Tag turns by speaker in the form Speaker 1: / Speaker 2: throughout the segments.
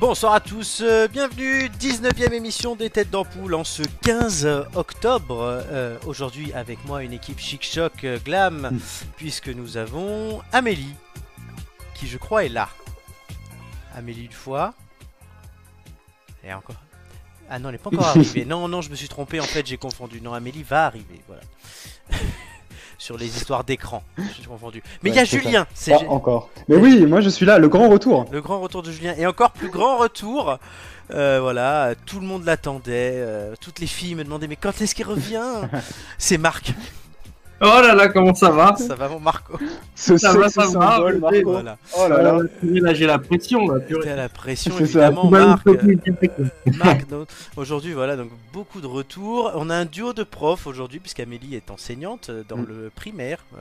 Speaker 1: Bonsoir à tous, euh, bienvenue, 19e émission des Têtes d'Ampoule en ce 15 octobre. Euh, Aujourd'hui avec moi une équipe chic-choc euh, glam,
Speaker 2: Mm.
Speaker 1: puisque nous avons Amélie, qui je crois est là. Amélie une fois. Et encore. Ah non, elle n'est pas encore arrivée. Non, non, je me suis trompé, en fait j'ai confondu. Non, Amélie va arriver, voilà. Sur les histoires d'écran, je me suis confondu. Mais il
Speaker 2: Ouais,
Speaker 1: y a
Speaker 2: c'est ça. Bah,
Speaker 1: Julien, c'est
Speaker 2: Pas
Speaker 1: gé-
Speaker 2: encore. Mais oui, moi je suis là, le grand retour.
Speaker 1: le grand retour de Julien et encore plus grand retour. Euh, voilà, euh, tout le monde l'attendait. euh, toutes les filles me demandaient mais quand est-ce qu'il revient C'est Marc.
Speaker 3: Oh là là, comment ça va
Speaker 1: Ça va mon Marco.
Speaker 2: Ce
Speaker 3: Ça va,
Speaker 2: sexe
Speaker 3: ça va,
Speaker 2: symbole,
Speaker 3: je
Speaker 2: Marco.
Speaker 3: sais.
Speaker 1: Voilà.
Speaker 2: Oh là là.
Speaker 3: Euh, Là, j'ai la pression, là, purée.
Speaker 1: T'as la pression
Speaker 2: C'est ça.
Speaker 1: évidemment,
Speaker 3: Bah,
Speaker 1: Marc.
Speaker 3: le contenu
Speaker 1: euh,
Speaker 3: direct.
Speaker 1: Marc, donc, aujourd'hui voilà donc beaucoup de retours. On a un duo de profs aujourd'hui puisqu'Amélie est enseignante euh, dans
Speaker 2: Mm.
Speaker 1: le primaire. Euh,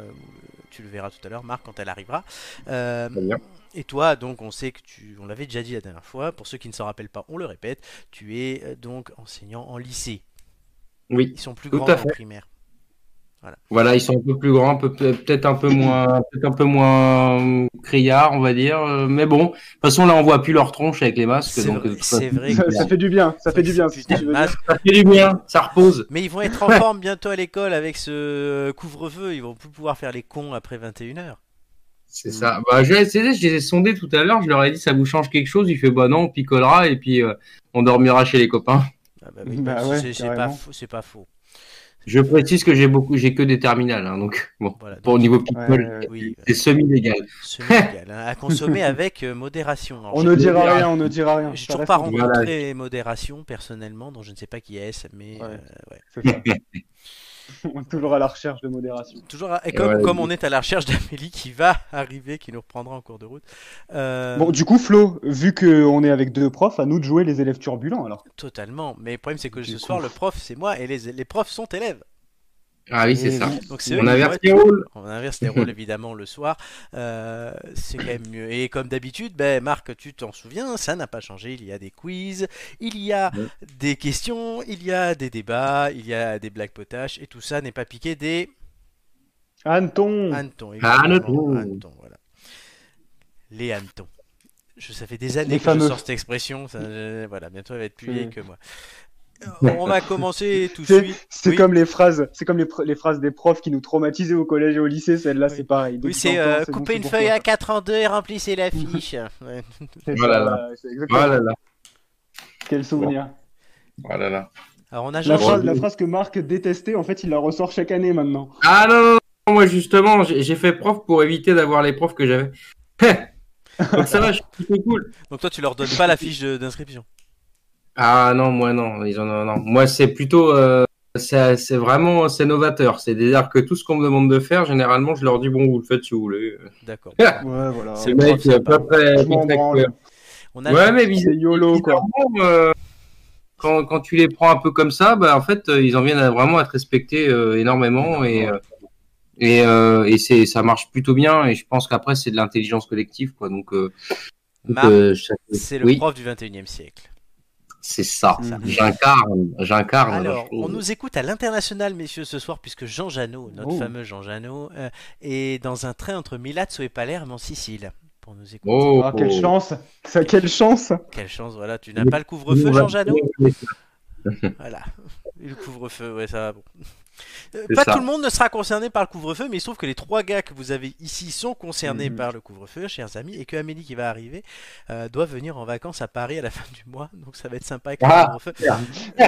Speaker 1: tu le verras tout à l'heure, Marc, quand elle arrivera. Euh,
Speaker 2: Très bien.
Speaker 1: et toi, donc, on sait que tu, on l'avait déjà dit la dernière fois. Pour ceux qui ne s'en rappellent pas, on le répète. Tu es euh, donc enseignant en lycée.
Speaker 3: Oui,
Speaker 1: Ils sont plus
Speaker 3: Tout
Speaker 1: grands
Speaker 3: à
Speaker 1: en
Speaker 3: fait.
Speaker 1: primaire.
Speaker 3: voilà, ils sont un peu plus grands, peu- peu- peut-être un peu moins, peut-être un peu moins euh, criards, on va dire. euh, Mais bon, de toute façon, là, on voit plus leur tronche avec les masques.
Speaker 1: C'est
Speaker 3: donc, euh,
Speaker 1: vrai-
Speaker 3: de toute façon,
Speaker 1: c'est vrai
Speaker 2: Ça, ça fait du bien, ça fait du bien.
Speaker 1: Putain,
Speaker 2: c'est ce que tu veux dire.
Speaker 1: masque.
Speaker 3: ça fait du bien, ça repose.
Speaker 1: Mais ils vont être en forme bientôt à l'école avec ce euh, couvre-feu. Ils vont plus pouvoir faire les cons après 21h.
Speaker 3: C'est ça. Bah, je, je les ai sondés tout à l'heure. Je leur ai dit, ça vous change quelque chose Il fait, bah non, on picolera et puis euh, on dormira chez les copains.
Speaker 1: Ah bah oui,
Speaker 2: Bah
Speaker 1: parce que
Speaker 2: ouais,
Speaker 1: c'est- c'est pas
Speaker 2: carrément.
Speaker 1: faux. C'est pas faux.
Speaker 3: Je précise que j'ai beaucoup, j'ai que des terminales, hein, donc bon.
Speaker 1: Voilà. donc,
Speaker 3: Pour au niveau picole,
Speaker 2: Ouais, ouais, ouais.
Speaker 1: oui, euh,
Speaker 3: c'est semi-légal.
Speaker 1: semi-légal, hein, à consommer avec euh, modération. Alors,
Speaker 2: On
Speaker 1: j'ai-
Speaker 2: ne dira
Speaker 3: J'ai-
Speaker 2: rien, on ne dira rien.
Speaker 1: J'ai
Speaker 2: Ça
Speaker 1: toujours
Speaker 2: reste
Speaker 1: pas
Speaker 2: entre-
Speaker 3: Voilà.
Speaker 1: rencontré modération personnellement, dont je ne sais pas qui est, mais
Speaker 2: Ouais.
Speaker 1: euh, ouais.
Speaker 2: c'est ça. On est toujours à la recherche de modération.
Speaker 1: toujours. à- Et comme,
Speaker 3: Ouais.
Speaker 1: comme on est à la recherche d'Amélie qui va arriver, qui nous reprendra en cours de route. euh,
Speaker 2: Bon, du coup, Flo, vu qu'on est avec deux profs, à nous de jouer les élèves turbulents alors.
Speaker 1: Totalement. Mais le problème c'est que
Speaker 3: Du
Speaker 1: ce
Speaker 3: coup.
Speaker 1: soir le prof c'est moi et les, les profs sont élèves.
Speaker 3: Ah oui, c'est
Speaker 2: Et
Speaker 3: ça.
Speaker 2: oui.
Speaker 1: Donc c'est eux
Speaker 3: On
Speaker 1: qui vont
Speaker 3: a inversé
Speaker 1: être-
Speaker 3: les rôles.
Speaker 1: On inverse les rôles évidemment le soir. Euh, c'est quand même mieux. Et comme d'habitude, ben, Marc, tu t'en souviens, ça n'a pas changé. Il y a des quiz, il y a
Speaker 3: Ouais.
Speaker 1: des questions, il y a des débats, il y a des blagues potaches. Et tout ça n'est pas piqué des
Speaker 2: Anton
Speaker 1: hannetons.
Speaker 3: Ah,
Speaker 1: évidemment.
Speaker 3: hannetons.
Speaker 1: Hannetons, voilà. Les hannetons. Je, ça fait des années
Speaker 2: Les
Speaker 1: que je
Speaker 2: fameux.
Speaker 1: sors cette expression. ça, euh, voilà, bientôt elle va être plus
Speaker 2: C'est-
Speaker 1: vieille que moi. Euh, On va commencer tout de
Speaker 2: C'est-
Speaker 1: suite.
Speaker 2: C'est
Speaker 1: Oui.
Speaker 2: comme les phrases, c'est comme les, pr- les phrases des profs qui nous traumatisaient au collège et au lycée. Celle-là,
Speaker 1: Oui.
Speaker 2: c'est pareil. Dès
Speaker 1: Oui,
Speaker 2: que
Speaker 1: c'est
Speaker 2: t'entends,
Speaker 1: euh,
Speaker 2: c'est bon,
Speaker 1: couper
Speaker 2: c'est
Speaker 1: une
Speaker 2: pour
Speaker 1: feuille
Speaker 2: toi.
Speaker 1: à 4 en deux et remplissez l'affiche. Ouais.
Speaker 2: C'est
Speaker 3: Voilà,
Speaker 2: ça,
Speaker 3: là.
Speaker 2: c'est exactement-
Speaker 3: Voilà Oh là.
Speaker 2: Quel souvenir.
Speaker 3: Voilà Oh là.
Speaker 1: Alors on a
Speaker 2: La
Speaker 1: Georges.
Speaker 2: phrase, la phrase que Marc détestait, en fait, il la ressort chaque année maintenant.
Speaker 3: Ah non, non, non, moi justement, j'ai j'ai fait prof pour éviter d'avoir les profs que j'avais. Donc ça va, je suis plutôt cool.
Speaker 1: Donc toi, tu leur donnes pas la fiche de- d'inscription.
Speaker 3: Ah non, moi non, ils en ont non. Moi c'est plutôt, euh, ça- c'est vraiment, c'est novateur. C'est-à-dire que tout ce qu'on me demande de faire, généralement, je leur dis bon, vous le faites si vous voulez.
Speaker 1: D'accord.
Speaker 2: Ouais, voilà.
Speaker 1: C'est
Speaker 3: Le
Speaker 1: le
Speaker 3: mec,
Speaker 1: prof,
Speaker 3: il est
Speaker 1: ça
Speaker 3: pas
Speaker 1: parle.
Speaker 3: très.
Speaker 2: Je m'en
Speaker 3: pas très
Speaker 2: branle.
Speaker 3: clair.
Speaker 1: On
Speaker 3: Ouais, mais vis-
Speaker 2: C'est YOLO, quoi.
Speaker 3: bizarrement, euh, quand, quand tu les prends un peu comme ça, bah, en fait, euh, ils en viennent à vraiment à te respecter euh, énormément et, euh, et, euh, et c'est, ça marche plutôt bien. Et je pense qu'après, c'est de l'intelligence collective, quoi. Donc, euh, donc,
Speaker 1: Marc,
Speaker 3: euh, ça-
Speaker 1: c'est le
Speaker 3: oui, Ah,
Speaker 1: prof du 21e siècle.
Speaker 3: c'est ça.
Speaker 1: C'est ça.
Speaker 3: J'incarne, j'incarne.
Speaker 1: Alors,
Speaker 3: je-
Speaker 1: on nous écoute à l'international, messieurs, ce soir, puisque Jean Janot, notre
Speaker 2: Oh.
Speaker 1: fameux Jean Janot, euh, est dans un train entre Milazzo et Palerme en Sicile pour nous écouter.
Speaker 3: Oh,
Speaker 2: Ah, quelle chance Ça, quelle chance
Speaker 1: Quelle chance, voilà, tu n'as
Speaker 3: Mais-
Speaker 1: pas le couvre-feu,
Speaker 3: on va-
Speaker 1: Jean Janot Voilà. Et le couvre-feu, ouais, ça va. Bon. Euh,
Speaker 3: C'est
Speaker 1: Pas
Speaker 3: ça.
Speaker 1: tout le monde ne sera concerné par le couvre-feu, mais il se trouve que les trois gars que vous avez ici sont concernés
Speaker 2: Mhm.
Speaker 1: par le couvre-feu, chers amis, et que Amélie qui va arriver euh, doit venir en vacances à Paris à la fin du mois, donc ça va être sympa avec le
Speaker 3: Ah.
Speaker 1: couvre-feu.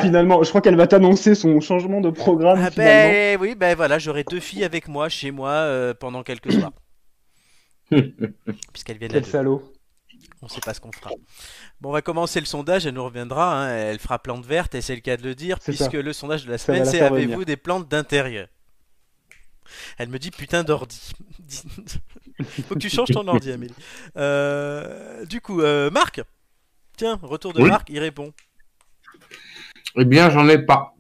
Speaker 2: Finalement, je crois qu'elle va t'annoncer son changement de programme.
Speaker 1: Ah
Speaker 2: finalement.
Speaker 1: ben oui, ben voilà, j'aurai deux filles avec moi chez moi euh, pendant quelques soirs. Puisqu'elles viennent à
Speaker 2: Quel
Speaker 1: deux,
Speaker 2: salaud.
Speaker 1: on sait pas ce qu'on fera. Bon, on va commencer le sondage, elle nous reviendra, hein, elle fera plante verte, et c'est le cas de le dire,
Speaker 2: C'est
Speaker 1: puisque
Speaker 2: ça.
Speaker 1: le sondage de la
Speaker 2: Ça va
Speaker 1: semaine,
Speaker 2: la
Speaker 1: c'est
Speaker 2: faire
Speaker 1: avez-vous
Speaker 2: venir.
Speaker 1: des plantes d'intérieur Elle me dit putain d'ordi. Faut que tu changes ton ordi, Amélie. Euh, du coup, euh, Marc Tiens, retour de
Speaker 3: Oui.
Speaker 1: Marc, il répond.
Speaker 3: Eh bien, j'en ai pas.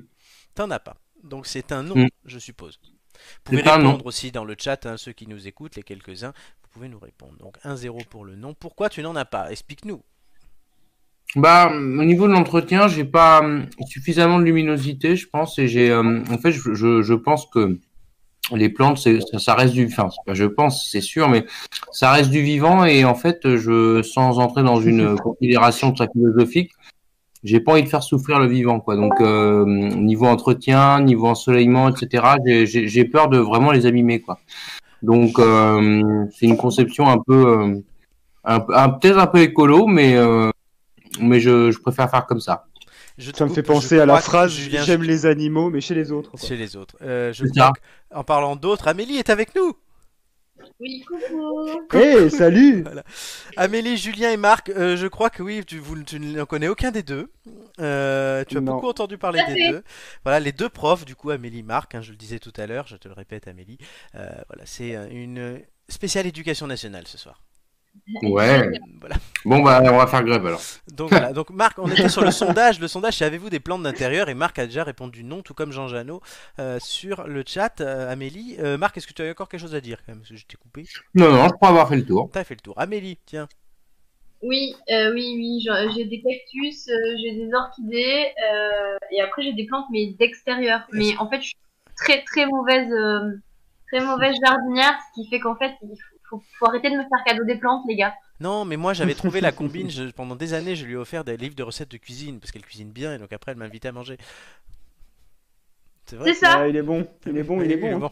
Speaker 1: T'en as pas. Donc c'est un non,
Speaker 3: Mm.
Speaker 1: je suppose. Vous pouvez
Speaker 3: C'est un non.
Speaker 1: répondre aussi dans le chat, hein, ceux qui nous écoutent, les quelques-uns, vous pouvez nous répondre. Donc 1-0 pour le non. Pourquoi tu n'en as pas Explique-nous.
Speaker 3: Bah, au niveau de l'entretien, j'ai pas hum, suffisamment de luminosité, je pense, et j'ai, hum, en fait, je, je, je pense que les plantes, c'est- ça, ça reste du, enfin, c'est pas- je pense, c'est sûr, mais ça reste du vivant et en fait, je, sans entrer dans une considération très philosophique, j'ai pas envie de faire souffrir le vivant, quoi. Donc, euh, niveau entretien, niveau ensoleillement, etc., j'ai- j'ai j'ai peur de vraiment les abîmer, quoi. Donc, euh, c'est une conception un peu, euh, un, peu- un- peut-être un peu écolo, mais euh, mais je, je préfère faire comme ça.
Speaker 1: Je te
Speaker 2: Ça me
Speaker 1: coupe,
Speaker 2: fait
Speaker 1: je
Speaker 2: penser à la
Speaker 1: crois que
Speaker 2: phrase
Speaker 1: Julien-
Speaker 2: J'aime les animaux, mais chez les autres. quoi.
Speaker 1: chez les autres. Euh, je
Speaker 3: C'est
Speaker 1: crois
Speaker 3: ça.
Speaker 1: que- en parlant d'autres, Amélie est avec nous.
Speaker 4: Oui, coucou.
Speaker 2: Hey, Eh, salut
Speaker 1: Amélie, Julien et Marc, euh, je crois que oui, tu, vous- tu n'en connais aucun des deux. Euh, tu as
Speaker 2: Non.
Speaker 1: beaucoup entendu parler
Speaker 4: Tout à
Speaker 1: des
Speaker 4: fait.
Speaker 1: deux. Voilà, les deux profs, du coup, Amélie, Marc, hein, je le disais tout à l'heure, je te le répète, Amélie. Euh, voilà, c'est euh, une spéciale éducation nationale ce soir.
Speaker 3: Ouais.
Speaker 1: Voilà.
Speaker 3: Bon, bah, on va faire grève alors.
Speaker 1: Donc, voilà. Donc, Marc, on était sur le sondage. Le sondage, c'est avez-vous des plantes d'intérieur Et Marc a déjà répondu non, tout comme Jean Janot euh, sur le chat. Euh, Amélie, euh, Marc, est-ce que tu as encore quelque chose à dire quand même Parce que je t'ai coupé.
Speaker 3: Non, non, je crois avoir fait le tour.
Speaker 1: T'as fait le tour. Amélie, tiens.
Speaker 4: Oui, euh, oui, oui, j'en- j'ai des cactus, euh, j'ai des orchidées, euh, et après j'ai des plantes, mais d'extérieur. Mais en fait, je suis très, très mauvaise, euh, très mauvaise jardinière, ce qui fait qu'en fait, il faut, faut arrêter de me faire cadeau des plantes, les gars.
Speaker 1: Non, mais moi j'avais trouvé la combine. je- pendant des années, je lui ai offert des livres de recettes de cuisine parce qu'elle cuisine bien et donc après elle m'invitait à manger. C'est vrai.
Speaker 4: C'est ça
Speaker 2: Ah, Il est bon, il est bon, il est bon. hein.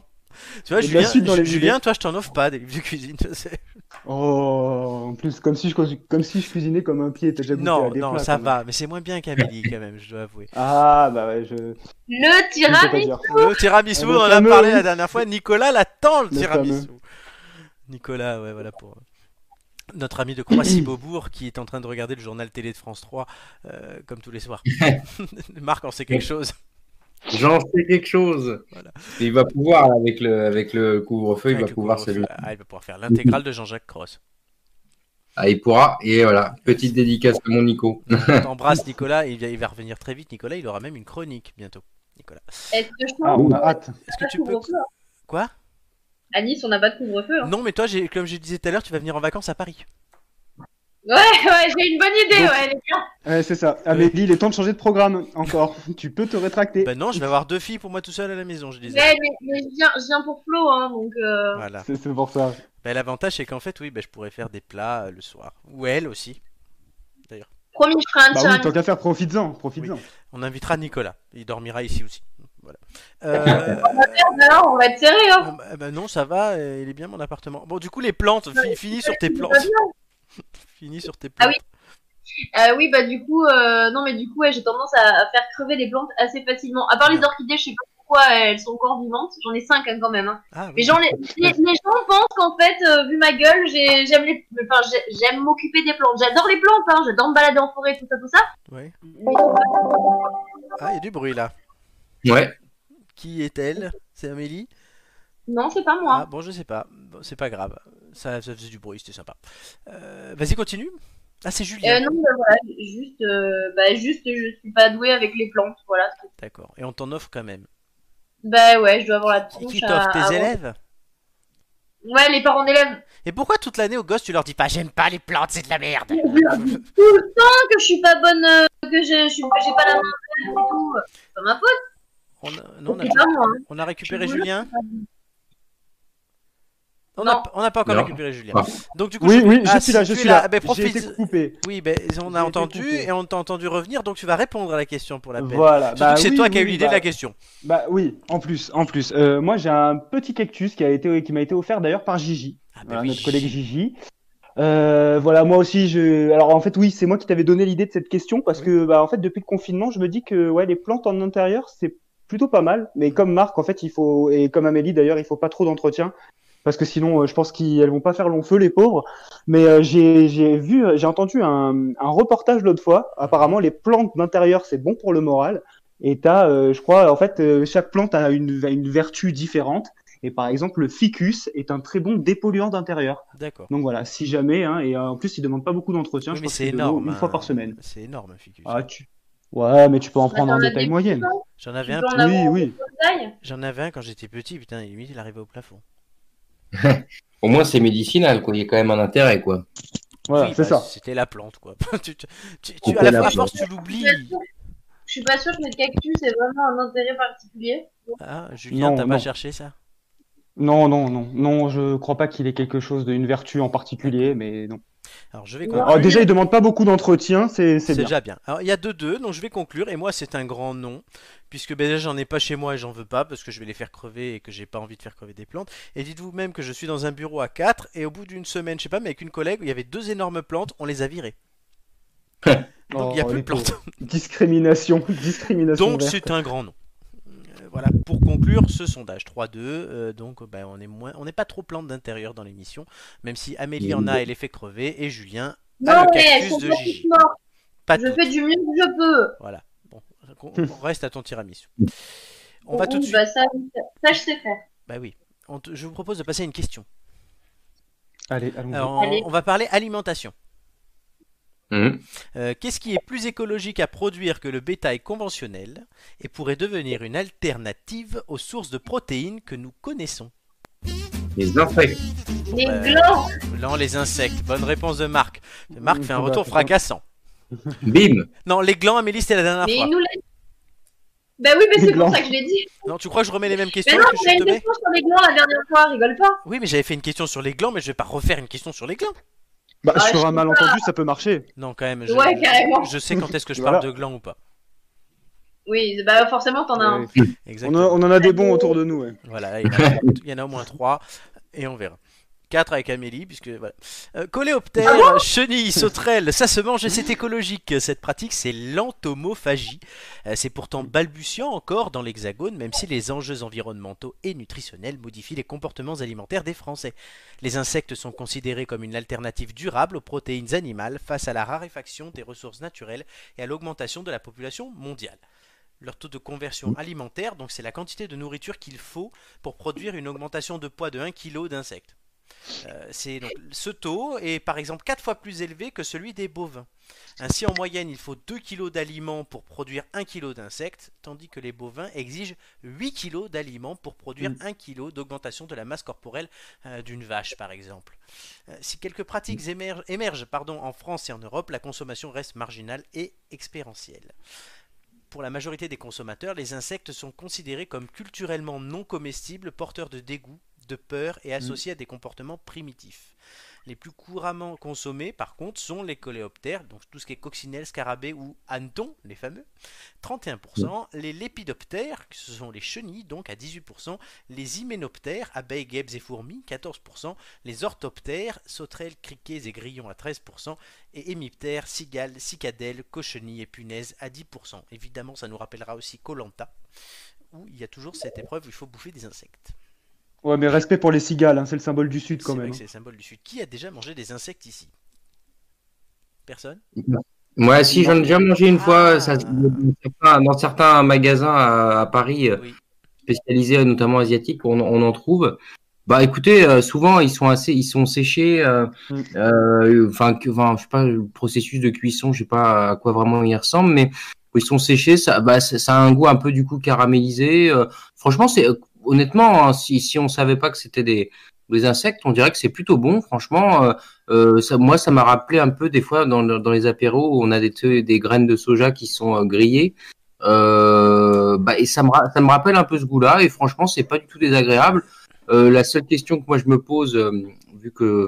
Speaker 1: Tu vois,
Speaker 2: Et de la
Speaker 1: Julien,
Speaker 2: suite dans les
Speaker 1: Julien, toi je t'en offre pas des livres de cuisine. tu sais.
Speaker 2: Oh, en plus, comme si je, cuis- comme si je cuisinais comme un pied. T'as déjà goûté à
Speaker 1: Non,
Speaker 2: des
Speaker 1: non,
Speaker 2: plats,
Speaker 1: ça
Speaker 2: quand même.
Speaker 1: va, mais c'est moins bien qu'Amélie quand même, je dois avouer.
Speaker 2: Ah, bah ouais, je. je ne peux
Speaker 4: Le
Speaker 2: pas
Speaker 4: tiramisu
Speaker 2: dire.
Speaker 1: Le tiramisu,
Speaker 2: Ah,
Speaker 1: on
Speaker 2: le
Speaker 1: en a
Speaker 2: fameux,
Speaker 1: parlé
Speaker 2: oui.
Speaker 1: la dernière fois. Nicolas l'attend, le
Speaker 2: Le
Speaker 1: tiramisu. Nicolas, ouais, voilà pour euh, notre ami de Croissy-Beaubourg qui est en train de regarder le journal télé de France 3 euh, comme tous les soirs. Marc en sait quelque chose.
Speaker 3: J'en sais quelque chose.
Speaker 1: Voilà.
Speaker 3: Et il va pouvoir, là, avec le, avec le couvre-feu, il
Speaker 1: Avec
Speaker 3: va
Speaker 1: le
Speaker 3: pouvoir
Speaker 1: couvre-feu,
Speaker 3: s'habiller.
Speaker 1: ah, il va pouvoir faire l'intégrale de Jean-Jacques Cross.
Speaker 3: Ah, il pourra. Et voilà, petite dédicace à mon Nico.
Speaker 1: T'embrasses Nicolas, il va, il va revenir très vite. Nicolas, il aura même une chronique bientôt. Nicolas,
Speaker 4: Est-ce que je
Speaker 2: Ah,
Speaker 4: pense
Speaker 2: on a hâte.
Speaker 1: est-ce que
Speaker 4: pas de
Speaker 1: tu peux
Speaker 4: couvre-feu hein.
Speaker 1: quoi
Speaker 4: À Nice, on n'a pas de couvre-feu. hein.
Speaker 1: Non, mais toi, j'ai- comme je disais tout à l'heure, tu vas venir en vacances à Paris.
Speaker 4: Ouais, ouais, j'ai une bonne idée,
Speaker 2: Donc-
Speaker 4: ouais, les gars.
Speaker 2: Ouais, c'est ça. Amélie, il est temps de changer de programme encore. tu peux te rétracter.
Speaker 1: Ben non, je vais avoir deux filles pour moi tout seul à la maison, je disais.
Speaker 4: Ouais, mais, mais je, viens, je viens pour Flo, hein, donc. euh,
Speaker 1: Voilà.
Speaker 2: C'est c'est pour ça. Bah
Speaker 1: Ben, l'avantage, c'est qu'en fait, oui, ben, je pourrais faire des plats euh, le soir. Ou elle aussi.
Speaker 4: Promis, je ferai
Speaker 2: Bah
Speaker 4: un
Speaker 2: oui,
Speaker 4: tiramisu.
Speaker 2: tant qu'à faire, profites-en, profites-en.
Speaker 1: On invitera Nicolas. Il dormira ici aussi. Voilà. Euh,
Speaker 4: Alors, on va être serré, hein.
Speaker 1: bon, ben, non, ça va, euh, il est bien mon appartement. Bon, du coup, les plantes, fi- finis sur tes
Speaker 4: c'est pas
Speaker 1: plantes. Finis sur tes
Speaker 4: Ah
Speaker 1: plantes.
Speaker 4: oui. Euh, oui, bah du coup, euh, non mais du coup, ouais, j'ai tendance à, à faire crever les plantes assez facilement. À part les orchidées, je sais pas pourquoi elles sont encore vivantes. J'en ai cinq hein, quand même. hein.
Speaker 1: Ah, oui.
Speaker 4: Mais genre, les, les, les gens pensent qu'en fait, euh, vu ma gueule, j'ai- j'aime les, enfin, j'ai- j'aime m'occuper des plantes. J'adore les plantes, hein. J'adore me balader en forêt, tout ça, tout ça.
Speaker 1: Ouais.
Speaker 4: Mais faut pas-
Speaker 1: Ah, il y a du bruit là.
Speaker 3: Ouais.
Speaker 1: Qui est-elle C'est Amélie
Speaker 4: Non, c'est pas
Speaker 1: Ah
Speaker 4: moi.
Speaker 1: bon, je sais pas. Bon, c'est pas grave. Ça, ça faisait du bruit, c'était sympa. Euh, Vas-y, continue. Ah, c'est Julien.
Speaker 4: Euh, non, bah, voilà, juste, euh, bah juste, je suis pas douée avec les plantes, voilà.
Speaker 1: D'accord. Et on t'en offre quand même.
Speaker 4: Bah ouais, je dois avoir la
Speaker 1: Qui,
Speaker 4: tronche
Speaker 1: qui
Speaker 4: à,
Speaker 1: t'offre
Speaker 4: à-
Speaker 1: tes élèves
Speaker 4: Ouais, les parents d'élèves.
Speaker 1: Et pourquoi toute l'année aux gosses tu leur dis pas j'aime pas les plantes, c'est de la merde
Speaker 4: Je leur dis tout le temps que je suis pas bonne, euh, que je je suis, que j'ai pas la main verte et tout. C'est pas ma faute,
Speaker 1: on a, non, on, a,
Speaker 4: c'est pas moi. hein.
Speaker 1: on a récupéré
Speaker 4: Je voulais-
Speaker 1: Julien On n'a
Speaker 4: Non.
Speaker 1: on n'a pas encore
Speaker 3: Non.
Speaker 1: récupéré Julien.
Speaker 3: Ah.
Speaker 1: Donc du coup,
Speaker 2: Oui,
Speaker 1: je-
Speaker 2: oui, je
Speaker 1: Ah, si,
Speaker 2: suis là,
Speaker 1: tu
Speaker 2: je
Speaker 1: es
Speaker 2: suis là.
Speaker 1: Ben,
Speaker 2: J'ai été
Speaker 1: profite.
Speaker 2: coupé.
Speaker 1: Oui, ben, on
Speaker 2: J'ai
Speaker 1: a
Speaker 2: été
Speaker 1: entendu
Speaker 2: coupé.
Speaker 1: et on t'a entendu revenir, donc tu vas répondre à la question pour la peine.
Speaker 2: Voilà.
Speaker 1: ben, Surtout
Speaker 2: Bah
Speaker 1: que c'est
Speaker 2: oui,
Speaker 1: toi
Speaker 2: oui,
Speaker 1: qui as eu
Speaker 2: oui,
Speaker 1: l'idée
Speaker 2: bah-
Speaker 1: de la question.
Speaker 2: Bah oui, en plus, en plus. Euh, moi, j'ai un petit cactus qui a été, qui m'a été offert d'ailleurs par Gigi,
Speaker 1: Ah, ben
Speaker 2: Voilà,
Speaker 1: oui.
Speaker 2: notre collègue Gigi. Euh, voilà, moi aussi, je. Alors en fait, oui, c'est moi qui t'avais donné l'idée de cette question parce
Speaker 1: Oui.
Speaker 2: que, bah, en fait, depuis le confinement, je me dis que, ouais, les plantes en intérieur, c'est plutôt pas mal. Mais
Speaker 1: Mm.
Speaker 2: comme Marc, en fait, il faut et comme Amélie d'ailleurs, il faut pas trop d'entretien parce que sinon, euh, je pense qu'elles vont pas faire long feu les pauvres. Mais euh, j'ai, j'ai vu, euh, j'ai entendu un, un reportage l'autre fois. Apparemment, les plantes d'intérieur, c'est bon pour le moral. Et t'as, euh, je crois, en fait, euh, chaque plante a une, a une vertu différente. Et par exemple, le ficus est un très bon dépolluant d'intérieur.
Speaker 1: D'accord.
Speaker 2: Donc voilà, si jamais, hein, et euh, en plus, il demande pas beaucoup d'entretien.
Speaker 1: Oui,
Speaker 2: je
Speaker 1: mais
Speaker 2: crois que
Speaker 1: c'est
Speaker 2: c'est de
Speaker 1: énorme.
Speaker 2: l'eau une
Speaker 1: hein.
Speaker 2: fois par semaine.
Speaker 1: C'est énorme, Ficus.
Speaker 2: Ah, tu... Ouais, mais tu peux en prendre
Speaker 4: Attends,
Speaker 2: un
Speaker 4: on a
Speaker 2: de
Speaker 4: des
Speaker 2: taille moyenne.
Speaker 4: plans,
Speaker 1: J'en avais
Speaker 4: tu
Speaker 1: un
Speaker 4: peux en avoir
Speaker 2: Oui, oui.
Speaker 4: de taille.
Speaker 1: J'en avais un quand j'étais petit, putain, il limite, il arrivait au plafond.
Speaker 3: Au moins, c'est médicinal, quoi. Il y a quand même un intérêt, quoi.
Speaker 2: Voilà,
Speaker 1: Oui,
Speaker 2: c'est
Speaker 1: bah,
Speaker 2: ça.
Speaker 1: C'était la plante, quoi. tu, tu- tu-
Speaker 3: C'était
Speaker 1: à la,
Speaker 3: la
Speaker 1: fin, à
Speaker 3: plante.
Speaker 1: force, tu l'oublies.
Speaker 4: Je suis pas sûre que le cactus ait vraiment un intérêt particulier.
Speaker 1: Ah, Julien,
Speaker 2: Non,
Speaker 1: t'as pas
Speaker 2: non.
Speaker 1: cherché ça
Speaker 2: Non, non, non, non, je crois pas qu'il ait quelque chose d'une vertu en particulier, mais non.
Speaker 1: Alors je vais
Speaker 4: Non.
Speaker 1: conclure.
Speaker 2: Alors, Ah, déjà, il demande pas beaucoup d'entretien, c'est c'est
Speaker 1: C'est
Speaker 2: bien.
Speaker 1: déjà bien. Alors il y a deux deux, donc je vais conclure. Et moi c'est un grand non, puisque ben, déjà j'en ai pas chez moi et j'en veux pas parce que je vais les faire crever et que j'ai pas envie de faire crever des plantes. Et dites-vous même que je suis dans un bureau à 4 et au bout d'une semaine, je sais pas, mais avec une collègue, il y avait deux énormes plantes, on les a virées. Donc il y a
Speaker 2: Oh,
Speaker 1: plus de
Speaker 2: les pauvres.
Speaker 1: plantes.
Speaker 2: Discrimination, discrimination.
Speaker 1: Donc
Speaker 2: verte.
Speaker 1: c'est un grand nom. Euh, Voilà, pour conclure ce sondage 3-2, euh, donc ben, on est moins, on n'est pas trop plante d'intérieur dans l'émission, même si Amélie en a et les fait crever, et Julien, Ah,
Speaker 4: Non,
Speaker 1: le
Speaker 4: mais
Speaker 1: cactus
Speaker 4: je
Speaker 1: de
Speaker 4: suis pas
Speaker 1: Gigi.
Speaker 4: toute morte.
Speaker 1: pas
Speaker 4: Je
Speaker 1: tout.
Speaker 4: fais du mieux que je peux.
Speaker 1: Voilà, bon, on
Speaker 2: Hmm.
Speaker 1: on reste à ton tiramisu. On va
Speaker 4: Oui,
Speaker 1: tout de suite.
Speaker 4: bah, ça, ça, je sais faire.
Speaker 1: Bah oui. On te- Je vous propose de passer à une question.
Speaker 2: Allez, allons-y.
Speaker 1: Alors, on,
Speaker 4: Allez.
Speaker 1: on va parler alimentation.
Speaker 3: Mhm.
Speaker 1: Euh, Qu'est-ce qui est plus écologique à produire que le bétail conventionnel et pourrait devenir une alternative aux sources de protéines que nous connaissons
Speaker 3: Les insectes.
Speaker 4: Les
Speaker 1: bah,
Speaker 4: glands,
Speaker 1: Non, les insectes. Bonne réponse de Marc. Marc fait un
Speaker 2: Bah,
Speaker 1: retour
Speaker 2: putain.
Speaker 1: fracassant.
Speaker 3: Bim.
Speaker 1: Non, les glands, Amélie, c'était la dernière
Speaker 4: mais
Speaker 1: fois.
Speaker 4: ils nous les... Bah oui, mais
Speaker 2: Les
Speaker 4: c'est pour
Speaker 2: glands.
Speaker 4: ça que je l'ai dit.
Speaker 1: Non, tu crois que je remets les mêmes
Speaker 4: Mais
Speaker 1: questions
Speaker 4: non,
Speaker 1: que
Speaker 4: on a
Speaker 1: je
Speaker 4: une
Speaker 1: te mets
Speaker 4: question sur les glands la dernière fois, rigole pas.
Speaker 1: Oui, mais j'avais fait une question sur les glands, mais je vais pas refaire une question sur les glands.
Speaker 2: Bah,
Speaker 4: Ah, je
Speaker 2: sur un
Speaker 4: sais
Speaker 2: malentendu, ça peut marcher.
Speaker 1: Non, quand même. Je,
Speaker 4: Ouais, carrément.
Speaker 1: je sais quand est-ce que je
Speaker 2: Voilà.
Speaker 1: parle de glands ou pas.
Speaker 4: Oui, bah forcément, t'en as un.
Speaker 2: Ouais. On, a-
Speaker 1: Exactement.
Speaker 2: on en a des bons autour de nous. ouais.
Speaker 1: Voilà, il y, en a- il y en a au moins 3 et on verra. 4 avec Amélie, puisque voilà. Euh, coléoptères, chenilles, sauterelles, ça se mange et c'est écologique. Cette pratique, c'est l'entomophagie. Euh, c'est pourtant balbutiant encore dans l'Hexagone, même si les enjeux environnementaux et nutritionnels modifient les comportements alimentaires des Français. Les insectes sont considérés comme une alternative durable aux protéines animales face à la raréfaction des ressources naturelles et à l'augmentation de la population mondiale. Leur taux de conversion alimentaire, donc c'est la quantité de nourriture qu'il faut pour produire une augmentation de poids de 1 kg d'insectes. Euh, c'est donc, ce taux est par exemple 4 fois plus élevé que celui des bovins. Ainsi, en moyenne, il faut 2 kg d'aliments pour produire 1 kg d'insectes, tandis que les bovins exigent 8 kg d'aliments pour produire 1 kg d'augmentation de la masse corporelle euh, d'une vache, par exemple. Euh, si quelques pratiques émergent, émergent pardon, en France et en Europe, la consommation reste marginale et expérientielle. Pour la majorité des consommateurs, les insectes sont considérés comme culturellement non comestibles, porteurs de dégoût, de peur et associés à des comportements primitifs. Les plus couramment consommés, par contre, sont les coléoptères, donc tout ce qui est coccinelle, scarabée ou hanneton, les fameux, 31%, les lépidoptères, que ce sont les chenilles, donc à 18%, les hyménoptères, abeilles, guêpes et fourmis, 14%, les orthoptères, sauterelles, criquets et grillons à 13%, et hémiptères, cigales, cicadelles, cochenilles et punaises à 10%. Évidemment, ça nous rappellera aussi Colanta, où il y a toujours cette épreuve où il faut bouffer des insectes.
Speaker 2: Ouais, mais respect pour les cigales, hein, c'est le symbole du Sud
Speaker 1: C'est
Speaker 2: quand
Speaker 1: vrai
Speaker 2: même.
Speaker 1: que c'est le symbole du Sud. Qui a déjà mangé des insectes ici Personne
Speaker 3: Moi, si j'en ai déjà mangé une fois,
Speaker 1: Ah.
Speaker 3: ça, se- dans, certains, dans certains magasins à, à Paris euh,
Speaker 1: Oui.
Speaker 3: spécialisés, notamment asiatiques, on, on en trouve. Bah, écoutez, euh, souvent ils sont assez, ils sont séchés. euh,
Speaker 2: Mm.
Speaker 3: euh, Enfin, que- enfin, je sais pas le processus de cuisson, je sais pas à quoi vraiment il ressemble, mais ils sont séchés. Ça, bah, ça, ça a un goût un peu du coup caramélisé. euh, franchement, c'est euh, honnêtement, hein, si, si on savait pas que c'était des des insectes, on dirait que c'est plutôt bon. Franchement, euh, euh, ça, moi, ça m'a rappelé un peu des fois dans, le- dans les apéros où on a des, te- des graines de soja qui sont euh, grillées. Euh, bah, et ça me, ra- ça me rappelle un peu ce goût-là. Et franchement, c'est pas du tout désagréable. Euh, la seule question que moi je me pose, euh, vu que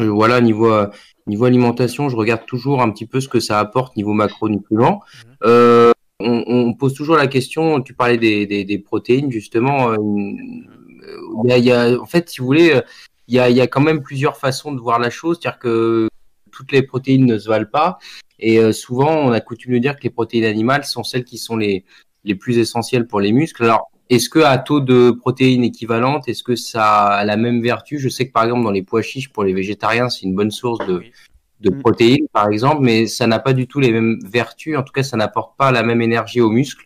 Speaker 3: euh, voilà niveau euh, niveau alimentation, je regarde toujours un petit peu ce que ça apporte niveau macronutriments. Euh, on, on pose toujours la question. Tu parlais des, des, des protéines justement. euh, une- euh, il y a- il y a, en fait, si vous voulez, euh, il y a, il y a quand même plusieurs façons de voir la chose, c'est-à-dire que toutes les protéines ne se valent pas, et euh, souvent on a coutume de dire que les protéines animales sont celles qui sont les, les plus essentielles pour les muscles. Alors, est-ce que à taux de protéines équivalentes, est-ce que ça a la même vertu Je sais que par exemple dans les pois chiches pour les végétariens, c'est une bonne source de,
Speaker 1: Oui.
Speaker 3: de
Speaker 2: Mm.
Speaker 3: protéines, par exemple, mais ça n'a pas du tout les mêmes vertus. En tout cas, ça n'apporte pas la même énergie aux muscles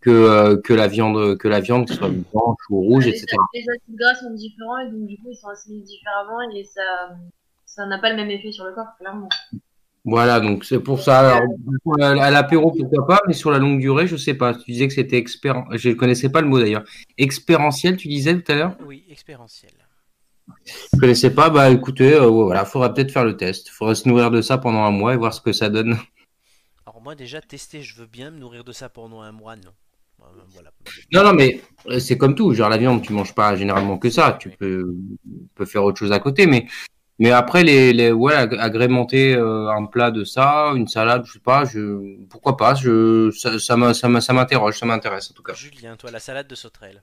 Speaker 3: que euh, que la viande, que la viande, que ce soit blanche ou rouge,
Speaker 4: les,
Speaker 3: etc.
Speaker 4: les acides gras sont différents et donc du coup, ils sont assimilés différemment et ça ça n'a pas le même effet sur le corps, clairement.
Speaker 3: Voilà, donc c'est pour ça. Alors, du coup, à à l'apéro, pourquoi pas, mais sur la longue durée, je sais pas. Tu disais que c'était expert. Je ne connaissais pas le mot d'ailleurs. Expérientiel, tu disais tout à l'heure.
Speaker 1: Oui, expérientiel.
Speaker 3: Je connaissais pas. Bah, écoutez, euh, voilà, faudra peut-être faire le test. Faudra se nourrir de ça pendant un mois et voir ce que ça donne.
Speaker 1: Alors moi déjà, tester, je veux bien me nourrir de ça pendant un mois, non. Euh, euh, voilà.
Speaker 3: Non, non, mais euh, c'est comme tout. Genre, la viande, tu manges pas généralement que ça. Tu peux, tu peux faire autre chose à côté. Mais, mais après, les, les, ouais, ag- agrémenter euh, un plat de ça, une salade, je sais pas, je, pourquoi pas. Je, ça, ça, m'a- ça m'a- ça m'interroge, ça m'intéresse en tout cas.
Speaker 1: Julien, toi, la salade de sauterelle.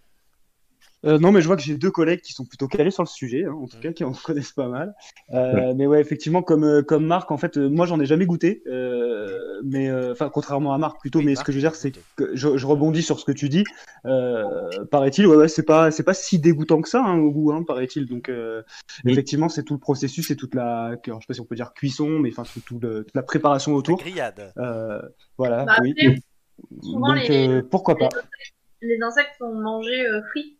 Speaker 2: Euh, non, mais je vois que j'ai deux collègues qui sont plutôt calés sur le sujet, hein, en tout cas qui en connaissent pas mal. Euh, Mais ouais, effectivement, comme euh, comme Marc, en fait, euh, moi j'en ai jamais goûté, euh, mais euh, enfin contrairement à Marc plutôt.
Speaker 1: Oui,
Speaker 2: mais
Speaker 1: Marc,
Speaker 2: ce que je veux dire, c'est
Speaker 1: goûté.
Speaker 2: que je, je rebondis sur ce que tu dis. Euh, paraît-il, ouais, ouais, c'est pas c'est pas si dégoûtant que ça hein, au goût, hein, paraît-il. Donc euh,
Speaker 3: Oui.
Speaker 2: effectivement, c'est tout le processus et toute la, que- alors, je sais pas si on peut dire cuisson, mais enfin tout, tout le- toute la préparation autour.
Speaker 1: Grillade.
Speaker 2: Euh, voilà,
Speaker 4: Bah,
Speaker 2: oui.
Speaker 4: après, souvent,
Speaker 2: Donc
Speaker 4: les-
Speaker 2: euh, pourquoi pas
Speaker 4: Les insectes sont mangés euh, frits.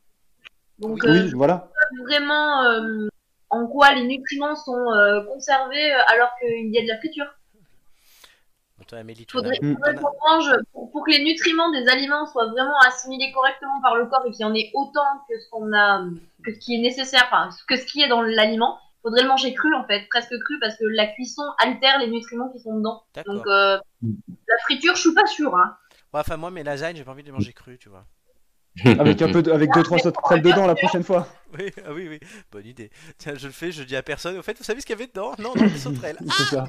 Speaker 4: Donc, euh,
Speaker 2: Oui, voilà.
Speaker 4: vraiment euh, en quoi les nutriments sont euh, conservés euh, alors qu'il y a de la friture.
Speaker 1: Bon, toi, Amélie, tu
Speaker 4: Faudrait,
Speaker 2: Mm.
Speaker 4: faudrait qu'on mange pour, pour que les nutriments des aliments soient vraiment assimilés correctement par le corps et qu'il y en ait autant que ce qu'on a, que ce qui est nécessaire, enfin, que ce qui est dans l'aliment. Faudrait le manger cru en fait, presque cru parce que la cuisson altère les nutriments qui sont dedans.
Speaker 1: D'accord.
Speaker 4: Donc euh,
Speaker 3: Mm.
Speaker 4: la friture, je suis pas sûre. Hein.
Speaker 1: Ouais, enfin, moi, mes lasagnes, j'ai pas envie de les manger crues, tu vois.
Speaker 2: Avec un peu, de- avec deux trois sauces crème dedans la prochaine fois.
Speaker 1: Oui, ah oui, oui, bonne idée. Tiens, je le fais, je dis à personne. Au fait, vous savez ce qu'il y avait dedans Non, non, des sauterelles. Ah,
Speaker 2: C'est ça.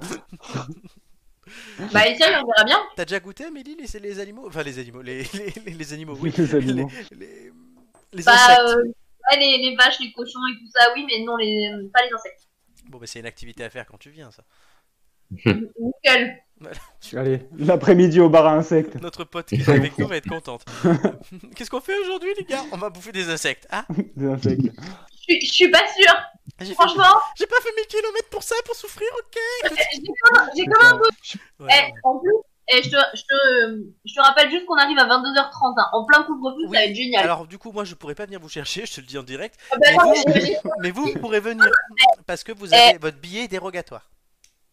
Speaker 4: Bah essaye, on verra bien.
Speaker 1: T'as déjà goûté, Amélie, les, les animaux Enfin, les animaux, les, les, les- les animaux, oui.
Speaker 2: Oui, les
Speaker 1: les,
Speaker 2: aliments.
Speaker 1: les- les
Speaker 4: Bah,
Speaker 1: insectes.
Speaker 4: euh, ouais, les, les vaches, les cochons et tout ça, oui, mais non, les, euh, pas les insectes.
Speaker 1: Bon, bah, c'est une activité à faire quand tu viens, ça.
Speaker 4: Nickel.
Speaker 2: Allez, l'après-midi au bar à insectes.
Speaker 1: Notre pote qui est avec nous va être contente. Qu'est-ce qu'on fait aujourd'hui, les gars On va bouffer des insectes. Ah,
Speaker 2: Des insectes.
Speaker 4: Je suis- je suis pas sûre.
Speaker 1: j'ai fait-
Speaker 4: Franchement, Eh,
Speaker 1: j'ai pas fait 1000 km pour ça, pour souffrir, ok
Speaker 4: j'ai comme, j'ai comme un doute.
Speaker 1: Voilà.
Speaker 4: Eh, en plus, eh, je, te, je, te, je te rappelle juste qu'on arrive à 22h30. hein. En plein couvre-feu,
Speaker 1: Oui.
Speaker 4: ça va être génial.
Speaker 1: Alors du coup moi je pourrais pas venir vous chercher, je te le dis en direct,
Speaker 4: Ah bah,
Speaker 1: mais
Speaker 4: attends,
Speaker 1: vous-
Speaker 4: mais- mais-
Speaker 1: mais vous vous pourrez venir
Speaker 4: Eh.
Speaker 1: parce que vous avez votre billet est dérogatoire.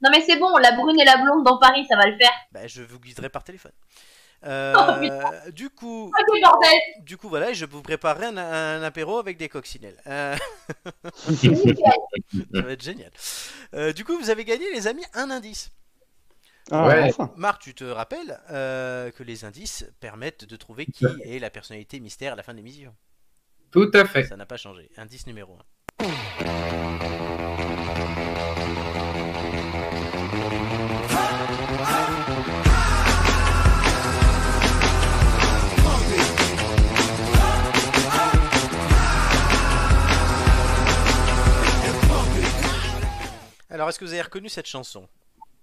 Speaker 4: non, mais c'est bon, la brune et la blonde dans Paris, ça va le faire.
Speaker 1: Bah, je vous guiderai par téléphone. Euh, du coup,
Speaker 4: Ok, bordel.
Speaker 1: du coup voilà, je vous préparerai un, un apéro avec des coccinelles. Euh, ça va être génial. Euh, du coup vous avez gagné les amis un indice.
Speaker 2: Ah,
Speaker 3: Ouais.
Speaker 2: enfin.
Speaker 1: Marc, tu te rappelles euh, que les indices permettent de trouver qui est la personnalité mystère à la fin de l'émission.
Speaker 3: Tout à fait.
Speaker 1: Ça n'a pas changé. Indice numéro 1. Alors, est-ce que vous avez reconnu cette chanson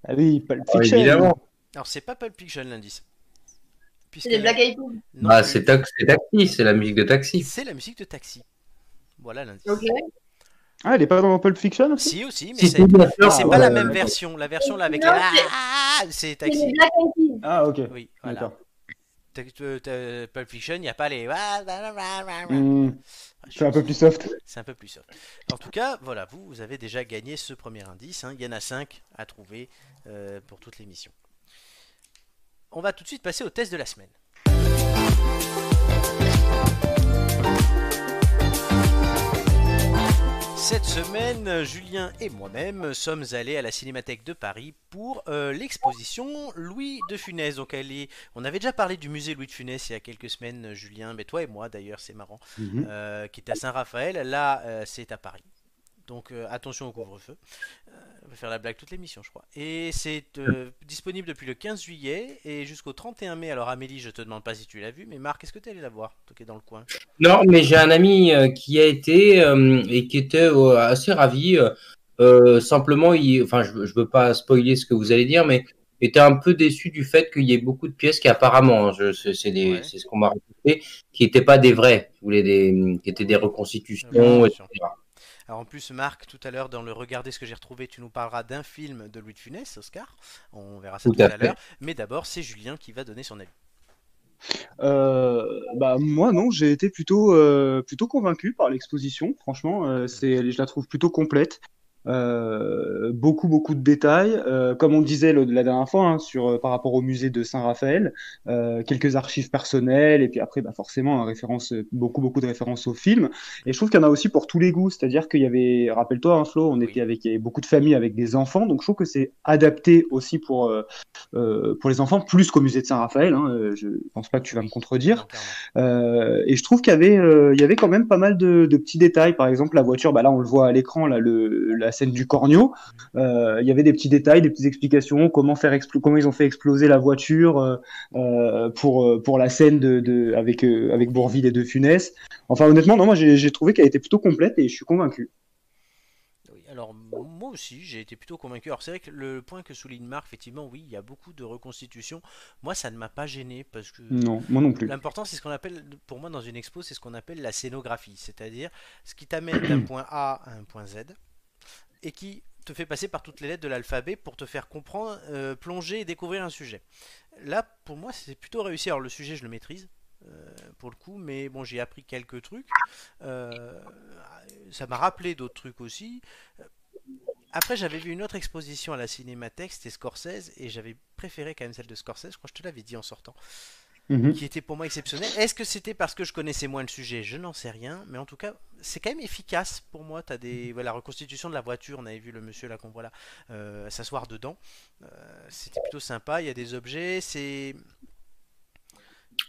Speaker 2: Ah oui, Pulp
Speaker 3: Ah,
Speaker 2: Fiction.
Speaker 3: évidemment.
Speaker 1: Alors, c'est pas Pulp Fiction l'indice.
Speaker 4: C'est des
Speaker 1: Puisqu'elle-
Speaker 4: blagues à époux.
Speaker 1: Non
Speaker 3: Bah,
Speaker 1: plus.
Speaker 3: c'est tax- c'est taxi, c'est la musique de taxi.
Speaker 1: C'est la musique de Taxi. Voilà l'indice.
Speaker 4: Ok.
Speaker 2: Ah, elle est pas dans Pulp Fiction aussi
Speaker 1: Si aussi, mais
Speaker 3: Si,
Speaker 1: c'est
Speaker 3: bien sûr,
Speaker 2: Ah,
Speaker 1: mais c'est pas la
Speaker 3: euh,
Speaker 1: même version. La version là avec
Speaker 4: Non,
Speaker 1: les-
Speaker 4: c'est-
Speaker 1: Ah, c'est
Speaker 4: C'est des
Speaker 1: Taxi.
Speaker 4: blagues à époux.
Speaker 2: Ah, ok.
Speaker 1: Oui, voilà.
Speaker 2: D'accord.
Speaker 1: T'as- t'as- t'as- Pulp Fiction, il n'y a pas les.
Speaker 2: Hmm, c'est un peu plus soft.
Speaker 1: C'est un peu plus soft. En tout cas, voilà, vous, vous avez déjà gagné ce premier indice. hein. Il y en a 5 à trouver euh, pour toute l'émission. On va tout de suite passer au test de la semaine. Cette semaine, Julien et moi-même sommes allés à la Cinémathèque de Paris pour euh, l'exposition Louis de Funès. Donc, elle est... on avait déjà parlé du musée Louis de Funès il y a quelques semaines, Julien, mais toi et moi d'ailleurs, c'est marrant
Speaker 3: Mm-hmm.
Speaker 1: euh, qui est à Saint-Raphaël. Là, euh, c'est à Paris. Donc euh, attention au couvre-feu. Euh, on va faire la blague toute l'émission, je crois. Et c'est euh, disponible depuis le 15 juillet et jusqu'au 31 mai. Alors Amélie, je te demande pas si tu l'as vu, mais Marc, est-ce que tu es allé la voir Toi qui es dans le coin.
Speaker 3: Non, mais j'ai un ami euh, qui a été euh, et qui était euh, assez ravi. euh, euh, simplement, il, enfin, je, ne veux pas spoiler ce que vous allez dire, mais était un peu déçu du fait qu'il y ait beaucoup de pièces qui apparemment, hein, je, c'est, c'est des-
Speaker 1: Ouais.
Speaker 3: c'est ce qu'on m'a raconté, qui n'étaient pas des vraies, qui voulaient des, qui étaient des reconstitutions, etc.
Speaker 1: Alors en plus, Marc, tout à l'heure, dans le Regardez ce que j'ai retrouvé, tu nous parleras d'un film de Louis de Funès, Oscar. On verra ça tout,
Speaker 3: Tout à
Speaker 1: à l'heure. Mais d'abord, c'est Julien qui va donner son avis.
Speaker 2: Euh, bah moi non, j'ai été plutôt euh, plutôt convaincu par l'exposition. Franchement, euh, c'est, je la trouve plutôt complète. euh, beaucoup beaucoup de détails. Euh, comme on disait le- la dernière fois hein, sur euh, par rapport au musée de Saint-Raphaël, euh, quelques archives personnelles et puis après bah, forcément hein, référence, euh, beaucoup beaucoup de références au film. Et je trouve qu'il y en a aussi pour tous les goûts, c'est-à-dire qu'il y avait, rappelle-toi hein, Flo, on était avec il y avait beaucoup de familles avec des enfants, donc je trouve que c'est adapté aussi pour euh, euh, pour les enfants plus qu'au musée de Saint-Raphaël. Hein, euh, je pense pas que tu vas me contredire.
Speaker 1: Non, clairement.
Speaker 2: Euh, et je trouve qu'il y avait, euh, il y avait quand même pas mal de, de petits détails. Par exemple, la voiture, bah là, on le voit à l'écran, là, le, la scène du cornio. Euh, il y avait des petits détails, des petites explications, comment faire, explo- comment ils ont fait exploser la voiture euh, euh, pour euh, pour la scène de, de avec euh, avec Bourvil et De Funès. Enfin, honnêtement, non, moi, j'ai j'ai trouvé qu'elle était plutôt complète et je suis convaincu.
Speaker 1: Oui, alors m- moi aussi, j'ai été plutôt convaincu. Alors c'est vrai que le point que souligne Marc, effectivement, oui, il y a beaucoup de reconstitutions. Moi, ça ne m'a pas gêné parce que
Speaker 2: Non, moi non plus.
Speaker 1: l'important, c'est ce qu'on appelle, pour moi, dans une expo, c'est ce qu'on appelle la scénographie, c'est-à-dire ce qui t'amène d'un point A à un point Z et qui te fait passer par toutes les lettres de l'alphabet pour te faire comprendre, euh, plonger et découvrir un sujet. Là, pour moi, c'est plutôt réussi. Alors le sujet, je le maîtrise. euh, pour le coup, mais bon, j'ai appris quelques trucs. Euh, ça m'a rappelé d'autres trucs aussi. Après, j'avais vu une autre exposition à la Cinémathèque, c'était Scorsese, et j'avais préféré quand même celle de Scorsese, je crois que je te l'avais dit en sortant,
Speaker 2: Mhm.
Speaker 1: qui était pour moi exceptionnelle. Est-ce que c'était parce que je connaissais moins le sujet Je n'en sais rien, mais en tout cas, c'est quand même efficace pour moi. T'as des... voilà, la reconstitution de la voiture, on avait vu le monsieur là qu'on voit là euh, s'asseoir dedans. Euh, c'était plutôt sympa, il y a des objets, c'est...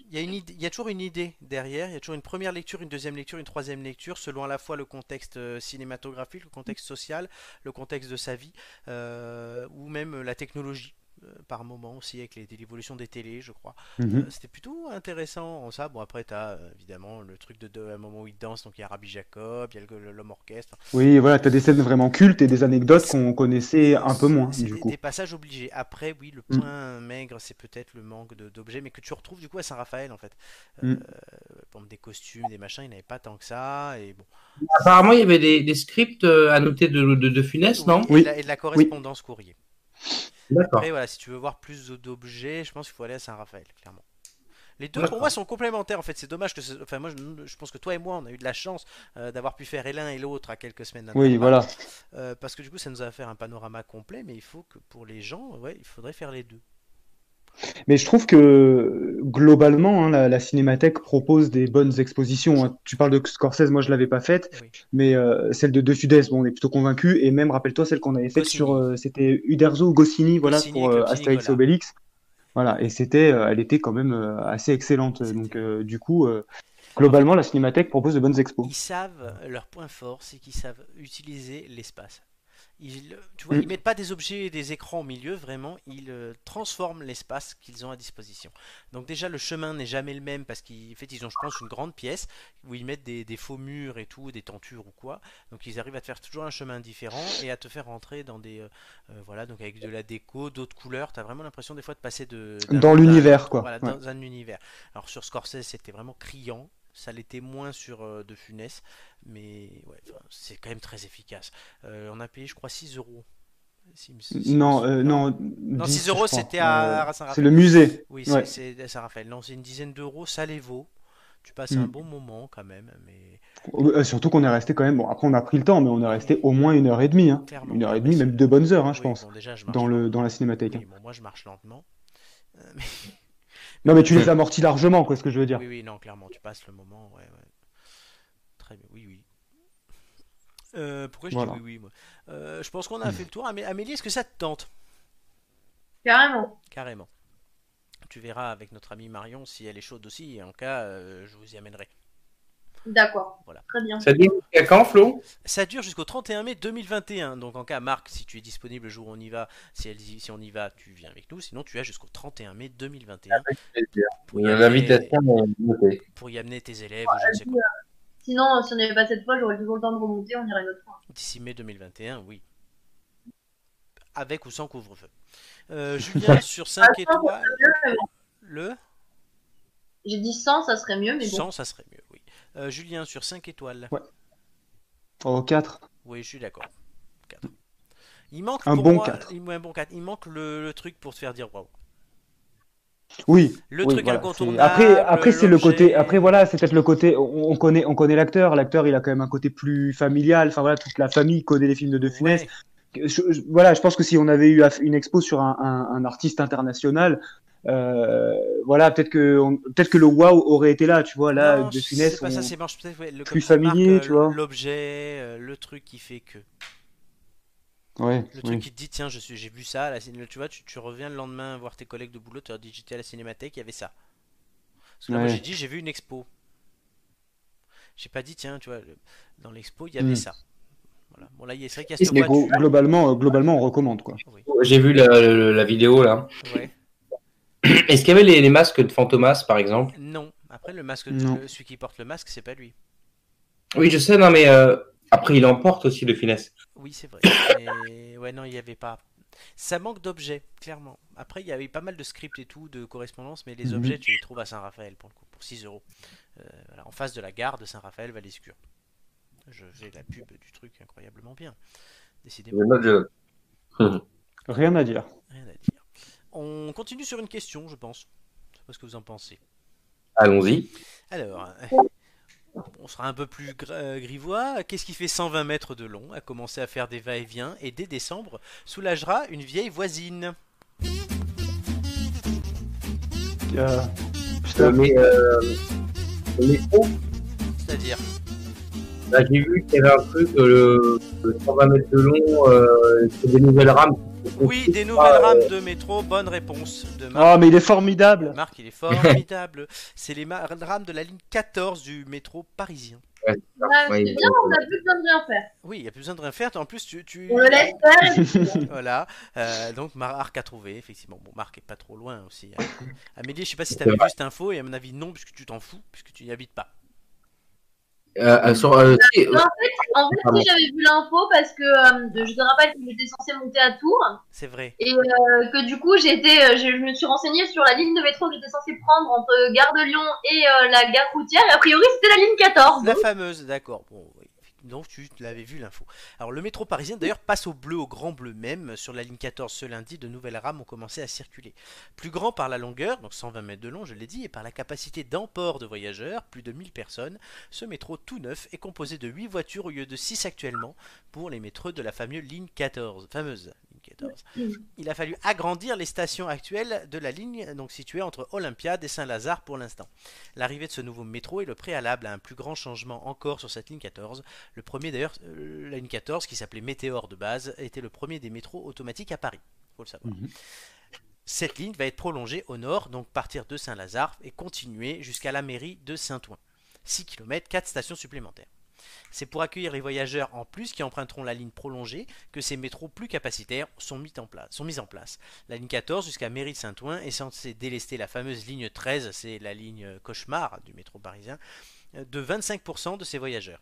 Speaker 1: Il y, a une idée- il y a toujours une idée derrière, il y a toujours une première lecture, une deuxième lecture, une troisième lecture, selon à la fois le contexte euh, cinématographique, le contexte social, le contexte de sa vie, euh, ou même la technologie, euh, par moment aussi, avec les- l'évolution des télés, je crois.
Speaker 2: Mhm.
Speaker 1: Euh, C'était plutôt intéressant en ça. Bon, après, t'as euh, évidemment le truc de, de un moment où il danse, donc il y a Rabbi Jacob, il y a le- l'homme orchestre.
Speaker 2: Oui, voilà, t'as des scènes vraiment cultes et des anecdotes qu'on connaissait un peu moins
Speaker 1: C'est
Speaker 2: du
Speaker 1: des,
Speaker 2: coup.
Speaker 1: des passages obligés. Après, oui, le
Speaker 2: Mm.
Speaker 1: point maigre, c'est peut-être le manque de- d'objets, mais que tu retrouves du coup à Saint-Raphaël en fait. Euh,
Speaker 2: Mm.
Speaker 1: bon, des costumes, des machins, il n'y avait pas tant que ça. Et bon.
Speaker 3: Apparemment, il y avait des, des scripts euh, annotés de, de, de Funès, non
Speaker 1: Oui,
Speaker 2: Oui. Ah.
Speaker 1: Et, de la, et de la correspondance courrier.
Speaker 3: D'accord.
Speaker 1: Après, voilà, si tu veux voir plus d'objets, je pense qu'il faut aller à Saint-Raphaël, clairement. Les deux, pour
Speaker 3: D'accord.
Speaker 1: moi, sont complémentaires. En fait, c'est dommage que. ce- Enfin, moi, je, je pense que toi et moi, on a eu de la chance euh, d'avoir pu faire et l'un et l'autre à quelques semaines d'intervalle.
Speaker 2: Oui, voilà.
Speaker 1: Euh, parce que du coup, ça nous a fait un panorama complet, mais il faut que pour les gens, ouais, il faudrait faire les deux.
Speaker 2: Mais je trouve que globalement, hein, la, la Cinémathèque propose des bonnes expositions. hein. Tu parles de Scorsese, moi je l'avais pas faite,
Speaker 1: Oui.
Speaker 2: mais euh, celle de De Funès, bon, on est plutôt convaincu. Et même, rappelle-toi, celle qu'on avait faite
Speaker 1: Goscinny.
Speaker 2: sur, euh, c'était Uderzo ou Goscinny, voilà,
Speaker 1: Goscinny
Speaker 2: pour
Speaker 1: avec le
Speaker 2: euh,
Speaker 1: petit
Speaker 2: Astérix
Speaker 1: Nicolas.
Speaker 2: et Obélix. Voilà, et c'était, euh, elle était quand même euh, assez excellente.
Speaker 1: C'était-
Speaker 2: Donc, euh, du coup, euh, globalement, la Cinémathèque propose de bonnes expos.
Speaker 1: Ils savent, leur point fort, c'est qu'ils savent utiliser l'espace. Ils, tu vois, ils
Speaker 2: Mm.
Speaker 1: mettent pas des objets et des écrans au milieu, vraiment, ils euh, transforment l'espace qu'ils ont à disposition. Donc déjà, le chemin n'est jamais le même parce qu'ils en fait, ils ont, je pense, une grande pièce où ils mettent des, des faux murs et tout, des tentures ou quoi. Donc ils arrivent à te faire toujours un chemin différent et à te faire rentrer dans des, euh, euh, voilà, donc avec de la déco, d'autres couleurs. T'as vraiment l'impression des fois de passer de d'un-
Speaker 2: Dans
Speaker 1: d'un-
Speaker 2: l'univers, quoi.
Speaker 1: Voilà,
Speaker 2: Ouais.
Speaker 1: dans un univers. Alors sur Scorsese, c'était vraiment criant. Ça l'était moins sur euh, De Funès, mais ouais, enfin, c'est quand même très efficace. Euh, on a payé, je crois, 6 euros. Si me- si me
Speaker 2: Non,
Speaker 1: souviens
Speaker 2: euh,
Speaker 1: pas.
Speaker 2: non,
Speaker 1: Non,
Speaker 2: 10,
Speaker 1: 6 euros,
Speaker 2: je crois.
Speaker 1: c'était à
Speaker 2: Euh,
Speaker 1: Saint-Raphaël.
Speaker 2: c'est le musée.
Speaker 1: Oui,
Speaker 2: Ouais.
Speaker 1: c'est- c'est à Saint-Raphaël. Non, c'est une dizaine d'euros, ça les vaut. Tu passes un
Speaker 2: Mm.
Speaker 1: bon moment quand même, mais
Speaker 2: Euh, Surtout qu'on est resté quand même, bon, après on a pris le temps, mais on est resté au moins une heure et demie, hein.
Speaker 1: clairement.
Speaker 2: Une heure et
Speaker 1: ouais,
Speaker 2: demie,
Speaker 1: c'est-
Speaker 2: même deux bonnes heures, hein, je
Speaker 1: Oui,
Speaker 2: pense,
Speaker 1: bon, déjà, je marche
Speaker 2: dans le,
Speaker 1: lentement.
Speaker 2: dans la cinémathèque. hein.
Speaker 1: Oui, bon, moi, je marche lentement. Euh, mais-
Speaker 2: Non, mais tu
Speaker 3: Oui.
Speaker 2: les amortis largement, quoi, ce que je veux dire.
Speaker 1: Oui, oui, non, clairement, tu passes le moment, ouais, ouais. Très bien, oui, oui. Euh, pourquoi je
Speaker 2: Voilà.
Speaker 1: dis oui, oui, moi Euh, Je pense qu'on a fait le tour. Amé- Amélie, est-ce que ça te tente
Speaker 4: Carrément.
Speaker 1: Carrément. Tu verras avec notre amie Marion si elle est chaude aussi, et en cas, euh, je vous y amènerai.
Speaker 4: D'accord.
Speaker 1: Voilà.
Speaker 4: Très bien.
Speaker 3: Ça dit à quand, Flo
Speaker 1: Ça dure jusqu'au 31 mai 2021. Donc, en cas, Marc, si tu es disponible le jour où on y va, si, elle, y- si on y va, tu viens avec nous. Sinon, tu as jusqu'au 31 mai 2021 pour
Speaker 2: Euh,
Speaker 1: y, amener,
Speaker 3: L'invitation est notée.
Speaker 1: pour y amener tes élèves ou je ne sais quoi.
Speaker 4: Sinon, euh, si on n'avait pas cette fois, j'aurais toujours le temps de remonter, on irait une autre fois.
Speaker 1: D'ici mai 2021, oui. Avec ou sans couvre-feu. Euh, Julien, sur 5
Speaker 4: Attends,
Speaker 1: étoiles,
Speaker 4: mais bon.
Speaker 1: le
Speaker 4: J'ai dit 100, ça serait mieux, mais bon.
Speaker 1: 100, ça serait mieux, oui. Euh, Julien, sur 5 étoiles.
Speaker 2: Oh, 4.
Speaker 1: Oui, je suis d'accord. 4. Il manque
Speaker 2: Un
Speaker 1: pour
Speaker 2: bon
Speaker 1: moi,
Speaker 2: quatre.
Speaker 1: Il, ouais, un bon quatre. Il manque le, le truc pour te faire dire waouh.
Speaker 2: Oui.
Speaker 1: Le
Speaker 2: oui,
Speaker 1: truc
Speaker 2: voilà,
Speaker 1: incontournable.
Speaker 2: c'est- Après, après c'est le
Speaker 1: l'objet.
Speaker 2: côté. Après, voilà, c'est peut-être le côté. On, on connaît, on connaît l'acteur. L'acteur, il a quand même un côté plus familial. Enfin voilà, toute la famille connaît les films de De Funès.
Speaker 1: Ouais.
Speaker 2: Je- je- voilà, je pense que si on avait eu aff- une expo sur un, un- un artiste international, euh, voilà, peut-être que, on- peut-être que le wow aurait été là, tu vois, là,
Speaker 1: Non,
Speaker 2: de
Speaker 1: c'est
Speaker 2: Funès.
Speaker 1: pas
Speaker 2: on-
Speaker 1: ça, c'est marche peut-être ouais, le comme
Speaker 2: plus
Speaker 1: ça marque,
Speaker 2: familier,
Speaker 1: euh,
Speaker 2: tu vois.
Speaker 1: L'objet, euh, le truc qui fait que.
Speaker 2: Ouais,
Speaker 1: Le
Speaker 2: oui.
Speaker 1: truc qui te dit, tiens, je suis, j'ai vu ça, à la ciné- tu vois, tu, tu reviens le lendemain voir tes collègues de boulot, tu leur dis, j'étais à la cinémathèque, il y avait ça. Parce que là, moi,
Speaker 2: Ouais.
Speaker 1: j'ai dit, j'ai vu une expo. J'ai pas dit, tiens, tu vois, le- dans l'expo, il y avait
Speaker 2: Mm.
Speaker 1: ça. Voilà. Bon, là, il y a- c'est vrai qu'il y a
Speaker 2: Mais
Speaker 1: ce combat
Speaker 2: glo- globalement, euh, globalement, on recommande quoi.
Speaker 1: Oui,
Speaker 3: J'ai vu la, la- la vidéo là.
Speaker 1: ouais.
Speaker 3: Est-ce qu'il y avait les, les masques de Fantomas par exemple
Speaker 1: Non. Après, le masque,
Speaker 2: Non.
Speaker 1: le- celui qui porte le masque, c'est pas lui.
Speaker 3: Oui, je sais, non mais euh, après il emporte aussi de finesse.
Speaker 1: Oui, c'est vrai. Mais ouais, non, il n'y avait pas. Ça manque d'objets, clairement. Après, il y avait pas mal de scripts et tout, de correspondances, mais les
Speaker 2: Mhm.
Speaker 1: objets, tu les trouves à Saint-Raphaël pour le coup, pour 6 euros. Euh, voilà, en face de la gare de Saint-Raphaël, Vallée-Scure. Je fais la pub du truc incroyablement bien. Décidément,
Speaker 2: Rien à dire.
Speaker 1: rien à dire. On continue sur une question, je pense. Je sais pas ce que vous en pensez.
Speaker 3: Allons-y.
Speaker 1: Alors, euh, on sera un peu plus gr- euh, grivois. Qu'est-ce qui fait 120 mètres de long, a commencé à faire des va-et-vient et dès décembre soulagera une vieille voisine
Speaker 2: Euh,
Speaker 3: Euh,
Speaker 2: putain,
Speaker 3: mais euh, mais, oh,
Speaker 1: C'est-à-dire
Speaker 3: là, j'ai vu qu'il y avait un truc, euh, le, le 120 mètres de long, euh, c'est des nouvelles rames.
Speaker 1: Oui, des nouvelles rames de métro, bonne réponse de Marc.
Speaker 2: Ah, mais il est formidable.
Speaker 1: Marc, il est formidable. C'est les ma- rames de la ligne 14 du métro parisien. Ah,
Speaker 4: Bah,
Speaker 3: Ouais,
Speaker 4: c'est bien, on a plus besoin de rien faire.
Speaker 1: Oui, il n'y a plus besoin de rien faire. En plus, tu. tu...
Speaker 4: On le laisse faire. et-
Speaker 1: Voilà. Euh, donc, Marc a trouvé, effectivement. Bon, Marc est pas trop loin aussi. hein. Amélie, je sais pas si tu avais vu cette info, et à mon avis, non, puisque tu t'en fous, puisque tu n'y habites pas.
Speaker 3: Euh, euh, sur, euh,
Speaker 1: Ah,
Speaker 3: si, euh,
Speaker 4: Mais en fait, en fait,
Speaker 3: Pardon.
Speaker 4: si j'avais vu l'info, parce que euh, je te rappelle que j'étais censée monter à Tours
Speaker 1: C'est vrai.
Speaker 4: et euh, que du coup, j'étais, euh, je, je me suis renseignée sur la ligne de métro que j'étais censée prendre entre Gare de Lyon et euh, la gare routière. Et a priori, c'était la ligne 14.
Speaker 1: La fameuse, d'accord. Bon, oui. Donc tu l'avais vu l'info. Alors le métro parisien d'ailleurs passe au bleu, au grand bleu même. Sur la ligne 14 ce lundi, de nouvelles rames ont commencé à circuler. Plus grand par la longueur, donc 120 mètres de long je l'ai dit, et par la capacité d'emport de voyageurs, plus de 1000 personnes, ce métro tout neuf est composé de 8 voitures au lieu de 6 actuellement pour les métros de la fameuse ligne 14. Fameuse ligne 14. Il a fallu agrandir les stations actuelles de la ligne, donc situées entre Olympiade et Saint-Lazare pour l'instant. L'arrivée de ce nouveau métro est le préalable à un plus grand changement encore sur cette ligne 14. Le premier d'ailleurs, euh, la ligne 14, qui s'appelait Météor de base, était le premier des métros automatiques à Paris. Faut le savoir.
Speaker 2: Mhm.
Speaker 1: Cette ligne va être prolongée au nord, donc partir de Saint-Lazare et continuer jusqu'à la mairie de Saint-Ouen. 6 km, 4 stations supplémentaires. C'est pour accueillir les voyageurs en plus qui emprunteront la ligne prolongée que ces métros plus capacitaires sont mis en place. Sont mis en place. La ligne 14 jusqu'à Mairie de Saint-Ouen est censée délester la fameuse ligne 13, c'est la ligne euh, cauchemar du métro parisien, euh, de 25% de ses voyageurs.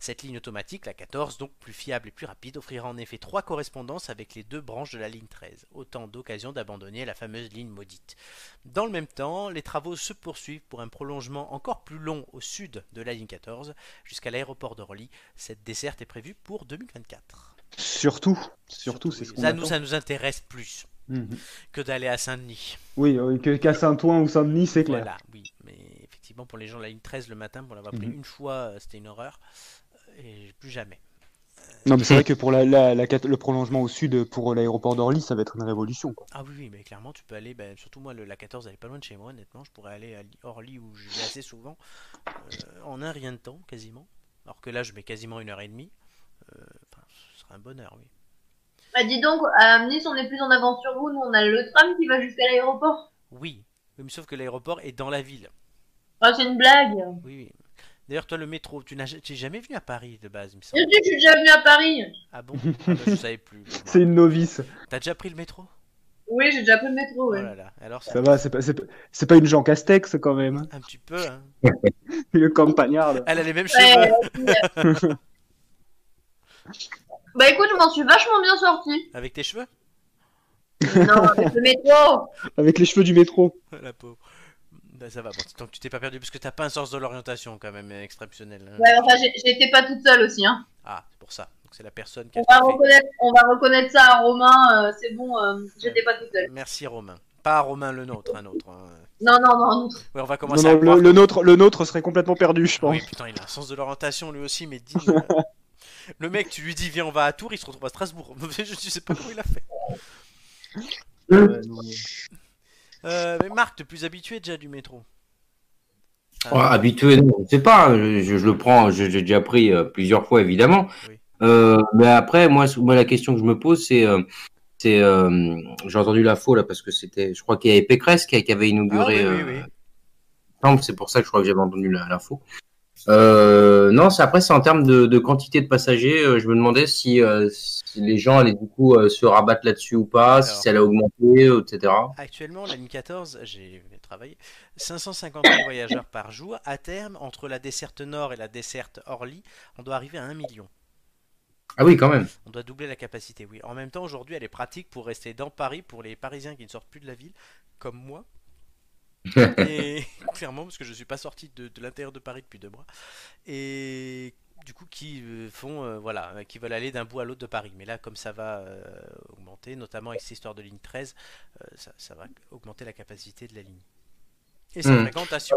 Speaker 1: Cette ligne automatique, la 14, donc plus fiable et plus rapide, offrira en effet trois correspondances avec les deux branches de la ligne 13, autant d'occasions d'abandonner la fameuse ligne maudite. Dans le même temps, les travaux se poursuivent pour un prolongement encore plus long au sud de la ligne 14 jusqu'à l'aéroport d'Orly. Cette desserte est prévue pour 2024.
Speaker 2: Surtout, surtout, c'est ce qu'on
Speaker 1: ça nous,
Speaker 2: attend.
Speaker 1: ça nous intéresse plus
Speaker 2: Mhm.
Speaker 1: que d'aller à Saint-Denis.
Speaker 2: Oui, oui, que qu'à Saint-Ouen ou Saint-Denis, c'est clair.
Speaker 1: Voilà, oui. Mais effectivement, pour les gens de la ligne 13 le matin, pour l'avoir pris
Speaker 2: Mhm.
Speaker 1: une fois, euh, c'était une horreur. euh, Et plus jamais. Euh,
Speaker 2: Non, mais c'est vrai que pour la, la- la cat- le prolongement au sud pour l'aéroport d'Orly, ça va être une révolution. quoi.
Speaker 1: Ah oui, oui, mais clairement, tu peux aller. ben, surtout moi, le- la 14, elle est pas loin de chez moi, honnêtement. Je pourrais aller à Li- Orly où je vais assez souvent. euh, en un rien de temps, quasiment. Alors que là, je mets quasiment une heure et demie. Euh, Enfin, ce sera un bonheur, oui.
Speaker 4: Bah, dis donc, à Nice, on est plus en avance sur vous. Nous, on a le tram qui va jusqu'à l'aéroport.
Speaker 1: Oui, mais sauf que l'aéroport est dans la ville.
Speaker 4: Ah, c'est une blague.
Speaker 1: Oui, oui. D'ailleurs, toi, le métro, tu n'as tu es jamais venu à Paris de base, il me
Speaker 4: Bien
Speaker 1: semble.
Speaker 4: sûr, je suis déjà venue à Paris.
Speaker 1: Ah bon Ah bah, Je savais plus.
Speaker 2: C'est une novice.
Speaker 1: T'as déjà pris le métro
Speaker 4: Oui, j'ai déjà pris le métro.
Speaker 1: Oh
Speaker 4: Ouais.
Speaker 1: là là. Alors, ça-
Speaker 2: Ça va, c'est pas, c'est pas- c'est pas une Jean Castex quand même.
Speaker 1: un petit peu, hein.
Speaker 2: Le campagnard. là.
Speaker 1: Elle a les mêmes
Speaker 4: Ouais,
Speaker 1: cheveux
Speaker 4: Bah écoute, je m'en suis vachement bien sortie.
Speaker 1: avec tes cheveux
Speaker 4: non, avec le métro.
Speaker 2: Avec les cheveux du métro.
Speaker 1: La peau. Ben, ça va, bon, tant que tu t'es pas perdu, parce que t'as pas un sens de l'orientation quand même euh, exceptionnel. hein.
Speaker 4: Ouais, enfin, j'ai- j'étais pas toute seule aussi. Hein.
Speaker 1: Ah, c'est pour ça. Donc, C'est la personne qui a
Speaker 4: On, va
Speaker 1: tout fait.
Speaker 4: reconnaître, on va reconnaître ça à Romain. euh, c'est bon, euh, j'étais pas toute seule.
Speaker 1: Merci Romain. Pas Romain le nôtre, un autre. hein.
Speaker 4: Non, non, non, un autre.
Speaker 1: Ouais, on va
Speaker 2: Non,
Speaker 1: commencer à
Speaker 2: non,
Speaker 1: croire
Speaker 2: le, le nôtre, le nôtre serait complètement perdu, je pense.
Speaker 1: Oui, putain, il a un sens de l'orientation lui aussi, mais dis. euh, Le mec, tu lui dis viens, on va à Tours, il se retrouve à Strasbourg. je je sais pas comment il a fait. Euh, mais Marc, t'es plus habitué déjà du métro.
Speaker 2: Oh,
Speaker 3: Ouais,
Speaker 1: Ah,
Speaker 3: habitué, non, je ne sais pas. hein, Je, je- je le prends, je j'ai déjà pris euh, plusieurs fois, évidemment.
Speaker 1: Oui.
Speaker 3: Euh, mais après, moi, ce- moi, la question que je me pose, c'est. euh, c'est, euh, j'ai entendu l'info là parce que c'était. Je crois qu'il y avait Pécresse qui, qui avait
Speaker 1: ah,
Speaker 3: inauguré.
Speaker 1: oui,
Speaker 3: euh,
Speaker 1: oui, oui.
Speaker 3: Non, c'est pour ça que je crois que j'avais entendu la- l'info. Euh, non, c'est après, c'est en termes de, de quantité de passagers. euh, je me demandais si, euh, si les gens allaient du coup euh, se rabattre là-dessus ou pas,
Speaker 1: Alors.
Speaker 3: si ça allait augmenter, etc.
Speaker 1: Actuellement, la ligne 14, j'ai travaillé, 550 000 voyageurs par jour. À terme, entre la desserte Nord et la desserte Orly, on doit arriver à 1 million.
Speaker 3: Ah oui, quand même.
Speaker 1: On doit doubler la capacité, oui. En même temps, aujourd'hui, elle est pratique pour rester dans Paris, pour les Parisiens qui ne sortent plus de la ville, comme moi. Et clairement, parce que je ne suis pas sorti de, de l'intérieur de Paris depuis deux mois. Et du coup, qui euh, font, euh, voilà, euh, qui veulent aller d'un bout à l'autre de Paris. Mais là, comme ça va euh, augmenter, notamment avec cette histoire de ligne 13, euh, ça, ça va augmenter la capacité de la ligne. Et sa
Speaker 3: Hmm.
Speaker 1: fréquentation.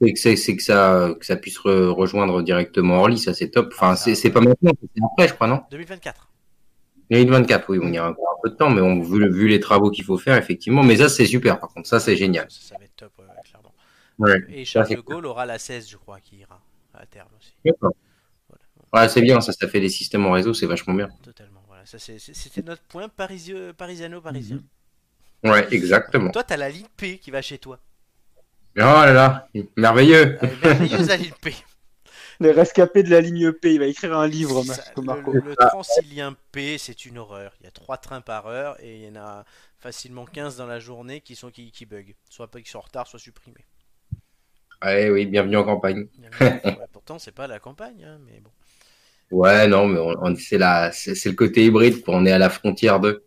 Speaker 3: C'est que, c'est- c'est que ça, que ça puisse re- rejoindre directement Orly, ça c'est top. Enfin,
Speaker 1: Ah, ça,
Speaker 3: c'est c'est pas maintenant, c'est après, je crois, non
Speaker 1: 2024.
Speaker 3: 2024, oui, on ira encore un peu de temps, mais on, vu, le- vu les travaux qu'il faut faire, effectivement. Mais ça, c'est super, par contre, ça c'est génial.
Speaker 1: Ça, ça va être top, ouais, ouais, clairement.
Speaker 3: Ouais,
Speaker 1: Et
Speaker 3: ça,
Speaker 1: Charles
Speaker 3: c'est
Speaker 1: de Gaulle aura la 16, je crois, qui ira à terme aussi.
Speaker 3: D'accord. Ouais, c'est bien, ça, ça fait des systèmes en réseau, c'est vachement bien.
Speaker 1: Totalement, voilà. Ça, c'est- c'est- c'était notre point parisio- parisiano-parisien.
Speaker 3: Ouais, exactement.
Speaker 1: Toi, t'as la ligne P qui va chez toi.
Speaker 3: Oh là là, merveilleux.
Speaker 1: Elle est merveilleuse, la ligne P.
Speaker 2: Les rescapés de la ligne P, il va écrire un livre,
Speaker 1: Ça,
Speaker 2: Marco. Marco.
Speaker 1: le, le
Speaker 3: Ah.
Speaker 1: Transilien P, c'est une horreur. Il y a trois trains par heure et il y en a facilement 15 dans la journée qui sont qui, qui bug. Soit pas qui sont en retard, soit supprimés.
Speaker 3: Ouais, oui, bienvenue en campagne.
Speaker 1: Il y en a- ouais, pourtant, c'est pas la campagne, hein, mais bon.
Speaker 3: Ouais, non, mais on, on- c'est la, c'est c'est le côté hybride, quoi. On est à la frontière de.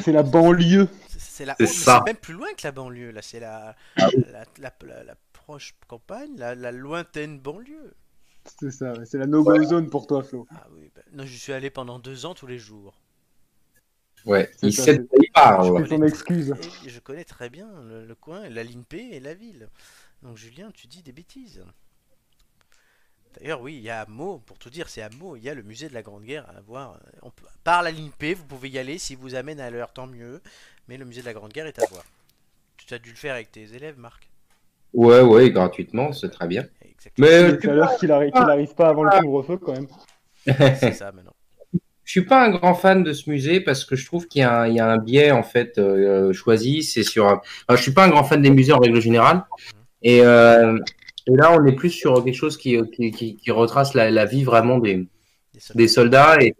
Speaker 2: C'est la banlieue.
Speaker 1: C'est- C'est la...
Speaker 3: C'est
Speaker 1: oh, mais
Speaker 3: ça. Ah
Speaker 1: c'est même plus loin que la banlieue. Là, c'est la, la, la, la- la proche campagne, la, la lointaine banlieue.
Speaker 2: C'est ça, ouais, c'est la no-go zone pour toi, Flo.
Speaker 1: Ah oui, bah, non, je suis allé pendant deux ans tous les jours.
Speaker 3: Ouais,
Speaker 2: C'est
Speaker 3: il
Speaker 2: ça,
Speaker 3: sait
Speaker 2: c'est-
Speaker 3: de quoi il parle.
Speaker 1: Je
Speaker 2: C'est ton
Speaker 1: connais-
Speaker 2: excuse.
Speaker 1: Et je connais très bien le, le coin, la ligne P et la ville. Donc Julien, tu dis des bêtises. D'ailleurs, oui, il y a à Meaux, pour tout dire, c'est à Meaux, il y a le musée de la Grande Guerre à voir. On peut- par la ligne P, vous pouvez y aller, si vous amène à l'heure, tant mieux. Mais le musée de la Grande Guerre est à voir. Tu as dû le faire avec tes élèves, Marc.
Speaker 3: Ouais, ouais, gratuitement, c'est très bien.
Speaker 1: Exactement.
Speaker 3: Mais euh,
Speaker 2: Tout à l'heure qu'il n'arrive pas avant le
Speaker 1: Ah.
Speaker 2: couvre-feu, quand même.
Speaker 1: C'est ça maintenant.
Speaker 3: Je suis pas un grand fan de ce musée parce que je trouve qu'il y, a un- il y a un biais en fait euh, choisi. C'est sur. un- Enfin, je suis pas un grand fan des musées en règle générale. Et, euh, et là, on est plus sur quelque chose qui, qui, qui- qui retrace la, la vie vraiment des,
Speaker 1: Des soldats.
Speaker 3: des soldats. Et,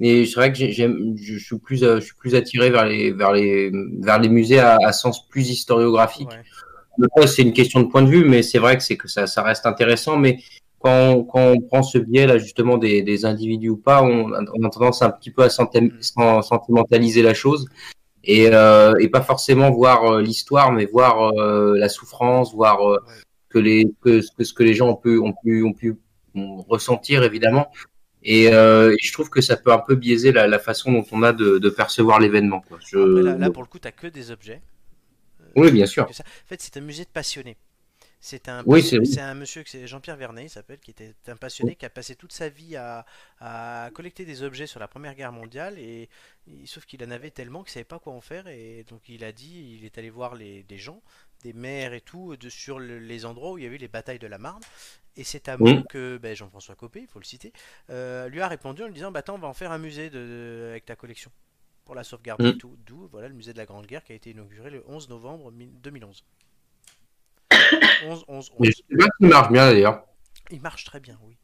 Speaker 3: et c'est vrai que j'ai- j'aime, je suis plus, euh, je suis plus attiré vers les, vers les, vers les musées à, à sens plus historiographique.
Speaker 1: Ouais.
Speaker 3: Après, c'est une question de point de vue, mais c'est vrai que c'est que ça, ça reste intéressant. Mais quand on, quand on prend ce biais là justement des, des individus ou pas, on, on a tendance un petit peu à
Speaker 1: Mm.
Speaker 3: sentim- sen- sentimentaliser la chose et, euh, et pas forcément voir euh, l'histoire, mais voir euh, la souffrance, voir euh,
Speaker 1: Ouais.
Speaker 3: que les que, ce que ce que les gens ont pu ont pu ont pu mm, ressentir évidemment. Et, euh, et je trouve que ça peut un peu biaiser la, la façon dont on a de, de percevoir l'événement. quoi. Je...
Speaker 1: Après, Ah, là, là, pour le coup, t'as que des objets. Euh,
Speaker 3: Oui, bien sûr.
Speaker 1: que ça. En fait, c'est un musée de passionnés. C'est un,
Speaker 3: Oui,
Speaker 1: passionné-
Speaker 3: c'est-
Speaker 1: un monsieur, que c'est Jean-Pierre Vernet, il s'appelle, qui était un passionné, qui a passé toute sa vie à, à collecter des objets sur la Première Guerre mondiale, et, et- sauf qu'il en avait tellement qu'il savait pas quoi en faire, et donc il a dit, il est allé voir les, des gens, des maires et tout, de, sur le- les endroits où il y a eu les batailles de la Marne, et c'est à
Speaker 3: Oui.
Speaker 1: Meaux que ben, Jean-François Copé, il faut le citer, euh, lui a répondu en lui disant, bah attends, on va en faire un musée de, de- avec ta collection, pour la sauvegarder
Speaker 3: Mm.
Speaker 1: et tout, d'où voilà, le musée de la Grande Guerre qui a été inauguré le 11 novembre 1000 2011. 11, 11,
Speaker 3: Mais
Speaker 1: 11.
Speaker 3: je sais pas s'il marche bien d'ailleurs.
Speaker 1: Il marche très bien, oui.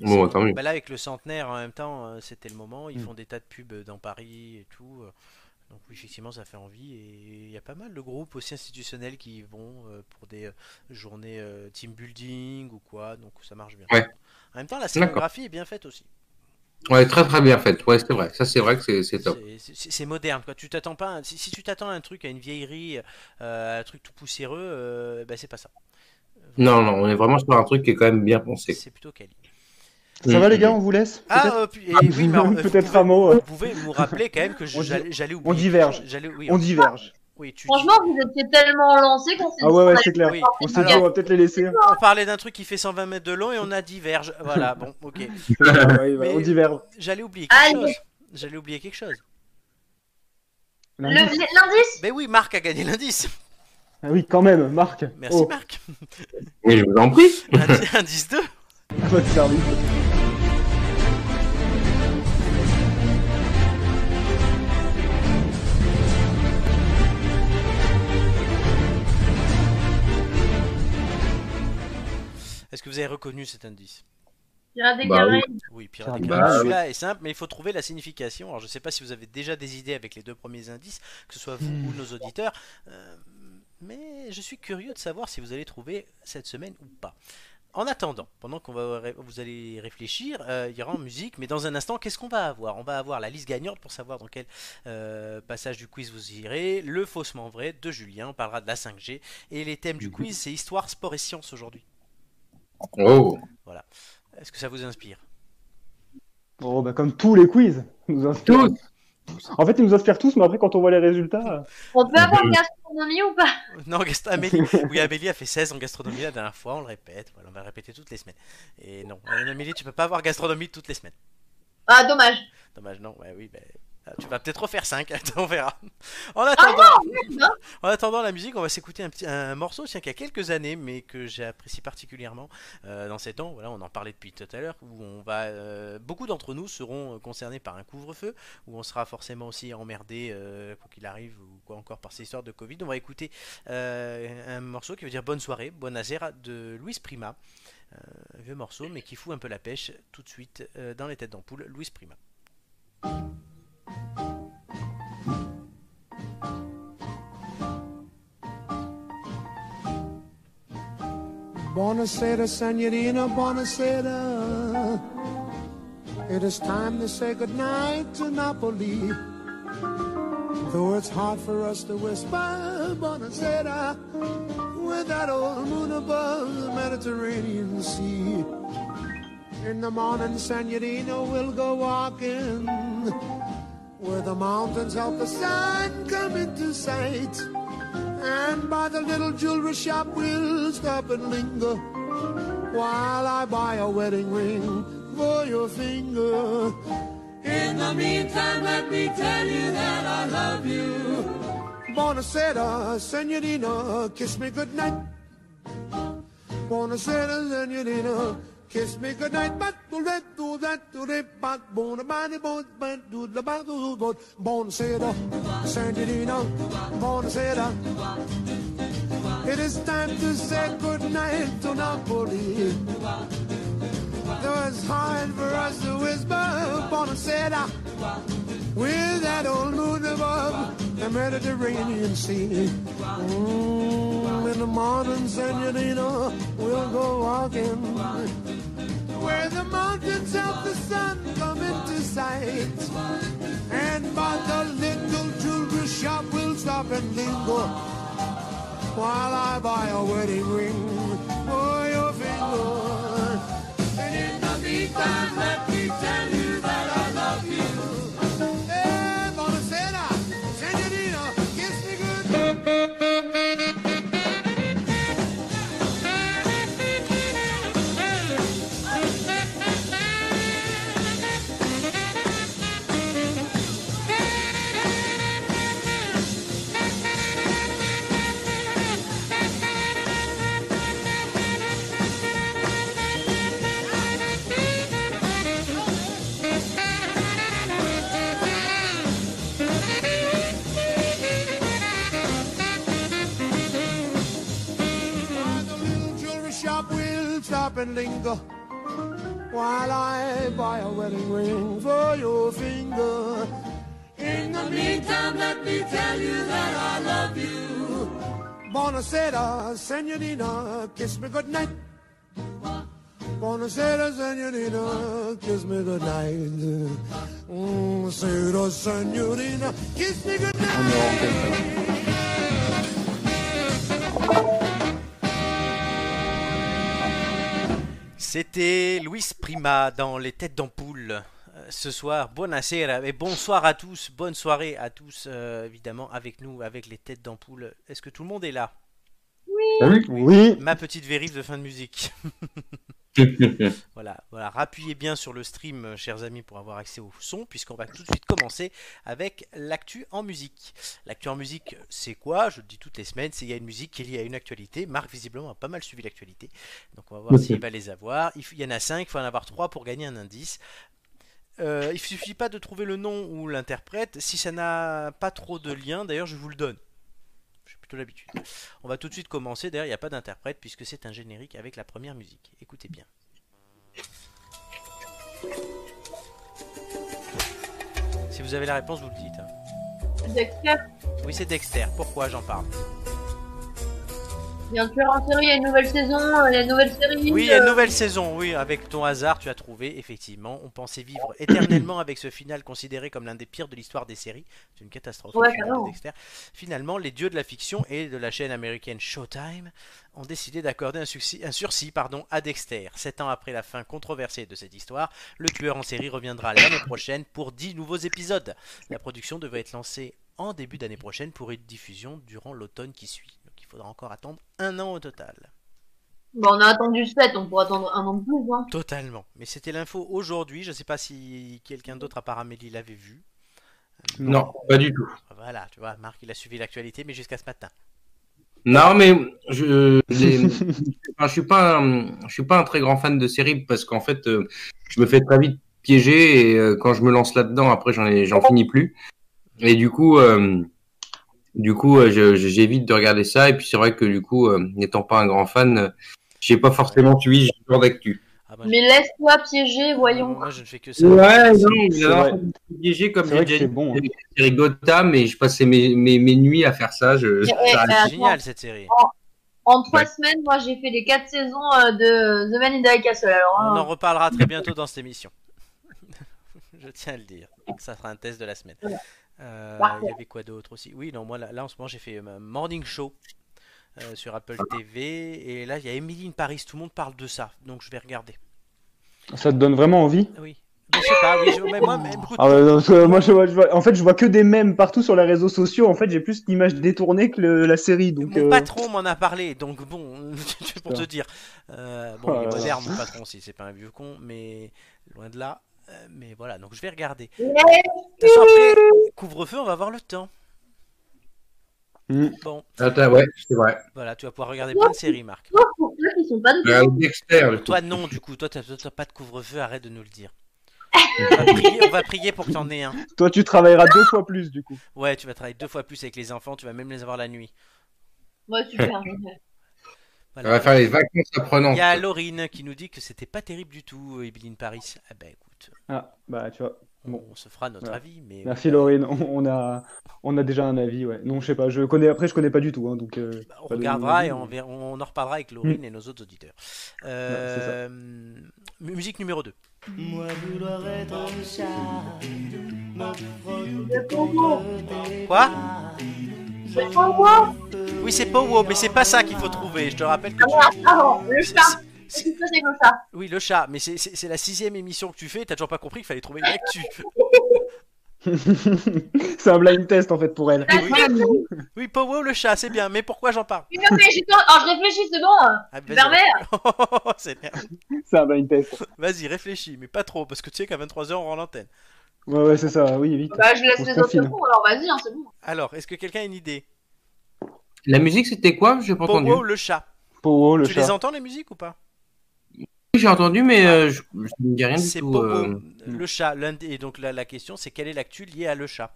Speaker 3: Bon,
Speaker 1: C'est-
Speaker 3: tant mieux.
Speaker 1: Bah là, avec le centenaire en même temps, euh, c'était le moment. Ils
Speaker 2: Mm.
Speaker 1: font des tas de pubs euh, dans Paris et tout. euh, Donc, oui, effectivement, ça fait envie. Et il y a pas mal de groupes aussi institutionnels qui y vont euh, pour des euh, journées euh, team building ou quoi. Donc, ça marche bien.
Speaker 3: Ouais.
Speaker 1: En même temps, la scénographie est bien faite aussi.
Speaker 3: Ouais, très très bien fait. Ouais, c'est vrai. Ça, c'est vrai que c'est, c'est top.
Speaker 1: C'est- C'est c'est moderne. Quoi. Tu t'attends pas. à- Si, si tu t'attends à un truc, à une vieillerie, euh, à un truc tout poussiéreux, euh, bah, c'est pas ça.
Speaker 3: Non, non, on est vraiment sur un truc qui est quand même bien pensé.
Speaker 1: C'est plutôt quali.
Speaker 2: Ça va,
Speaker 3: Mm.
Speaker 2: les gars, on vous laisse
Speaker 1: Ah,
Speaker 2: Peut-être
Speaker 1: euh, puis- et oui, mais alors, euh, vous
Speaker 2: Peut-être
Speaker 1: pouvez-
Speaker 2: un mot. euh,
Speaker 1: Vous pouvez me rappeler quand même que je-
Speaker 2: On di-
Speaker 1: j'allais j'allais oublier.
Speaker 2: on diverge.
Speaker 1: J'allais, oui,
Speaker 2: On diverge.
Speaker 1: Oui, tu
Speaker 4: Franchement, vous étiez tellement lancé qu'on s'est
Speaker 2: Ah ouais,
Speaker 4: qu'on
Speaker 2: ouais,
Speaker 4: allait
Speaker 2: c'est clair.
Speaker 1: Ah, Oui.
Speaker 2: On s'est dit,
Speaker 1: Alors-
Speaker 2: on va peut-être les laisser. hein.
Speaker 1: dis- on parlait d'un truc qui fait 120 mètres de long et on a diverge. Voilà, bon, ok.
Speaker 2: Ah ouais, bah,
Speaker 1: Mais-
Speaker 2: On diverge.
Speaker 1: J'allais oublier quelque
Speaker 4: Allez.
Speaker 1: chose. J'allais oublier quelque chose.
Speaker 4: Le- L'indice
Speaker 1: Mais oui, Marc a gagné l'indice.
Speaker 2: Ah oui, quand même, Marc.
Speaker 1: Merci
Speaker 2: Oh,
Speaker 1: Marc.
Speaker 3: Mais je vous en prie.
Speaker 1: Indi- Indice 2.
Speaker 2: votre service.
Speaker 1: Est-ce que vous avez reconnu cet indice
Speaker 4: Pirate des
Speaker 3: Bah
Speaker 4: Caraïbes.
Speaker 1: Oui, Pirates des
Speaker 2: Bah,
Speaker 1: Caraïbes.
Speaker 3: oui.
Speaker 1: Celui-là est simple, mais il faut trouver la signification. Alors, je ne sais pas si vous avez déjà des idées avec les deux premiers indices, que ce soit vous
Speaker 2: Hmm.
Speaker 1: ou nos auditeurs. euh, mais je suis curieux de savoir si vous allez trouver cette semaine ou pas. En attendant, pendant qu'on va ré- vous allez réfléchir, euh, il y aura en musique, mais dans un instant, qu'est-ce qu'on va avoir On va avoir la liste gagnante pour savoir dans quel euh, passage du quiz vous irez, le faussement vrai de Julien, on parlera de la 5G, et les thèmes du
Speaker 3: Mhm.
Speaker 1: quiz, c'est histoire, sport et sciences aujourd'hui.
Speaker 3: Oh.
Speaker 1: Est-ce que ça vous inspire
Speaker 2: Oh, bah, comme tous les quiz. Nous inspirent.
Speaker 3: Tous.
Speaker 2: En fait, ils nous inspirent tous, mais après, quand on voit les résultats.
Speaker 4: On peut avoir gastronomie ou pas
Speaker 1: Non, gast- Amélie. Oui, Amélie a fait 16 en gastronomie la dernière fois, on le répète. Voilà, on va le répéter toutes les semaines. Et non, euh, Amélie, tu peux pas avoir gastronomie toutes les semaines.
Speaker 4: Ah, dommage.
Speaker 1: Dommage, non, ouais, oui, ben, ah, tu vas peut-être refaire 5, on verra. En attendant,
Speaker 4: Ah non.
Speaker 1: en attendant la musique, on va s'écouter un, petit, un morceau tiens, qui a quelques années, mais que j'apprécie particulièrement euh, dans ces temps. Voilà, on en parlait depuis tout à l'heure, où on va, euh, beaucoup d'entre nous seront euh, concernés par un couvre-feu, où on sera forcément aussi emmerdé, euh, quoi qu'il arrive, ou quoi encore par ces histoires de Covid. On va écouter euh, un morceau qui veut dire Bonne soirée, Buona sera de Luis Prima. Euh, un vieux morceau, mais qui fout un peu la pêche tout de suite euh, dans les têtes d'ampoule, Luis Prima.
Speaker 5: Buonasera, signorina, buonasera. It is time to say goodnight to Napoli. Though it's hard for us to whisper buonasera with that old moon above the Mediterranean Sea. In the morning, signorina, we'll go walking where the mountains of the sun come into sight. And by the little jewelry shop we'll stop and linger While I buy a wedding ring for your finger In the meantime let me tell you that I love you Buonasera, senorina, kiss me goodnight Buonasera, senorina, kiss me goodnight But do that, do that, do that, but bona body, bon, but do the body, but Buonasera, senorina, buonasera it is time to say goodnight to Napoli. Though it's hard for us to whisper Buonasera with that old moon above the Mediterranean Sea. Mm, in the morning, Senorina, we'll go walking where the mountains of the sun come into sight. And by the little jewelry shop, we'll stop and linger while I buy a wedding ring for your finger. And in the meantime, let me tell you that I love you. Hey, buonasera, senorina, kiss me good. By the little jewelry shop, we'll stop and linger while I buy a wedding ring for your finger. In the meantime, let me tell you that I love you. Buonasera, senorina, kiss me goodnight. Buonasera, senorina, kiss me goodnight. Mm, sera, senorina, kiss me goodnight.
Speaker 1: C'était Luis Prima dans Les Têtes d'Ampoule. Euh, ce soir. Buonasera et bonsoir à tous. Bonne soirée à tous, euh, évidemment, avec nous, avec les têtes d'ampoule. Est-ce que tout le monde est là
Speaker 2: Ah Oui.
Speaker 1: Ma petite vérif de fin de musique. Voilà, voilà. Rappuyez bien sur le stream, euh, chers amis, pour avoir accès au son, puisqu'on va tout de suite commencer avec l'actu en musique. L'actu en musique, c'est quoi Je le dis toutes les semaines, c'est il y a une musique qui est liée à une actualité. Marc, visiblement, a pas mal suivi l'actualité. Donc, on va voir
Speaker 6: Ok.
Speaker 1: s'il va les avoir. Il f- il y en a 5, il faut en avoir 3 pour gagner un indice. Euh, il suffit pas de trouver le nom ou l'interprète. Si ça n'a pas trop de lien, d'ailleurs, je vous le donne. J'ai plutôt l'habitude. On va tout de suite commencer. D'ailleurs, il n'y a pas d'interprète puisque c'est un générique avec la première musique. Écoutez bien. Si vous avez la réponse, vous le dites. hein.
Speaker 4: Dexter,
Speaker 1: Oui, c'est Dexter. Pourquoi j'en parle
Speaker 4: il y a un tueur en série, il y a une nouvelle saison, euh, il y a une nouvelle série.
Speaker 1: Oui, il y a une
Speaker 4: euh,
Speaker 1: nouvelle saison. Oui, avec ton hasard, tu as trouvé. Effectivement, on pensait vivre éternellement avec ce final considéré comme l'un des pires de l'histoire des séries. C'est une catastrophe.
Speaker 4: Ouais,
Speaker 1: le final de
Speaker 4: carrément.
Speaker 1: Dexter. Finalement, les dieux de la fiction et de la chaîne américaine Showtime ont décidé d'accorder un, succès- un sursis pardon, à Dexter. Sept ans après la fin controversée de cette histoire, le tueur en série reviendra l'année prochaine pour dix nouveaux épisodes. La production devrait être lancée en début d'année prochaine pour une diffusion durant l'automne qui suit. Donc il faudra encore attendre un an au total.
Speaker 4: Bon, on a attendu 7, on pourrait attendre un an de plus. Hein.
Speaker 1: Totalement. Mais c'était l'info aujourd'hui. Je ne sais pas si quelqu'un d'autre à part Amélie l'avait vu.
Speaker 3: Non, pas du tout.
Speaker 1: Voilà, tu vois, Marc, il a suivi l'actualité, mais jusqu'à ce matin.
Speaker 3: Non, mais je les- enfin, je suis pas un, je suis pas un très grand fan de séries parce qu'en fait euh, je me fais très vite piéger et euh, quand je me lance là-dedans après j'en ai j'en finis plus et du coup euh, du coup euh, je- je- j'évite de regarder ça et puis c'est vrai que du coup euh, n'étant pas un grand fan euh, j'ai pas forcément suivi ce genre d'actu.
Speaker 1: Ah, moi, je-
Speaker 4: Mais laisse-toi piéger, voyons.
Speaker 1: Moi, je ne fais que ça.
Speaker 3: Ouais, non,
Speaker 2: C'est vrai.
Speaker 3: piégé comme
Speaker 2: C'est
Speaker 3: j'ai
Speaker 2: vrai que
Speaker 3: déjà
Speaker 2: c'est
Speaker 3: dit,
Speaker 2: bon, hein.
Speaker 3: les séries Gotham et je passais mes, mes, mes nuits à faire ça. Je,
Speaker 4: Eh, eh,
Speaker 3: j'arrête.
Speaker 1: C'est
Speaker 4: attends,
Speaker 1: génial cette série.
Speaker 4: En 3
Speaker 3: Ouais.
Speaker 4: semaines, moi j'ai fait les 4 saisons euh, de The Man in the High Castle. Alors,
Speaker 1: On
Speaker 4: hein.
Speaker 1: en reparlera très bientôt dans cette émission. je tiens à le dire. Ça sera un test de la semaine.
Speaker 4: Voilà.
Speaker 1: Euh,
Speaker 4: Parfait.
Speaker 1: il y avait quoi d'autre aussi Oui, non, moi là, là, en ce moment j'ai fait ma morning show euh, sur Apple TV et là il y a Emily in Paris. Tout le monde parle de ça, donc je vais regarder. Ah
Speaker 2: Ça te donne vraiment envie.
Speaker 1: Oui. Je sais pas, oui, je- mais moi, mais écoute,
Speaker 2: Ah ouais, non, parce que moi, je vois, je vois- en fait, je vois que des mèmes partout sur les réseaux sociaux. En fait, j'ai plus l'image détournée que le- la série. Donc,
Speaker 1: mon
Speaker 2: euh,
Speaker 1: patron m'en a parlé, donc bon, c'est pour te
Speaker 2: Putain.
Speaker 1: dire. Euh, bon, il est
Speaker 2: Oh là là.
Speaker 1: moderne, mon patron, si c'est pas un vieux con, mais loin de là. Euh, Mais voilà, donc je vais regarder. De
Speaker 4: Mais
Speaker 1: toute façon, après, couvre-feu, on va avoir le temps.
Speaker 2: Mm.
Speaker 1: Bon,
Speaker 3: Attends, Ah, ouais, c'est vrai.
Speaker 1: voilà, tu vas pouvoir regarder plein de séries, Marc.
Speaker 4: sauf pour ceux qui sont pas de
Speaker 3: Euh, Dexter, le
Speaker 1: Toi, non, du coup, toi, t'as toi, t'as pas de couvre-feu, arrête de nous le dire. On va prier, on va prier pour que t'en aies un.
Speaker 2: toi, tu travailleras deux fois plus du coup.
Speaker 1: Ouais, tu vas travailler deux fois plus avec les enfants, tu vas même les avoir la nuit.
Speaker 4: Ouais, super.
Speaker 3: On va faire les vacances apprenantes.
Speaker 1: Il y a Laurine qui nous dit que c'était pas terrible du tout, euh, Evelyn Paris. Ah ben écoute,
Speaker 2: Ah, bah, tu vois. Bon.
Speaker 1: on se fera notre
Speaker 2: Voilà.
Speaker 1: avis, mais
Speaker 2: Merci
Speaker 1: euh,
Speaker 2: Laurine, on on a, on a déjà un avis, ouais. Non, je sais pas, je connais, après je connais pas du tout, hein, donc... euh,
Speaker 1: bah, on
Speaker 2: pas donné
Speaker 1: regardera
Speaker 2: mon avis,
Speaker 1: et on, verra- on en reparlera avec Laurine
Speaker 2: Hmm.
Speaker 1: et nos autres auditeurs. Euh, musique numéro 2.
Speaker 7: Moi vouloir être un chat, m'offre de ton
Speaker 1: Quoi
Speaker 7: côté.
Speaker 4: C'est pas moi.
Speaker 1: Oui, c'est Powo, mais c'est pas ça qu'il faut trouver. Je te rappelle que. tu-
Speaker 4: Ah bon, le chat. Qu'est-ce
Speaker 1: C'est-
Speaker 4: que c'est comme ça
Speaker 1: Oui, le chat, mais c'est- c'est c'est la sixième émission que tu fais, t'as toujours pas compris qu'il fallait trouver une actu.
Speaker 2: C'est un blind test en fait pour elle.
Speaker 4: Ah,
Speaker 1: Oui.
Speaker 4: c'est vrai.
Speaker 1: Oui, Powo, le chat, c'est bien, mais pourquoi j'en parle
Speaker 4: Mais non, mais j'ai pas- alors, je réfléchis deux secondes.
Speaker 1: Ah, vas-y.
Speaker 4: Berbère.
Speaker 1: C'est bien.
Speaker 2: C'est un blind test.
Speaker 1: Vas-y, réfléchis, mais pas trop, parce que tu sais qu'à 23h, on rend l'antenne.
Speaker 2: Ouais, ouais, c'est ça, oui, vite.
Speaker 4: Bah, je laisse
Speaker 2: On se
Speaker 4: les autres
Speaker 2: confine.
Speaker 4: répondre, alors vas-y, hein, c'est bon.
Speaker 1: Alors, est-ce que quelqu'un a une idée
Speaker 3: La musique, c'était quoi J'ai pas entendu.
Speaker 1: Powo, le chat.
Speaker 2: Powo, le
Speaker 1: tu les
Speaker 2: chat.
Speaker 1: entends, les musiques, ou pas
Speaker 3: Oui, J'ai entendu, mais euh, je, je ne dis rien du
Speaker 1: C'est
Speaker 3: tout.
Speaker 1: Popo,
Speaker 3: euh.
Speaker 1: le chat. L'un des- Et donc la, la question, c'est quelle est l'actu liée à le chat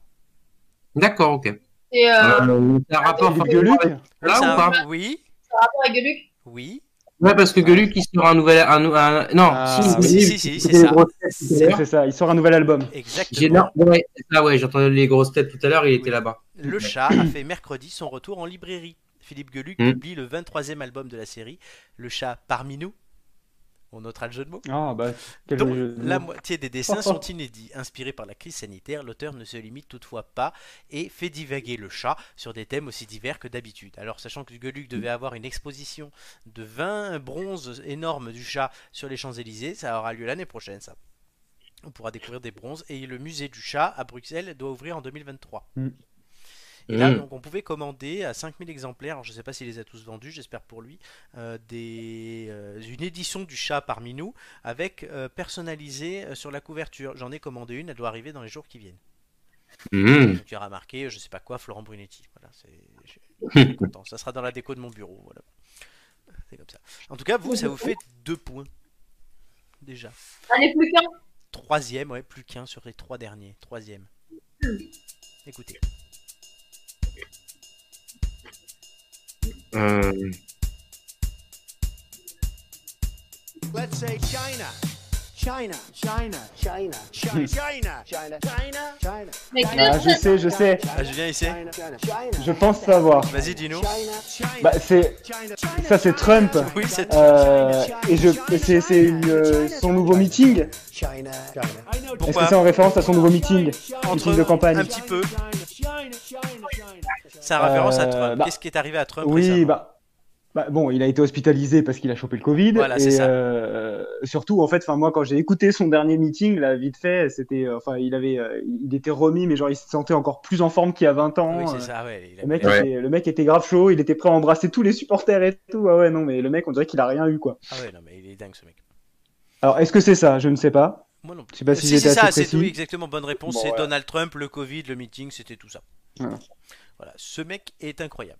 Speaker 3: D'accord, ok.
Speaker 4: Et euh,
Speaker 3: Euh, t'as un
Speaker 1: Ah,
Speaker 3: rapport
Speaker 2: Gueuluc
Speaker 3: forcément avec là
Speaker 1: C'est un-
Speaker 3: ou pas
Speaker 1: Oui,
Speaker 4: rapport avec Gueluc
Speaker 1: oui.
Speaker 3: Ouais, parce que Gueuluc, il sort un nouvel. Un, nou- un- Non,
Speaker 2: Ah,
Speaker 3: si,
Speaker 2: oui,
Speaker 1: si,
Speaker 3: Gueuluc,
Speaker 1: si, si, c'est
Speaker 3: c'était les
Speaker 1: ça.
Speaker 3: grosses têtes tout à
Speaker 2: Ouais,
Speaker 3: l'heure.
Speaker 2: C'est ça, il sort un nouvel album.
Speaker 3: J'ai
Speaker 1: Exactement.
Speaker 3: non, ouais, c'est ça, ouais, j'ai entendu les grosses têtes tout à l'heure, il était
Speaker 1: Oui.
Speaker 3: là-bas.
Speaker 1: Le chat a fait mercredi son retour en librairie. Philippe Gueluc
Speaker 3: Hmm.
Speaker 1: publie le 23e album de la série, Le chat parmi nous. On notera le jeu de mots.
Speaker 2: Ah bah, quel
Speaker 1: Donc,
Speaker 2: jeu-
Speaker 1: la moitié des dessins sont inédits. Inspirés par la crise sanitaire, l'auteur ne se limite toutefois pas et fait divaguer le chat sur des thèmes aussi divers que d'habitude. Alors, sachant que Gueluc devait avoir une exposition de 20 bronzes énormes du chat sur les Champs-Élysées, ça aura lieu l'année prochaine, ça. On pourra découvrir des bronzes. Et le musée du chat à Bruxelles doit ouvrir en 2023.
Speaker 2: Mm.
Speaker 1: Et là,
Speaker 3: Mm.
Speaker 1: donc, on pouvait commander à 5000 exemplaires, alors je ne sais pas s'il les a tous vendus, j'espère pour lui, euh, des, euh, une édition du chat parmi nous, avec euh, personnalisé euh, sur la couverture. J'en ai commandé une, elle doit arriver dans les jours qui viennent.
Speaker 3: Mhm.
Speaker 1: Donc, tu auras marqué, je sais pas quoi, Florent Brunetti. Voilà, c'est je suis content. Ça sera dans la déco de mon bureau. Voilà. C'est comme ça. En tout cas, vous, ça vous fait deux points. Déjà.
Speaker 4: Allez, plus qu'un.
Speaker 1: Troisième, ouais, plus qu'un sur les trois derniers. Troisième. Écoutez.
Speaker 3: Euh,
Speaker 5: Let's say China. China. China. China. China. China. China. China. China.
Speaker 4: Mais
Speaker 2: Ah, je sais, je sais.
Speaker 1: Ah, Julien, il sait
Speaker 5: China. China.
Speaker 2: Je pense savoir.
Speaker 1: Vas-y, dis-nous.
Speaker 2: Bah, c'est. Ça, c'est Trump.
Speaker 1: Oui, c'est.
Speaker 2: Euh, et je, c'est, c'est une, euh, son nouveau meeting.
Speaker 5: China.
Speaker 2: Est-ce que
Speaker 1: Pourquoi
Speaker 2: c'est en référence à son nouveau meeting Meeting de campagne.
Speaker 1: un petit peu. Ça référence à
Speaker 2: Euh,
Speaker 1: Trump.
Speaker 2: bah-
Speaker 1: Qu'est-ce qui est arrivé à Trump
Speaker 2: Oui,
Speaker 1: récemment
Speaker 2: bah, bah, bon, il a été hospitalisé parce qu'il a chopé le Covid.
Speaker 1: Voilà, c'est
Speaker 2: et
Speaker 1: ça.
Speaker 2: euh, surtout, en fait, enfin moi, quand j'ai écouté son dernier meeting, là, vite fait, c'était, euh, enfin, il avait, euh, il était remis, mais genre, il se sentait encore plus en forme qu'il y a 20 ans.
Speaker 1: Oui,
Speaker 2: euh,
Speaker 1: c'est ça. ouais, il a-
Speaker 2: Le mec,
Speaker 3: Ouais.
Speaker 2: était, le mec était grave chaud, il était prêt à embrasser tous les supporters et tout. Ah ouais, non, mais le mec, on dirait qu'il a rien eu, quoi.
Speaker 1: Ah ouais, non, mais il est dingue ce mec.
Speaker 2: Alors, est-ce que c'est ça Je ne sais pas.
Speaker 1: Moi non plus.
Speaker 2: Je sais pas si,
Speaker 1: Si,
Speaker 2: j'étais
Speaker 1: c'est ça,
Speaker 2: assez
Speaker 1: c'est oui,
Speaker 2: précis.
Speaker 1: exactement. Bonne réponse.
Speaker 2: Bon,
Speaker 1: c'est
Speaker 2: voilà.
Speaker 1: Donald Trump, le Covid, le meeting, c'était tout ça.
Speaker 2: Voilà.
Speaker 1: Voilà, ce mec est incroyable.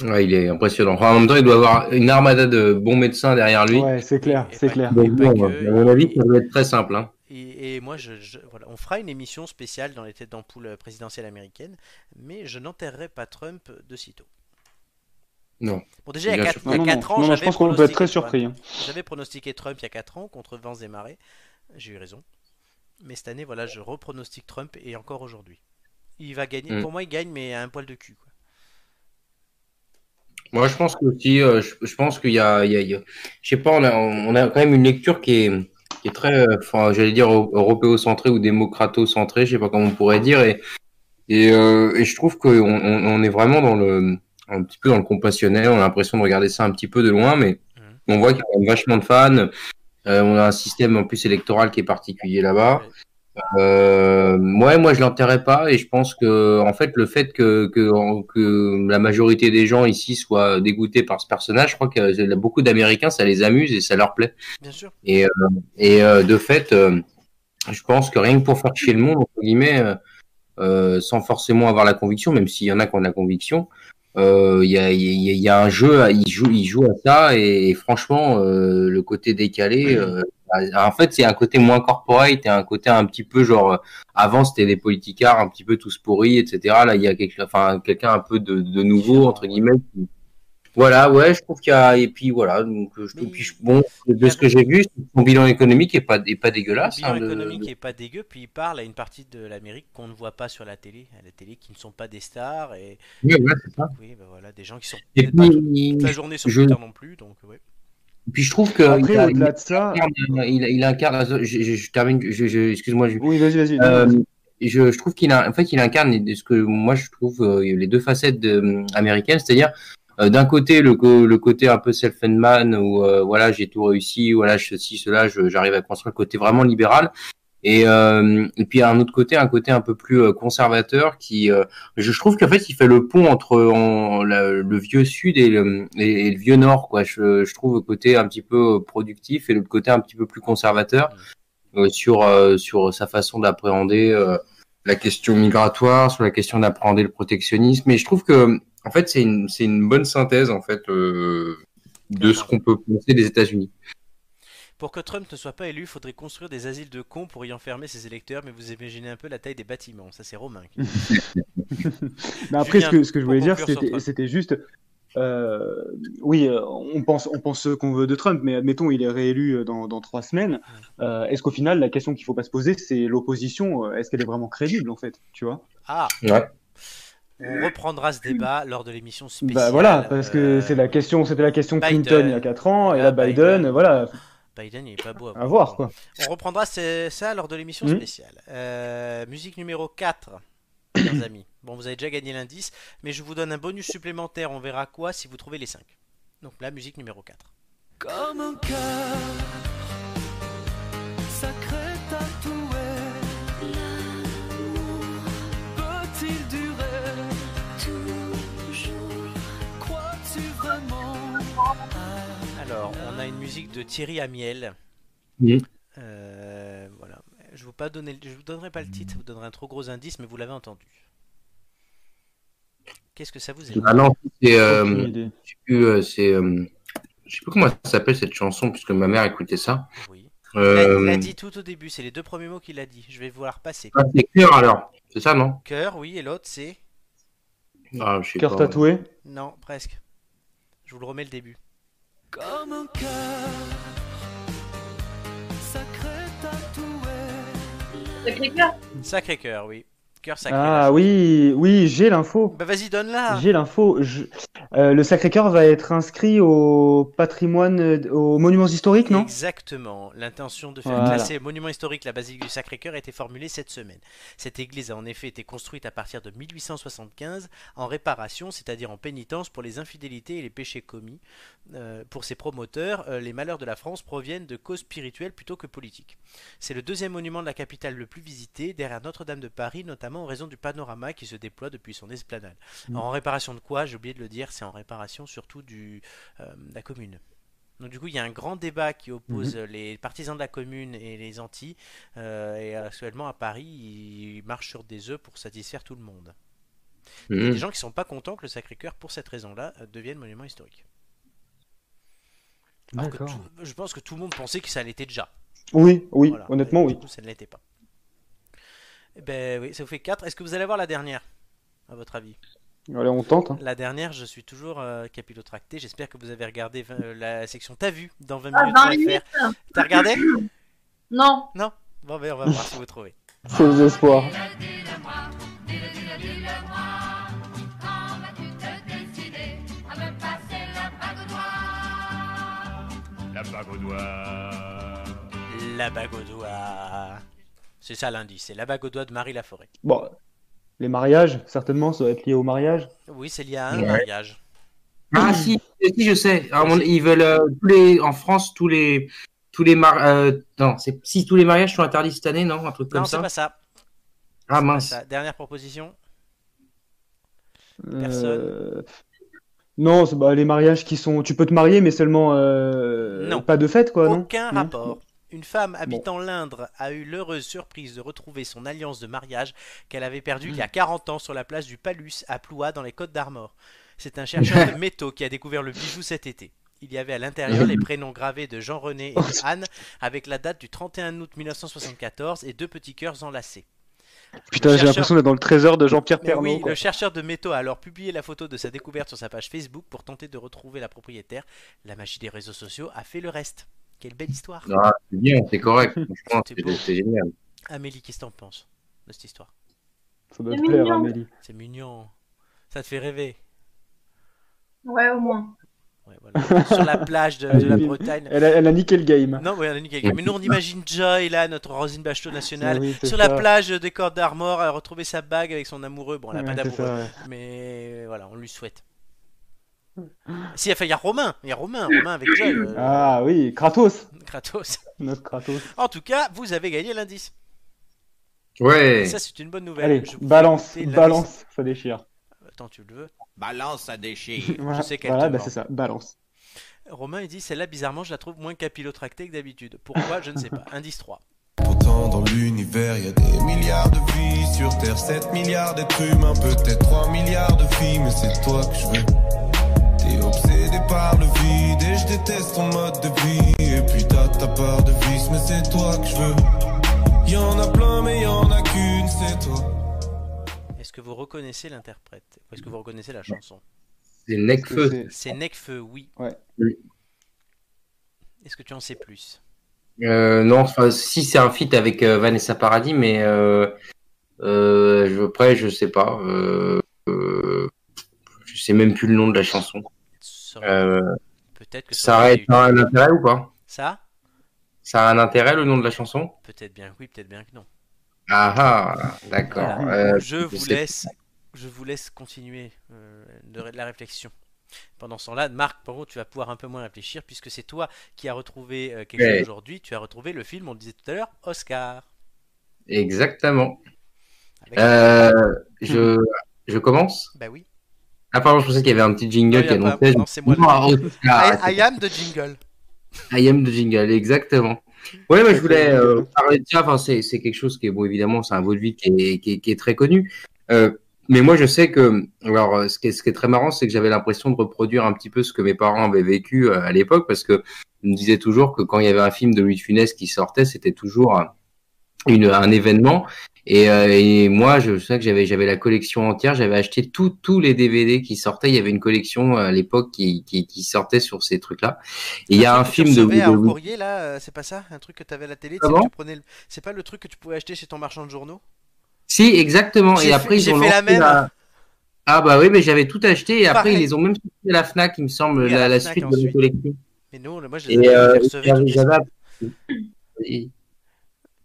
Speaker 3: ouais, il est impressionnant. Enfin, en même temps, il doit avoir une armada de bons médecins derrière lui.
Speaker 2: Ouais, c'est clair,
Speaker 1: Et
Speaker 2: c'est
Speaker 1: pas-
Speaker 2: clair.
Speaker 1: et
Speaker 3: Donc,
Speaker 1: pas
Speaker 3: bon,
Speaker 1: que,
Speaker 3: à mon avis,
Speaker 1: et-
Speaker 3: ça doit être très simple. Hein.
Speaker 1: Et, et moi, je, je- voilà, on fera une émission spéciale dans les têtes d'ampoule présidentielles américaines, mais je n'enterrerai pas Trump de sitôt.
Speaker 3: Non.
Speaker 1: Bon, déjà, il y a
Speaker 3: Bien
Speaker 1: 4,
Speaker 3: sûr.
Speaker 2: Non, non, non.
Speaker 1: ans,
Speaker 2: Non, non, je
Speaker 1: j'avais
Speaker 2: pense qu'on peut être
Speaker 1: pronostiqué
Speaker 2: très surpris. hein.
Speaker 1: Trump. J'avais pronostiqué Trump il y a 4 ans contre vents et marées. J'ai eu raison. Mais cette année, voilà, je repronostique Trump et encore aujourd'hui. Il va gagner.
Speaker 3: Mm.
Speaker 1: Pour moi, il gagne, mais à un poil de cul. quoi.
Speaker 3: Moi, je pense que aussi, euh, je, je pense qu'il y a, il y a- il y a- je sais pas, on a, on a quand même une lecture qui est, qui est très, euh, enfin, j'allais dire eu- européo-centrée ou démocrato-centrée, je sais pas comment on pourrait dire, et et, euh, et je trouve qu'on on, on est vraiment dans le, un petit peu dans le compassionnel. On a l'impression de regarder ça un petit peu de loin, mais on voit qu'il y a quand même vachement de fans. Euh, on a un système en plus électoral qui est particulier là-bas. Euh, ouais, moi je l'enterrais pas et je pense que en fait le fait que, que que la majorité des gens ici soient dégoûtés par ce personnage, je crois que euh, beaucoup d'Américains ça les amuse et ça leur plaît.
Speaker 1: Bien sûr.
Speaker 3: Et, euh, et euh, de fait, euh, je pense que rien que pour faire chier le monde, entre guillemets, euh, euh, sans forcément avoir la conviction, même s'il y en a qui ont de la conviction, euh, il y, a, il y a- il y a un jeu, à- il joue, il joue à ça, et, et franchement, euh, le côté décalé, euh, en fait, c'est un côté moins corporate et un côté un petit peu genre, euh, avant c'était des politicards un petit peu tous pourris, etc. Là, il y a quelque, enfin, quelqu'un un peu de, de nouveau, entre guillemets. qui- Voilà, ouais, je trouve qu'il y a, et puis voilà, donc, euh, je,
Speaker 1: Mais-
Speaker 3: puis je- bon, de, de ce que j'ai vu, son bilan économique est pas, est pas
Speaker 1: Le
Speaker 3: dégueulasse.
Speaker 1: bilan
Speaker 3: hein, de-
Speaker 1: économique est pas dégueu, puis il parle à une partie de l'Amérique qu'on ne voit pas sur la télé, à la télé qui ne sont pas des stars et
Speaker 3: Ouais, ouais, c'est ça.
Speaker 1: oui, ben voilà, des gens qui sont
Speaker 3: Et
Speaker 1: peut-être pas toute
Speaker 3: puis,
Speaker 1: la journée sur
Speaker 3: je-
Speaker 1: Twitter non plus, donc ouais.
Speaker 3: puis je trouve que il
Speaker 2: Après,
Speaker 3: a-
Speaker 2: au-delà de ça.
Speaker 3: il, il, il incarne. Je, je- je termine. Je, je- Excuse-moi. Je,
Speaker 2: Oui, vas-y, vas-y.
Speaker 3: euh, je, je trouve qu'il a. En fait, il incarne ce que moi je trouve euh, les deux facettes de- américaines, c'est-à-dire euh, d'un côté le, co- le côté un peu self-made man où euh, voilà j'ai tout réussi, voilà je- ceci, cela, je- j'arrive à construire le côté vraiment libéral. Et, euh, et puis à un autre côté, un côté un peu plus euh, conservateur qui, euh, je je trouve qu'en fait, il fait le pont entre en- la- le vieux sud et le, et- et le vieux nord, quoi. Je, je trouve le côté un petit peu euh, productif et le côté un petit peu plus conservateur euh, sur euh, sur sa façon d'appréhender euh, la question migratoire, sur la question d'appréhender le protectionnisme. Et je trouve que en fait, c'est une c'est une bonne synthèse en fait euh, de ce qu'on peut penser des États-Unis.
Speaker 1: Pour que Trump ne soit pas élu, faudrait construire des asiles de cons pour y enfermer ses électeurs, mais vous imaginez un peu la taille des bâtiments, ça c'est Romain. qui-
Speaker 2: Mais après,
Speaker 1: Julien,
Speaker 2: ce que, ce que je
Speaker 1: pour
Speaker 2: voulais dire,
Speaker 1: conclure sur
Speaker 2: c'était
Speaker 1: Trump.
Speaker 2: c'était juste. euh, oui, euh, on pense, on pense ce qu'on veut de Trump, mais admettons, il est réélu euh, dans, dans trois semaines. Euh, est-ce qu'au final, la question qu'il faut pas se poser, c'est l'opposition, euh, est-ce qu'elle est vraiment crédible, en fait, tu vois
Speaker 1: Ah,
Speaker 3: Ouais.
Speaker 1: on reprendra ce débat lors de l'émission spéciale.
Speaker 2: Bah voilà, parce que
Speaker 1: euh,
Speaker 2: c'est la question, c'était la question
Speaker 1: Biden.
Speaker 2: Clinton il y a quatre ans, et
Speaker 1: Voilà,
Speaker 2: là, Biden,
Speaker 1: Biden.
Speaker 2: voilà,
Speaker 1: Biden, il est pas beau.
Speaker 2: à voir, quoi.
Speaker 1: On reprendra ce- ça lors de l'émission
Speaker 2: Mhm.
Speaker 1: spéciale. Euh, musique numéro 4, chers amis. Bon, vous avez déjà gagné l'indice, mais je vous donne un bonus supplémentaire. On verra quoi si vous trouvez les 5. Donc la musique numéro 4.
Speaker 7: Comme un cœur sacré tatoué
Speaker 1: musique de Thierry Amiel.
Speaker 3: Mhm.
Speaker 1: Euh, voilà. Je vous pas donner, je vous donnerai pas le titre, ça vous donnerai un trop gros indice, mais vous l'avez entendu. Qu'est-ce que ça vous est
Speaker 3: Ah non, c'est.
Speaker 6: Aucune
Speaker 3: euh,
Speaker 6: idée.
Speaker 3: je sais plus, euh, c'est, euh, je sais plus comment ça s'appelle cette chanson, puisque ma mère écoutait ça.
Speaker 1: Oui. Il l'a- il
Speaker 3: Euh,
Speaker 1: l'a dit tout au début, c'est les deux premiers mots qu'il a dit. Je vais vous la repasser.
Speaker 3: ah, c'est Cœur alors. C'est ça, non
Speaker 1: Cœur, oui, et l'autre c'est.
Speaker 3: ah, je sais
Speaker 2: Cœur
Speaker 3: pas.
Speaker 2: tatoué.
Speaker 1: Non, presque. Je vous le remets le début.
Speaker 7: Comme un cœur sacré tatoué.
Speaker 4: Sacré cœur.
Speaker 1: Sacré cœur, oui. Cœur sacré.
Speaker 2: Ah oui, oui, j'ai l'info.
Speaker 1: Bah vas-y, donne-la.
Speaker 2: J'ai l'info. Je- Euh, le Sacré-Cœur va être inscrit au patrimoine, euh, aux monuments historiques, non
Speaker 1: Exactement. L'intention de faire
Speaker 2: Voilà.
Speaker 1: classer monument historique la basilique du Sacré-Cœur a été formulée cette semaine. Cette église a en effet été construite à partir de 1875 en réparation, c'est-à-dire en pénitence pour les infidélités et les péchés commis. Euh, pour ses promoteurs, euh, les malheurs de la France proviennent de causes spirituelles plutôt que politiques. C'est le deuxième monument de la capitale le plus visité, derrière Notre-Dame de Paris, notamment en raison du panorama qui se déploie depuis son esplanade.
Speaker 6: Mm.
Speaker 1: En réparation de quoi J'ai oublié de le dire, c'est en réparation surtout du, euh, de la commune. Donc du coup, il y a un grand débat qui oppose
Speaker 2: Mhm.
Speaker 1: euh, les partisans de la commune et les anti. euh, et actuellement, à Paris, ils marchent sur des œufs pour satisfaire tout le monde. Il y a
Speaker 3: Mhm.
Speaker 1: des gens qui sont pas contents que le Sacré-Cœur, pour cette raison-là, euh, devienne monument historique. Alors que
Speaker 6: D'accord.
Speaker 1: tout- je pense que tout le monde pensait que ça l'était déjà.
Speaker 2: Oui, oui,
Speaker 1: Voilà.
Speaker 2: honnêtement,
Speaker 1: Et
Speaker 2: oui.
Speaker 1: du coup, ça ne l'était pas. Eh Ben oui, ça vous fait 4. Est-ce que vous allez avoir la dernière, à votre avis
Speaker 2: Allez, on tente. hein.
Speaker 1: La dernière, je suis toujours euh, capillotracté. J'espère que vous avez regardé vingt- euh, la section T'as vu dans 20
Speaker 4: Ah,
Speaker 1: minutes.
Speaker 4: 20
Speaker 1: on va
Speaker 4: minutes.
Speaker 1: faire. T'as regardé
Speaker 4: Non.
Speaker 1: Bon, ben on va voir si vous trouvez.
Speaker 2: Faux espoirs.
Speaker 8: La bague au doigt.
Speaker 1: La bague au doigt. C'est ça l'indice, c'est la bague au doigt de Marie Laforêt.
Speaker 2: Bon, les mariages, certainement, ça va être lié au mariage.
Speaker 1: Oui, c'est lié à un
Speaker 3: Ouais.
Speaker 1: mariage.
Speaker 3: Ah
Speaker 1: Hmm.
Speaker 3: si, si, je sais. Ah, on- ils veulent euh, tous les en France tous les tous les mar... euh, non, c'est si tous les mariages sont interdits cette année, non, un truc comme
Speaker 1: non, c'est
Speaker 3: ça.
Speaker 1: pas ça.
Speaker 3: Ah
Speaker 1: C'est pas
Speaker 3: mince.
Speaker 1: ça. Dernière proposition.
Speaker 2: Euh,
Speaker 1: Personne.
Speaker 2: Non, c'est- bah, les mariages qui sont. Tu peux te marier, mais seulement. euh,
Speaker 1: Non.
Speaker 2: Pas de fête, quoi, non
Speaker 1: Aucun
Speaker 2: Non.
Speaker 1: rapport. Une femme habitant l'Indre a eu l'heureuse surprise de retrouver son alliance de mariage qu'elle avait perdue il y a 40 ans sur la place du Palus à Ploua dans les Côtes d'Armor. C'est un chercheur de métaux qui a découvert le bijou cet été. Il y avait à l'intérieur les prénoms gravés de Jean-René et de Anne avec la date du 31 août 1974 et deux petits cœurs enlacés.
Speaker 6: Putain, j'ai l'impression d'être dans le trésor de Jean-Pierre
Speaker 1: Oh, Mais
Speaker 6: Pernaut.
Speaker 1: oui, le chercheur de métaux a alors publié la photo de sa découverte sur sa page Facebook pour tenter de retrouver la propriétaire. La magie des réseaux sociaux a fait le reste. Quelle belle histoire.
Speaker 3: Ah, c'est bien, c'est correct. Franchement,
Speaker 1: C'était beau.
Speaker 3: c'est c'est génial.
Speaker 1: Amélie, qu'est-ce que t'en penses de cette histoire
Speaker 2: Ça doit te
Speaker 4: C'est
Speaker 2: plaire,
Speaker 4: mignon.
Speaker 2: Amélie.
Speaker 1: C'est mignon. Ça te fait rêver.
Speaker 4: Ouais, au moins.
Speaker 1: Ouais, voilà. Sur la plage de, de la Bretagne.
Speaker 2: Elle Ah, a, elle a niqué le game.
Speaker 1: Non, mais, on a une gague. mais nous on imagine Joy là, notre Rosine Bachelot nationale,
Speaker 2: Oui, c'est
Speaker 1: sur la
Speaker 2: ça.
Speaker 1: plage des Côtes d'Armor, à retrouver sa bague avec son amoureux. Bon, elle a
Speaker 2: Ouais,
Speaker 1: pas
Speaker 2: c'est
Speaker 1: d'amoureux,
Speaker 2: ça, ouais.
Speaker 1: mais euh, voilà, on lui souhaite. Si, enfin, il y a Romain, il y a Romain, Romain avec Joy, euh,
Speaker 2: Ah oui, Kratos.
Speaker 1: Kratos.
Speaker 2: Notre Kratos.
Speaker 1: En tout cas, vous avez gagné l'indice.
Speaker 3: Ouais.
Speaker 1: Et ça, c'est une bonne nouvelle.
Speaker 2: Allez,
Speaker 1: Je vous fais
Speaker 2: balance,
Speaker 1: écouter l'indice.
Speaker 2: balance, ça déchire.
Speaker 1: Attends, tu le veux.
Speaker 8: Balance, ça déchire.
Speaker 2: Voilà,
Speaker 1: sais qu'elle
Speaker 2: voilà
Speaker 1: te
Speaker 2: bah,
Speaker 1: ment.
Speaker 2: c'est ça, balance.
Speaker 1: Romain, il dit celle-là, bizarrement, je la trouve moins capillotractée que d'habitude. Pourquoi Je ne sais pas. Indice 3.
Speaker 9: Pourtant dans l'univers y a des milliards de vies sur Terre, 7 milliards d'êtres humains, peut-être 3 milliards de filles, mais c'est toi que je veux. T'es obsédé par le vide et je déteste ton mode de vie. Et puis t'as ta part de vice, mais c'est toi que je veux. Y en a plein mais y en a qu'une, c'est toi.
Speaker 1: Est-ce que vous reconnaissez l'interprète Ou est-ce que vous reconnaissez la chanson
Speaker 3: C'est Necfeu.
Speaker 2: C'est-
Speaker 1: C'est Necfeu, oui.
Speaker 2: Ouais.
Speaker 3: Oui.
Speaker 1: Est-ce que tu en sais plus
Speaker 3: Euh, non, enfin, si c'est un feat avec euh, Vanessa Paradis, mais euh, euh, je après, je sais pas. Euh, euh, je sais même plus le nom de la chanson.
Speaker 1: Ça aurait-
Speaker 3: Euh,
Speaker 1: Peut-être que
Speaker 3: ça hein.
Speaker 1: aurait
Speaker 3: aurait
Speaker 1: eu-
Speaker 3: un intérêt ou pas
Speaker 1: Ça
Speaker 3: Ça a un intérêt le nom de la chanson
Speaker 1: Peut-être bien que oui, peut-être bien que non.
Speaker 3: Ah ah, d'accord.
Speaker 1: Voilà.
Speaker 3: Euh,
Speaker 1: je vous
Speaker 3: sais-
Speaker 1: laisse, je vous laisse continuer euh, de de la réflexion. Pendant ce temps-là, Marc, par contre, tu vas pouvoir un peu moins réfléchir puisque c'est toi qui as retrouvé euh, quelque
Speaker 3: Ouais.
Speaker 1: chose aujourd'hui. Tu as retrouvé le film, on le disait tout à l'heure, Oscar.
Speaker 3: Exactement.
Speaker 1: Avec-
Speaker 3: Euh, je, je commence.
Speaker 1: Bah oui.
Speaker 3: Ah pardon, je pensais qu'il y avait un petit
Speaker 1: Non,
Speaker 3: jingle
Speaker 1: y
Speaker 3: qui
Speaker 1: a pas-
Speaker 3: annonçait.
Speaker 1: non, c'est moi.
Speaker 3: Ah,
Speaker 1: le-
Speaker 3: ah,
Speaker 1: I, I am the jingle.
Speaker 3: I am the jingle, exactement. Ouais, moi, je voulais euh, parler de ça. Enfin, c'est, c'est quelque chose qui est, bon, évidemment, c'est un vaudeville qui est, qui est, qui est très connu. Euh, mais moi, je sais que, alors, euh, ce qui est, ce qui est très marrant, c'est que j'avais l'impression de reproduire un petit peu ce que mes parents avaient vécu euh, à l'époque, parce que ils me disaient toujours que quand il y avait un film de Louis de Funès qui sortait, c'était toujours euh, une, un événement. Et, euh, et moi, je sais que j'avais, j'avais la collection entière. J'avais acheté tous tous les DVD qui sortaient. Il y avait une collection euh, à l'époque qui, qui, qui sortait sur ces trucs-là. Et il y a un film de,
Speaker 1: Tu recevais un
Speaker 3: de-
Speaker 1: courrier là, euh, c'est pas ça Un truc que t'avais à la télé tu sais,
Speaker 3: Comment
Speaker 1: que tu prenais le- C'est pas le truc que tu pouvais acheter chez ton marchand de journaux
Speaker 3: Si, exactement.
Speaker 1: J'ai
Speaker 3: Et
Speaker 1: fait-
Speaker 3: après,
Speaker 1: j'ai
Speaker 3: ils ont
Speaker 1: fait la
Speaker 3: lancé
Speaker 1: même.
Speaker 3: Ah bah oui, mais j'avais tout acheté et après
Speaker 1: Pareil.
Speaker 3: ils les ont même sortis à la Fnac, il me semble,
Speaker 1: Oui, à la
Speaker 3: la, la
Speaker 1: Fnac
Speaker 3: suite de la
Speaker 1: ensuite.
Speaker 3: collection.
Speaker 1: Mais non, moi je les
Speaker 3: Et
Speaker 1: je
Speaker 3: euh,
Speaker 1: les recevais
Speaker 3: j'avais-
Speaker 1: toutes les
Speaker 3: j'avais-
Speaker 1: semaines.
Speaker 3: Et-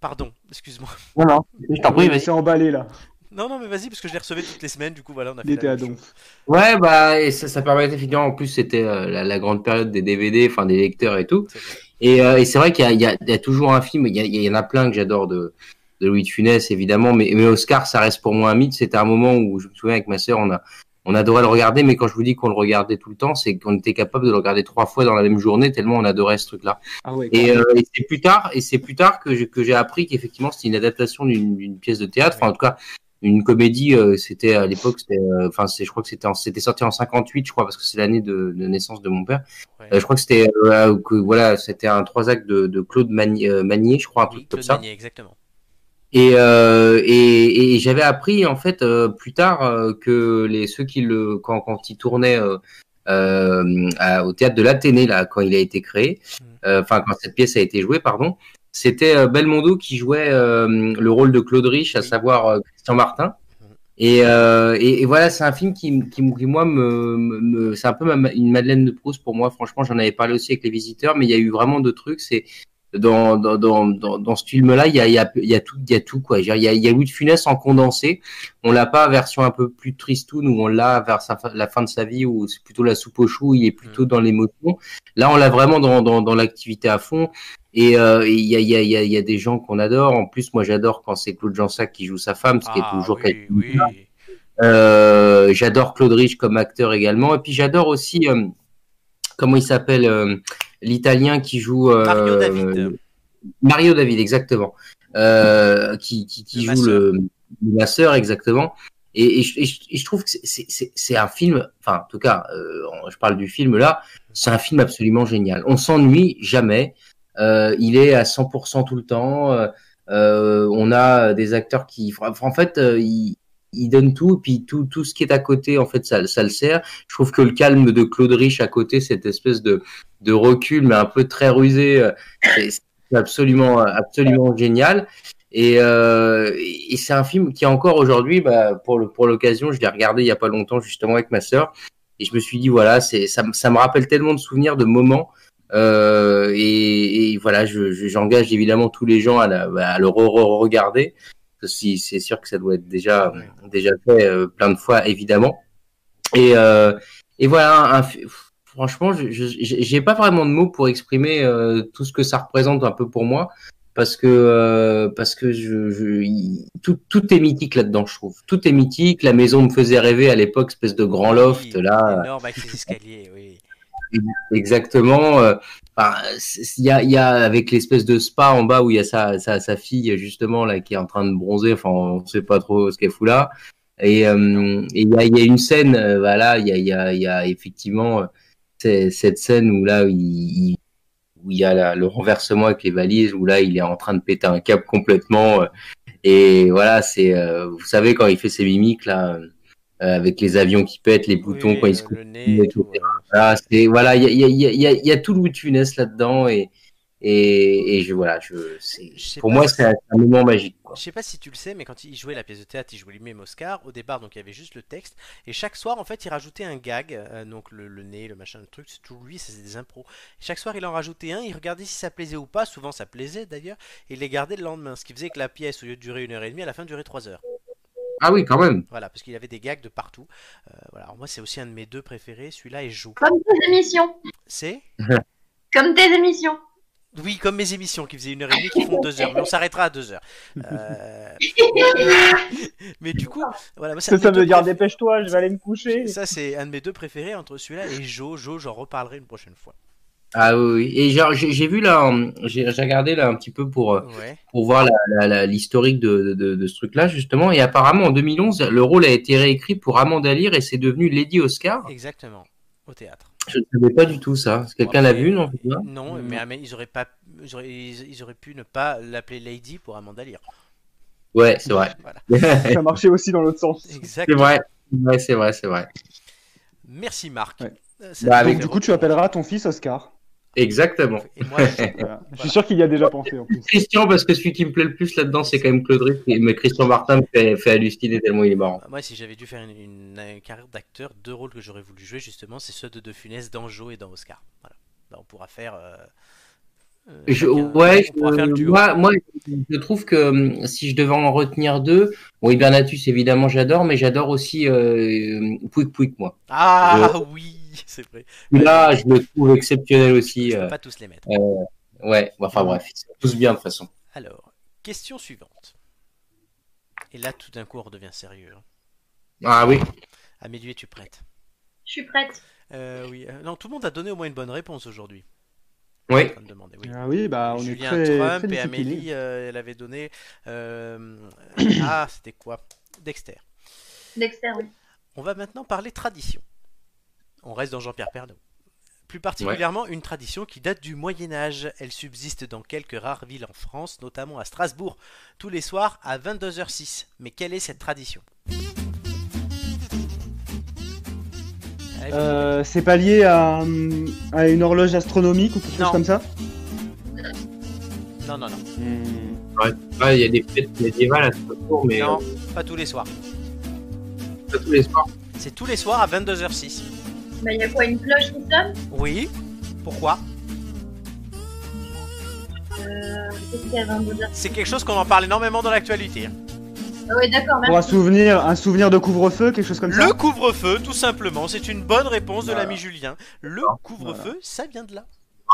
Speaker 1: Pardon, excuse-moi.
Speaker 3: Non, non, je t'en prie, vas-y.
Speaker 2: C'est emballé là.
Speaker 1: Non, non, mais vas-y, parce que je les recevais toutes les semaines, du coup, voilà, on a fait.
Speaker 2: Il était
Speaker 1: la
Speaker 2: à
Speaker 1: même
Speaker 2: donc.
Speaker 1: chose.
Speaker 3: Ouais, bah, et ça, ça permettait finalement, en plus, c'était euh, la, la grande période des DVD, enfin des lecteurs et tout.
Speaker 1: C'est vrai.
Speaker 3: Et, euh, et c'est vrai qu'il y a, il y, a, il y a toujours un film, il y, a- il y en a plein que j'adore de, de Louis de Funès, évidemment, mais, mais Oscar, ça reste pour moi un mythe. C'était un moment où, je me souviens, avec ma sœur, on, a, on adorait le regarder, mais quand je vous dis qu'on le regardait tout le temps, c'est qu'on était capable de le regarder trois fois dans la même journée, tellement on adorait ce truc-là.
Speaker 2: Ah ouais.
Speaker 3: Et, euh, et c'est plus tard, et c'est plus tard que j'ai que j'ai appris qu'effectivement c'était une adaptation d'une d'une pièce de théâtre. Enfin, en tout cas, une comédie. euh, c'était à l'époque, c'était, euh, enfin, c'est, je crois que c'était, en- c'était sorti en 58, je crois, parce que c'est l'année de, de naissance de mon père.
Speaker 1: Ouais.
Speaker 3: Euh, je crois que c'était, euh, que, voilà, c'était un trois actes de, de Claude Magni- euh, Magnier, je crois, un
Speaker 1: Oui,
Speaker 3: truc comme
Speaker 1: Claude
Speaker 3: ça.
Speaker 1: Magnier, exactement.
Speaker 3: Et, euh, et, et j'avais appris en fait euh, plus tard euh, que les ceux qui le quand quand il tournait euh, euh, à- au théâtre de l'Athénée là quand il a été créé,
Speaker 1: Mm.
Speaker 3: euh, enfin quand cette pièce a été jouée pardon, c'était euh, Belmondo qui jouait euh, le rôle de Claude Rich, à
Speaker 1: Oui.
Speaker 3: savoir euh, Christian Martin.
Speaker 1: Mhm.
Speaker 3: Et, euh, et, et voilà, c'est un film qui, m- qui, m- qui, moi, me, me- me- c'est un peu ma- une Madeleine de Proust pour moi. Franchement, j'en avais parlé aussi avec les visiteurs, mais il y a eu vraiment deux trucs. C'est dans, dans, dans, dans, dans ce film-là, il y a, il y, a, il y a tout, il y a tout quoi. Je veux dire, Il y a, il y a Louis de Funès en condensé. On l'a pas version un peu plus tristoun où on l'a vers sa fin- la fin de sa vie où c'est plutôt la soupe au chou. Il est plutôt
Speaker 1: Mm.
Speaker 3: dans l'émotion. Là, on l'a vraiment dans, dans, dans l'activité à fond. Et euh, et il y, a, il y, a, il y, a, il y a des gens qu'on adore. En plus, moi, j'adore quand c'est Claude Jansac qui joue sa femme, ce qui est
Speaker 1: Ah,
Speaker 3: toujours
Speaker 1: oui, oui.
Speaker 3: euh, j'adore Claude Rich comme acteur également. Et puis j'adore aussi, euh, comment il s'appelle, euh, l'italien qui joue. euh,
Speaker 1: Mario David.
Speaker 3: Mario David, exactement. Euh, qui qui, qui
Speaker 1: Le
Speaker 3: joue
Speaker 1: masseur.
Speaker 3: le, le masseur, exactement. Et, et je, et je- et je trouve que c'est- c'est- c'est c'est un film, enfin en tout cas, euh, je parle du film là, c'est un film absolument génial. On s'ennuie jamais. Euh, il est à 100% tout le temps. Euh, euh, on a des acteurs qui, en fait, euh, ils, ils donnent tout, puis tout, tout ce qui est à côté, en fait, ça, ça le sert. Je trouve que le calme de Claude Rich à côté, cette espèce de, de recul, mais un peu très rusé, euh, c'est c'est absolument, absolument génial. Et, euh, et c'est un film qui encore aujourd'hui, bah, pour le pour l'occasion, je l'ai regardé il y a pas longtemps justement avec ma sœur, et je me suis dit voilà, c'est ça, me- ça me rappelle tellement de souvenirs, de moments, euh, et, et voilà, je- je- j'engage évidemment tous les gens à, la, bah, à le regarder. Si c'est sûr que ça doit être déjà déjà fait euh, plein de fois évidemment. Et euh, et voilà, un, fi- franchement, je- je- j'ai j'ai pas vraiment de mots pour exprimer euh, tout ce que ça représente un peu pour moi parce que euh, parce que je, je il- tout tout est mythique là-dedans, je trouve. Tout est mythique. La maison me faisait rêver à l'époque, espèce de grand loft
Speaker 1: Oui,
Speaker 3: là,
Speaker 1: Énorme avec ses escaliers, oui.
Speaker 3: exactement. euh, enfin, c'est- c'est- il y a il y a avec l'espèce de spa en bas où il y a sa sa sa fille justement là qui est en train de bronzer. Enfin, on sait pas trop ce qu'elle fout là. Et euh, et il y a il y a une scène, euh, voilà, il y a il y a il y a effectivement euh, c'est- cette scène où là il, il- où il y a la- le renversement avec les valises, où là il est en train de péter un câble complètement. euh, Et voilà, c'est, euh, vous savez, quand il fait ses mimiques là, euh, avec les avions qui pètent, les boutons
Speaker 1: Oui,
Speaker 3: quand il
Speaker 1: le-
Speaker 3: se
Speaker 1: le nez et
Speaker 3: etc.
Speaker 1: tout, euh.
Speaker 3: voilà, c'est voilà, il y a, il y, a, il y, a, il y a- il y a tout Louis de Funès là-dedans et et, et je voilà, je c'est-
Speaker 1: Je sais
Speaker 3: pour
Speaker 1: pas
Speaker 3: moi
Speaker 1: si-
Speaker 3: c'est un, un moment magique quoi.
Speaker 1: Je sais pas si tu le sais, mais quand il jouait la pièce de théâtre, il jouait lui-même Oscar. Au départ, donc il y avait juste le texte. Et chaque soir, en fait, il rajoutait un gag. euh, donc le, le nez, le machin, le truc, c'est tout lui, ça, c'est des impros. Et chaque soir, il en rajoutait un. Il regardait si ça plaisait ou pas. Souvent, ça plaisait d'ailleurs. Et il les gardait le lendemain. Ce qui faisait que la pièce, au lieu de durer une heure et demie, à la fin durait trois heures.
Speaker 3: Ah oui, quand même.
Speaker 1: Voilà, parce qu'il avait des gags de partout. Euh, voilà. Alors moi, c'est aussi un de mes deux préférés. Celui-là, il joue.
Speaker 4: Comme tes émissions.
Speaker 1: C'est
Speaker 4: Comme tes émissions.
Speaker 1: Oui, comme mes émissions qui faisaient une heure et demie, qui font deux heures, mais on s'arrêtera à deux heures. Euh, Mais du coup, voilà, moi, c'est un
Speaker 2: Ça,
Speaker 1: de
Speaker 2: ça
Speaker 1: mes deux
Speaker 2: veut dire
Speaker 1: préf-
Speaker 2: dépêche-toi, je vais aller me coucher.
Speaker 1: Ça, c'est un de mes deux préférés entre celui-là et Jo. Jo, j'en reparlerai une prochaine fois.
Speaker 3: Ah oui, oui. et genre, j'ai j'ai vu là, en- j'ai j'ai regardé là un petit peu pour, euh,
Speaker 1: Ouais.
Speaker 3: pour voir la- la- la- l'historique de, de, de ce truc-là justement, et apparemment en 2011, le rôle a été réécrit pour Amanda Lear et c'est devenu Lady Oscar.
Speaker 1: Exactement. Au théâtre.
Speaker 3: Je ne savais pas du tout ça. Quelqu'un l'a vu, non
Speaker 1: Non,
Speaker 2: Mm.
Speaker 1: mais ah, mais ils auraient pas, ils auraient, ils- ils auraient pu ne pas l'appeler Lady pour Amanda Lear.
Speaker 3: Ouais, c'est vrai.
Speaker 1: Voilà.
Speaker 3: c'est
Speaker 2: Ça marchait aussi dans l'autre sens.
Speaker 1: Exact.
Speaker 3: vrai. Ouais, c'est vrai, c'est vrai.
Speaker 1: Merci Marc.
Speaker 2: Ouais.
Speaker 1: Euh, ça
Speaker 3: Bah,
Speaker 1: nous
Speaker 3: avec-
Speaker 1: fait
Speaker 2: Donc, du coup, tu appelleras ton fils Oscar.
Speaker 3: Exactement.
Speaker 1: Et moi, je-
Speaker 2: Voilà. Je suis
Speaker 1: Voilà.
Speaker 2: sûr qu'il y a déjà pensé en plus.
Speaker 3: Christian, parce que celui qui me plaît le plus là-dedans, c'est quand même Claude Riff. Mais Christian Martin me fait, fait halluciner tellement il est marrant.
Speaker 1: Bah, moi, si j'avais dû faire une, une- une carrière d'acteur, deux rôles que j'aurais voulu jouer justement, c'est ceux de De Funès dans Jo et dans Oscar. Voilà. Bah, on pourra faire. euh, euh,
Speaker 3: Je,
Speaker 1: chacun-
Speaker 3: ouais,
Speaker 1: on pourra
Speaker 3: je-
Speaker 1: faire le duo.
Speaker 3: moi, moi, je trouve que hum, si je devais en retenir deux, bon, Hibernatus, évidemment, j'adore, mais j'adore aussi euh, Pouic Pouic, moi.
Speaker 1: Ah oui, c'est vrai.
Speaker 3: Là, je le trouve exceptionnel aussi.
Speaker 1: Je
Speaker 3: euh,
Speaker 1: peux pas tous les mettre.
Speaker 3: ouais, enfin bref, ils sont tous bien de toute façon.
Speaker 1: Alors, question suivante. Et là, tout d'un coup, on redevient sérieux. hein.
Speaker 3: Ah oui.
Speaker 1: Amélie, es-tu prête
Speaker 4: Je suis prête.
Speaker 1: Euh, Oui. euh, Non, tout le monde a donné au moins une bonne réponse aujourd'hui.
Speaker 3: Oui.
Speaker 1: En train de demander, oui.
Speaker 2: Ah oui, bah on
Speaker 1: Julien
Speaker 2: est très,
Speaker 1: Trump
Speaker 2: très
Speaker 1: et
Speaker 2: disciplinés.
Speaker 1: Amélie, euh, elle avait donné. euh, ah, c'était quoi Dexter.
Speaker 4: Dexter, oui.
Speaker 1: On va maintenant parler tradition. On reste dans Jean-Pierre Pernaut. Plus particulièrement, une tradition qui date du Moyen Âge. Elle subsiste dans quelques rares villes en France, notamment à Strasbourg, tous les soirs à 22h06. Mais quelle est cette tradition Allez,
Speaker 2: Euh, c'est pas lié à, hum, à une horloge astronomique ou quelque
Speaker 1: Non.
Speaker 2: chose comme ça
Speaker 1: Non, non, non.
Speaker 2: Hmm.
Speaker 3: Ouais, il y a des fêtes médiévales à Strasbourg, mais
Speaker 1: Non, pas tous les soirs.
Speaker 3: euh, pas tous les soirs.
Speaker 1: C'est tous les soirs à 22h06.
Speaker 4: Bah, il y a quoi Une cloche qui sonne
Speaker 1: Oui Pourquoi
Speaker 4: euh, Qu'est-ce qu'il y a 22 heures
Speaker 1: C'est quelque chose qu'on en parle énormément dans l'actualité. hein.
Speaker 4: Ah ouais, d'accord,
Speaker 2: Pour un
Speaker 4: merci.
Speaker 2: souvenir, un souvenir de couvre-feu, quelque chose comme ça
Speaker 1: Le couvre-feu, tout simplement. C'est une bonne réponse de
Speaker 2: Voilà.
Speaker 1: l'ami Julien. Le couvre-feu, ça vient de là.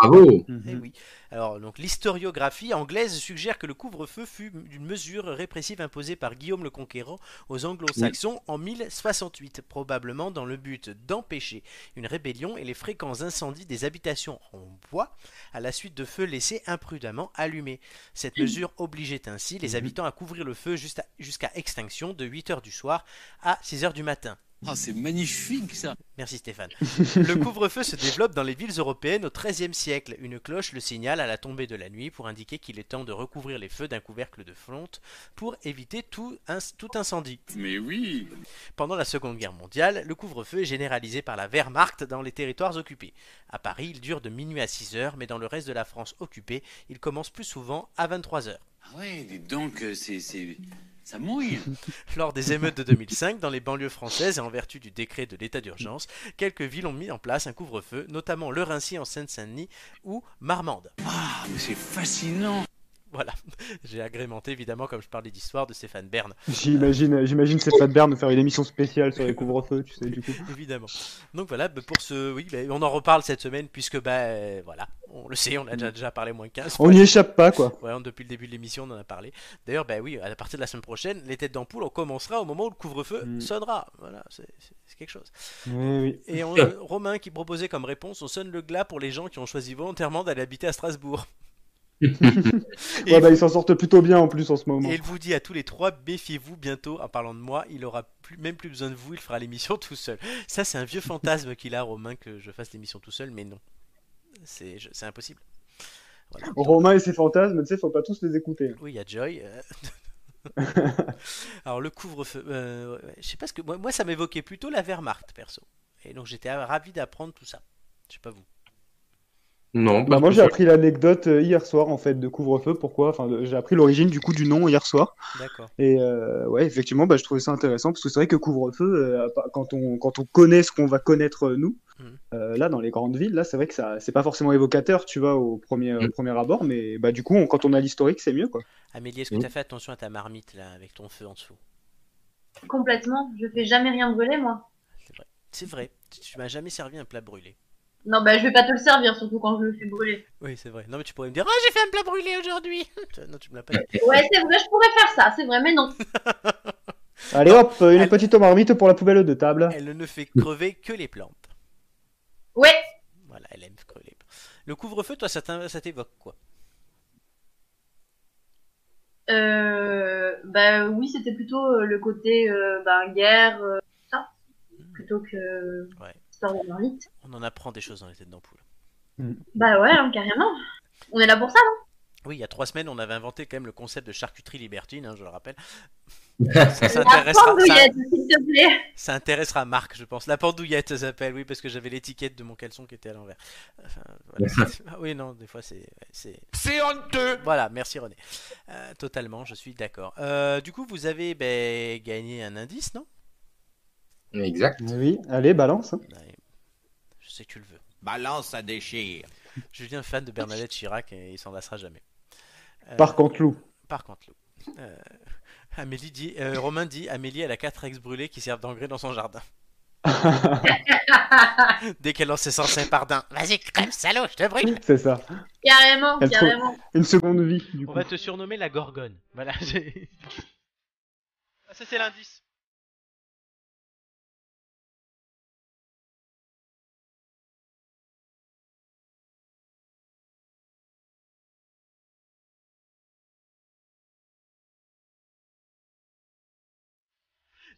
Speaker 3: Bravo.
Speaker 2: Mhm.
Speaker 1: Eh oui. Alors, donc, l'historiographie anglaise suggère que le couvre-feu fut une mesure répressive imposée par Guillaume le Conquérant aux anglo-saxons en 1068, probablement dans le but d'empêcher une rébellion et les fréquents incendies des habitations en bois à la suite de feux laissés imprudemment allumés. Cette mesure obligeait ainsi
Speaker 7: Mhm.
Speaker 1: les habitants à couvrir le feu juste à- jusqu'à extinction de 8h du soir à 6h du matin.
Speaker 7: Ah, c'est magnifique ça.
Speaker 1: Merci Stéphane. Le couvre-feu se développe dans les villes européennes au XIIIe siècle. Une cloche le signale à la tombée de la nuit pour indiquer qu'il est temps de recouvrir les feux d'un couvercle de fonte pour éviter tout, inc- tout incendie.
Speaker 8: Mais oui.
Speaker 1: Pendant la Seconde Guerre mondiale, le couvre-feu est généralisé par la Wehrmacht dans les territoires occupés. À Paris, il dure de minuit à 6 heures, mais dans le reste de la France occupée, il commence plus souvent à 23 heures.
Speaker 7: Ah ouais, dites donc, euh, c'est, c'est, ça mouille.
Speaker 1: Lors des émeutes de 2005, dans les banlieues françaises et en vertu du décret de l'état d'urgence, quelques villes ont mis en place un couvre-feu, notamment le Rincy en Seine-Saint-Denis ou Marmande.
Speaker 7: Ah, mais c'est fascinant.
Speaker 1: Voilà, j'ai agrémenté évidemment comme je parlais d'histoire de Stéphane Bern,
Speaker 2: J'imagine, j'imagine Stéphane Bern nous faire une émission spéciale sur les couvre-feux, tu sais, du coup.
Speaker 1: évidemment. Donc voilà, bah, pour ce, oui, bah, on en reparle cette semaine puisque bah euh, voilà, on le sait, on a déjà, déjà parlé moins 15.
Speaker 2: On n'y échappe pas, quoi.
Speaker 1: Ouais, on- depuis le début de l'émission, on en a parlé. D'ailleurs, bah oui, à partir de la semaine prochaine, les têtes d'ampoule, on commencera au moment où le couvre-feu
Speaker 2: Mm.
Speaker 1: sonnera. Voilà, c'est c'est- c'est quelque chose.
Speaker 2: Oui, Eh oui.
Speaker 1: Et on- euh, Romain qui proposait comme réponse on sonne le glas pour les gens qui ont choisi volontairement d'aller habiter à Strasbourg. et,
Speaker 2: Ouais, bah, ils s'en sortent plutôt bien en plus en ce moment.
Speaker 1: et il vous dit à tous les trois méfiez-vous bientôt en parlant de moi, il aura plus, même plus besoin de vous, il fera l'émission tout seul. Ça, c'est un vieux fantasme qu'il a, Romain, que je fasse l'émission tout seul, mais non. C'est je- c'est impossible. Voilà.
Speaker 2: Romain et ses fantasmes, tu sais, faut pas tous les écouter. hein.
Speaker 1: Oui, il y a Joy. euh. Alors, le couvre-feu. euh, ouais, je sais pas ce que. Moi, moi, ça m'évoquait plutôt la Wehrmacht, perso. Et donc, j'étais euh, ravi d'apprendre tout ça. Je sais pas vous.
Speaker 3: Non,
Speaker 2: Bah,
Speaker 3: parce
Speaker 2: moi
Speaker 3: que
Speaker 2: j'ai appris l'anecdote euh, hier soir en fait de couvre-feu. Pourquoi Enfin, de- j'ai appris l'origine du coup du nom hier soir.
Speaker 1: D'accord.
Speaker 2: Et euh, ouais, effectivement, bah, je trouvais ça intéressant parce que c'est vrai que couvre-feu, euh, à part- quand on quand on connaît ce qu'on va connaître euh, nous,
Speaker 1: Mhm.
Speaker 2: euh, là dans les grandes villes, là c'est vrai que ça c'est pas forcément évocateur, tu vois, au premier au
Speaker 3: Mhm.
Speaker 2: premier abord, mais bah du coup on- quand on a l'historique c'est mieux quoi.
Speaker 1: Amélie, est-ce que
Speaker 3: Oui.
Speaker 1: t'as fait attention à ta marmite là avec ton feu en dessous
Speaker 4: Complètement. Je fais jamais rien brûler, moi.
Speaker 1: C'est vrai, tu- tu m'as jamais servi un plat brûlé.
Speaker 4: Non, bah, je vais pas te le servir, surtout quand je le fais brûler.
Speaker 1: Oui, c'est vrai. Non, mais tu pourrais me dire Ah, j'ai fait un plat brûlé aujourd'hui Tu- Non, tu me l'as pas dit.
Speaker 4: Ouais, c'est vrai, je pourrais faire ça, c'est vrai, mais non.
Speaker 2: Allez hop, une
Speaker 1: elle-
Speaker 2: petite marmite pour la poubelle de table.
Speaker 1: Elle ne fait crever que les plantes.
Speaker 4: Ouais,
Speaker 1: Voilà, elle aime crever les plantes. Le couvre-feu, toi, ça t'in- ça t'évoque quoi
Speaker 4: Euh, bah oui, c'était plutôt euh, le côté euh, bah, guerre, euh, ça, plutôt que
Speaker 1: Ouais.
Speaker 4: histoire de marmite.
Speaker 1: On en apprend des choses dans les têtes d'ampoule.
Speaker 4: Bah ouais, hein, carrément. On est là pour ça, hein.
Speaker 1: Oui, il y a trois semaines, on avait inventé quand même le concept de charcuterie libertine, hein, je le rappelle.
Speaker 3: Bah,
Speaker 1: Ça, ça
Speaker 4: La
Speaker 1: intéressera- ça,
Speaker 4: pendouillette, s'il te plaît.
Speaker 1: ça intéressera Marc, je pense. La pendouillette, ça s'appelle, oui, parce que j'avais l'étiquette de mon caleçon qui était à l'envers. Enfin, voilà. Ah oui, non, des fois, c'est. c'est-
Speaker 5: C'est honteux
Speaker 1: Voilà, merci René. Euh, totalement, je suis d'accord. Euh, du coup, vous avez ben, gagné un indice, non
Speaker 3: Exact.
Speaker 2: Oui, allez, balance. hein.
Speaker 1: Ouais. Je sais que tu le veux.
Speaker 8: Balance, ça déchire.
Speaker 1: Julien, fan de Bernadette Chirac, et il s'en lassera jamais. Euh,
Speaker 2: Par contre, Lou.
Speaker 1: Par contre, Lou. Euh, Amélie dit, euh, Romain dit Amélie, elle a quatre ex brûlés qui servent d'engrais dans son jardin. Dès qu'elle lance ses 105 pardins. Vas-y, crème, salaud, je te brûle.
Speaker 2: C'est ça.
Speaker 4: Carrément,
Speaker 2: Elle trouve-
Speaker 4: carrément.
Speaker 2: Une seconde vie, du
Speaker 1: On
Speaker 2: coup.
Speaker 1: va te surnommer la gorgone. Voilà, j'ai- Ah, Ça, c'est l'indice.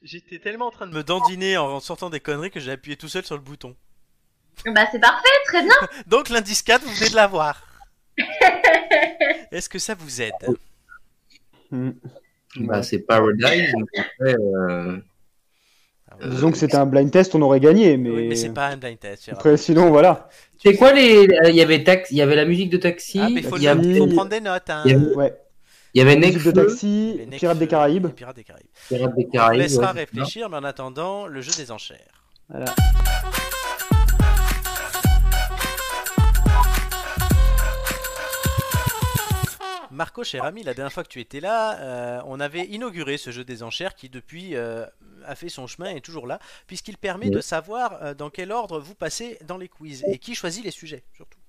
Speaker 1: J'étais tellement en train de me dandiner en sortant des conneries que j'ai appuyé tout seul sur le bouton.
Speaker 4: Bah c'est parfait, très bien.
Speaker 1: Donc l'indice 4, vous venez de l'avoir. Est-ce que ça vous aide
Speaker 3: Bah, c'est Paradise. mais après, euh,
Speaker 2: Disons que c'était un blind test, on aurait gagné, mais.
Speaker 1: euh, Oui, mais c'est pas un blind test. Gérard.
Speaker 2: Après, sinon, voilà.
Speaker 3: C'est quoi les. Il y avait tax... il y avait la musique de taxi.
Speaker 1: Ah, mais faut,
Speaker 3: il y avait,
Speaker 1: faut prendre des notes. Hein.
Speaker 3: il y a-
Speaker 2: Ouais.
Speaker 3: il y avait
Speaker 2: Musique de
Speaker 3: Nekfeu,
Speaker 2: taxi,
Speaker 1: Les Necfeu,
Speaker 2: Pirates des Caraïbes.
Speaker 1: les Pirates des Caraïbes.
Speaker 3: Pirates des
Speaker 1: On
Speaker 3: Caraïbes.
Speaker 1: laissera
Speaker 3: ouais.
Speaker 1: réfléchir, mais en attendant, le jeu des enchères.
Speaker 2: Voilà.
Speaker 1: Marco, cher ami, la dernière fois que tu étais là, euh, on avait inauguré ce jeu des enchères qui depuis euh, a fait son chemin et est toujours là, puisqu'il permet
Speaker 3: Oui.
Speaker 1: de savoir euh, dans quel ordre vous passez dans les quiz et qui choisit les sujets surtout.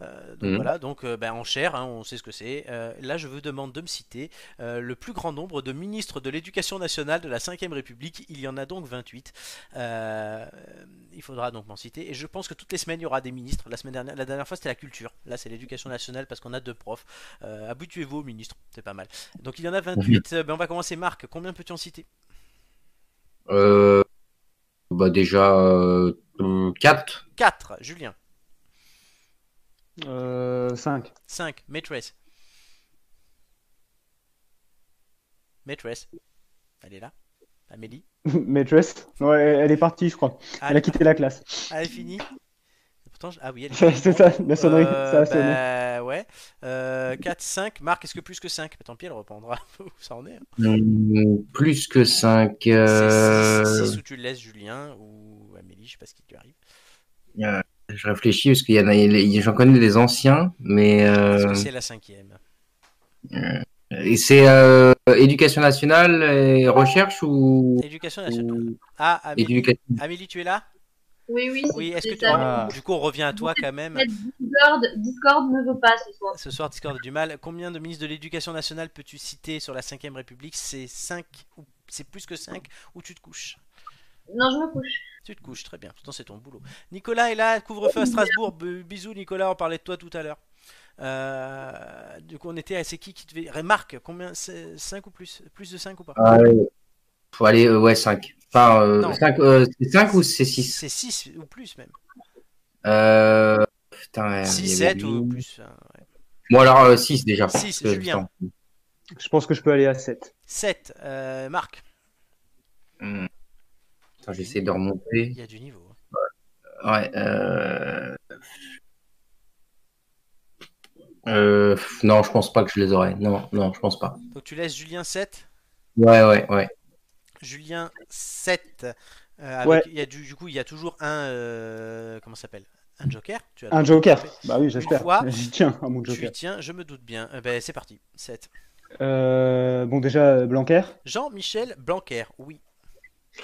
Speaker 1: Euh, donc
Speaker 3: Mhm.
Speaker 1: voilà, donc euh, ben, enchères, hein, on sait ce que c'est. Euh, là, je vous demande de me citer euh, le plus grand nombre de ministres de l'Éducation nationale de la 5ème République. Il y en a donc 28. Euh, il faudra donc m'en citer. Et je pense que toutes les semaines, il y aura des ministres. La, semaine dernière, la dernière fois, c'était la culture. Là, c'est l'Éducation nationale parce qu'on a deux profs. Euh, Habituez-vous aux ministres, c'est pas mal. Donc il y en a 28. Euh, ben, on va commencer, Marc. Combien peux-tu en citer
Speaker 3: Euh, bah, déjà 4.
Speaker 1: 4. Julien.
Speaker 2: Euh, 5.
Speaker 1: 5. Maîtresse. Maîtresse. Elle est là. Amélie.
Speaker 2: Maîtresse. Ouais, elle est partie, je crois.
Speaker 1: Ah,
Speaker 2: Elle a quitté la classe.
Speaker 1: ah, elle est finie. Pourtant, je- Ah oui, elle est
Speaker 2: C'est
Speaker 1: finie.
Speaker 2: ça, la sonnerie, ça a sonné.
Speaker 1: bah, ouais. Euh, 4, 5. Marc, est-ce que plus que 5 Tant pis, elle reprendra où ça en est. hein.
Speaker 2: Mm.
Speaker 3: Mm, plus que 5. Euh,
Speaker 1: C'est 6 ou tu le laisses, Julien ou Amélie, je sais pas ce qui lui arrive.
Speaker 3: je réfléchis parce qu'il y en a, il y a- j'en connais les anciens, mais
Speaker 1: Est-ce
Speaker 3: euh,
Speaker 1: que c'est la cinquième
Speaker 3: et c'est euh, éducation nationale et recherche ou
Speaker 1: Éducation nationale.
Speaker 3: ou
Speaker 1: Ah, Amélie,
Speaker 3: euh, éducation.
Speaker 1: Amélie, tu es là
Speaker 4: Oui, oui,
Speaker 1: Oui, est-ce que tu.
Speaker 4: ça.
Speaker 2: Ah.
Speaker 1: Du coup, on revient à toi quand même.
Speaker 4: Discord, Discord ne veut pas ce soir.
Speaker 1: Ce soir, Discord a du mal. Combien de ministres de l'Éducation nationale peux-tu citer sur la 5 République C'est 5 ou c'est plus que 5 ou tu te couches
Speaker 4: Non, je me couche.
Speaker 1: Tu te couches, très bien. Pourtant, c'est ton boulot. Nicolas est là, couvre-feu à Strasbourg. B- bisous, Nicolas, on parlait de toi tout à l'heure. Euh, du coup, on était à c'est qui qui devait. Remarque, combien 5 ou plus Plus de 5 ou pas
Speaker 3: Ah, ouais. faut aller euh, ouais 5. Enfin
Speaker 1: Non.
Speaker 3: 5 c'est 5 ou c'est 6
Speaker 1: C'est 6 ou plus même.
Speaker 3: euh, putain, ouais,
Speaker 1: 6,
Speaker 3: il y avait
Speaker 1: 7 ou
Speaker 3: lui.
Speaker 1: plus. hein.
Speaker 3: Bon alors 6 déjà.
Speaker 1: Six,
Speaker 3: parce que-
Speaker 1: Julien.
Speaker 2: Je pense que je peux aller à 7.
Speaker 1: 7. Euh, Marc,
Speaker 3: Hmm. Attends, j'essaie de remonter.
Speaker 1: il y a du niveau. hein.
Speaker 3: Ouais. Euh... Euh, non, je pense pas que je les aurais. Non, non, je pense pas.
Speaker 1: Donc, tu laisses Julien 7.
Speaker 3: Ouais, ouais, ouais.
Speaker 1: Julien 7. euh, avec-
Speaker 2: Ouais.
Speaker 1: il y a du, du coup, il y a toujours un. euh, comment ça s'appelle Un joker tu as
Speaker 2: Un
Speaker 1: le
Speaker 2: joker.
Speaker 1: droit de
Speaker 2: Bah oui, j'espère.
Speaker 1: fois.
Speaker 2: J'y tiens à mon
Speaker 1: taper. Tu
Speaker 2: joker.
Speaker 1: y tiens, je me doute bien. Eh ben, c'est parti. 7.
Speaker 2: Euh, bon, déjà, euh, Blanquer.
Speaker 1: Jean-Michel Blanquer. Oui,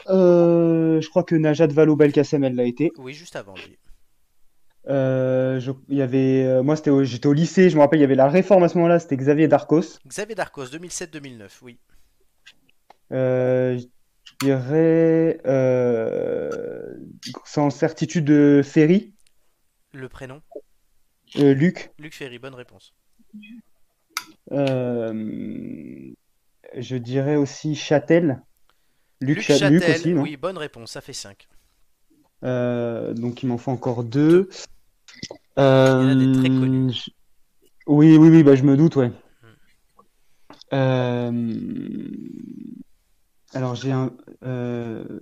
Speaker 2: Euh, je crois que Najat Vallaud-Belkacem, elle l'a été.
Speaker 1: oui, juste avant lui.
Speaker 2: Euh, je- il y avait, euh, moi, c'était au- j'étais au lycée, je me rappelle, il y avait la réforme à ce moment-là, c'était Xavier Darcos.
Speaker 1: Xavier Darcos, 2007-2009. Oui.
Speaker 2: Euh, je dirais, euh, sans certitude, euh, Ferry.
Speaker 1: Le prénom
Speaker 2: Euh, Luc.
Speaker 1: Luc Ferry, bonne réponse.
Speaker 2: Euh, je dirais aussi Châtel. Luc, Cha-
Speaker 1: Châtel,
Speaker 2: Luc aussi, non
Speaker 1: oui, bonne réponse, ça fait 5.
Speaker 2: Euh, donc il m'en faut encore deux.
Speaker 1: Il y en a des très connus. Mm.
Speaker 2: Euh, je- Oui, oui, oui, bah, je me doute, ouais. Euh, Alors j'ai un. euh,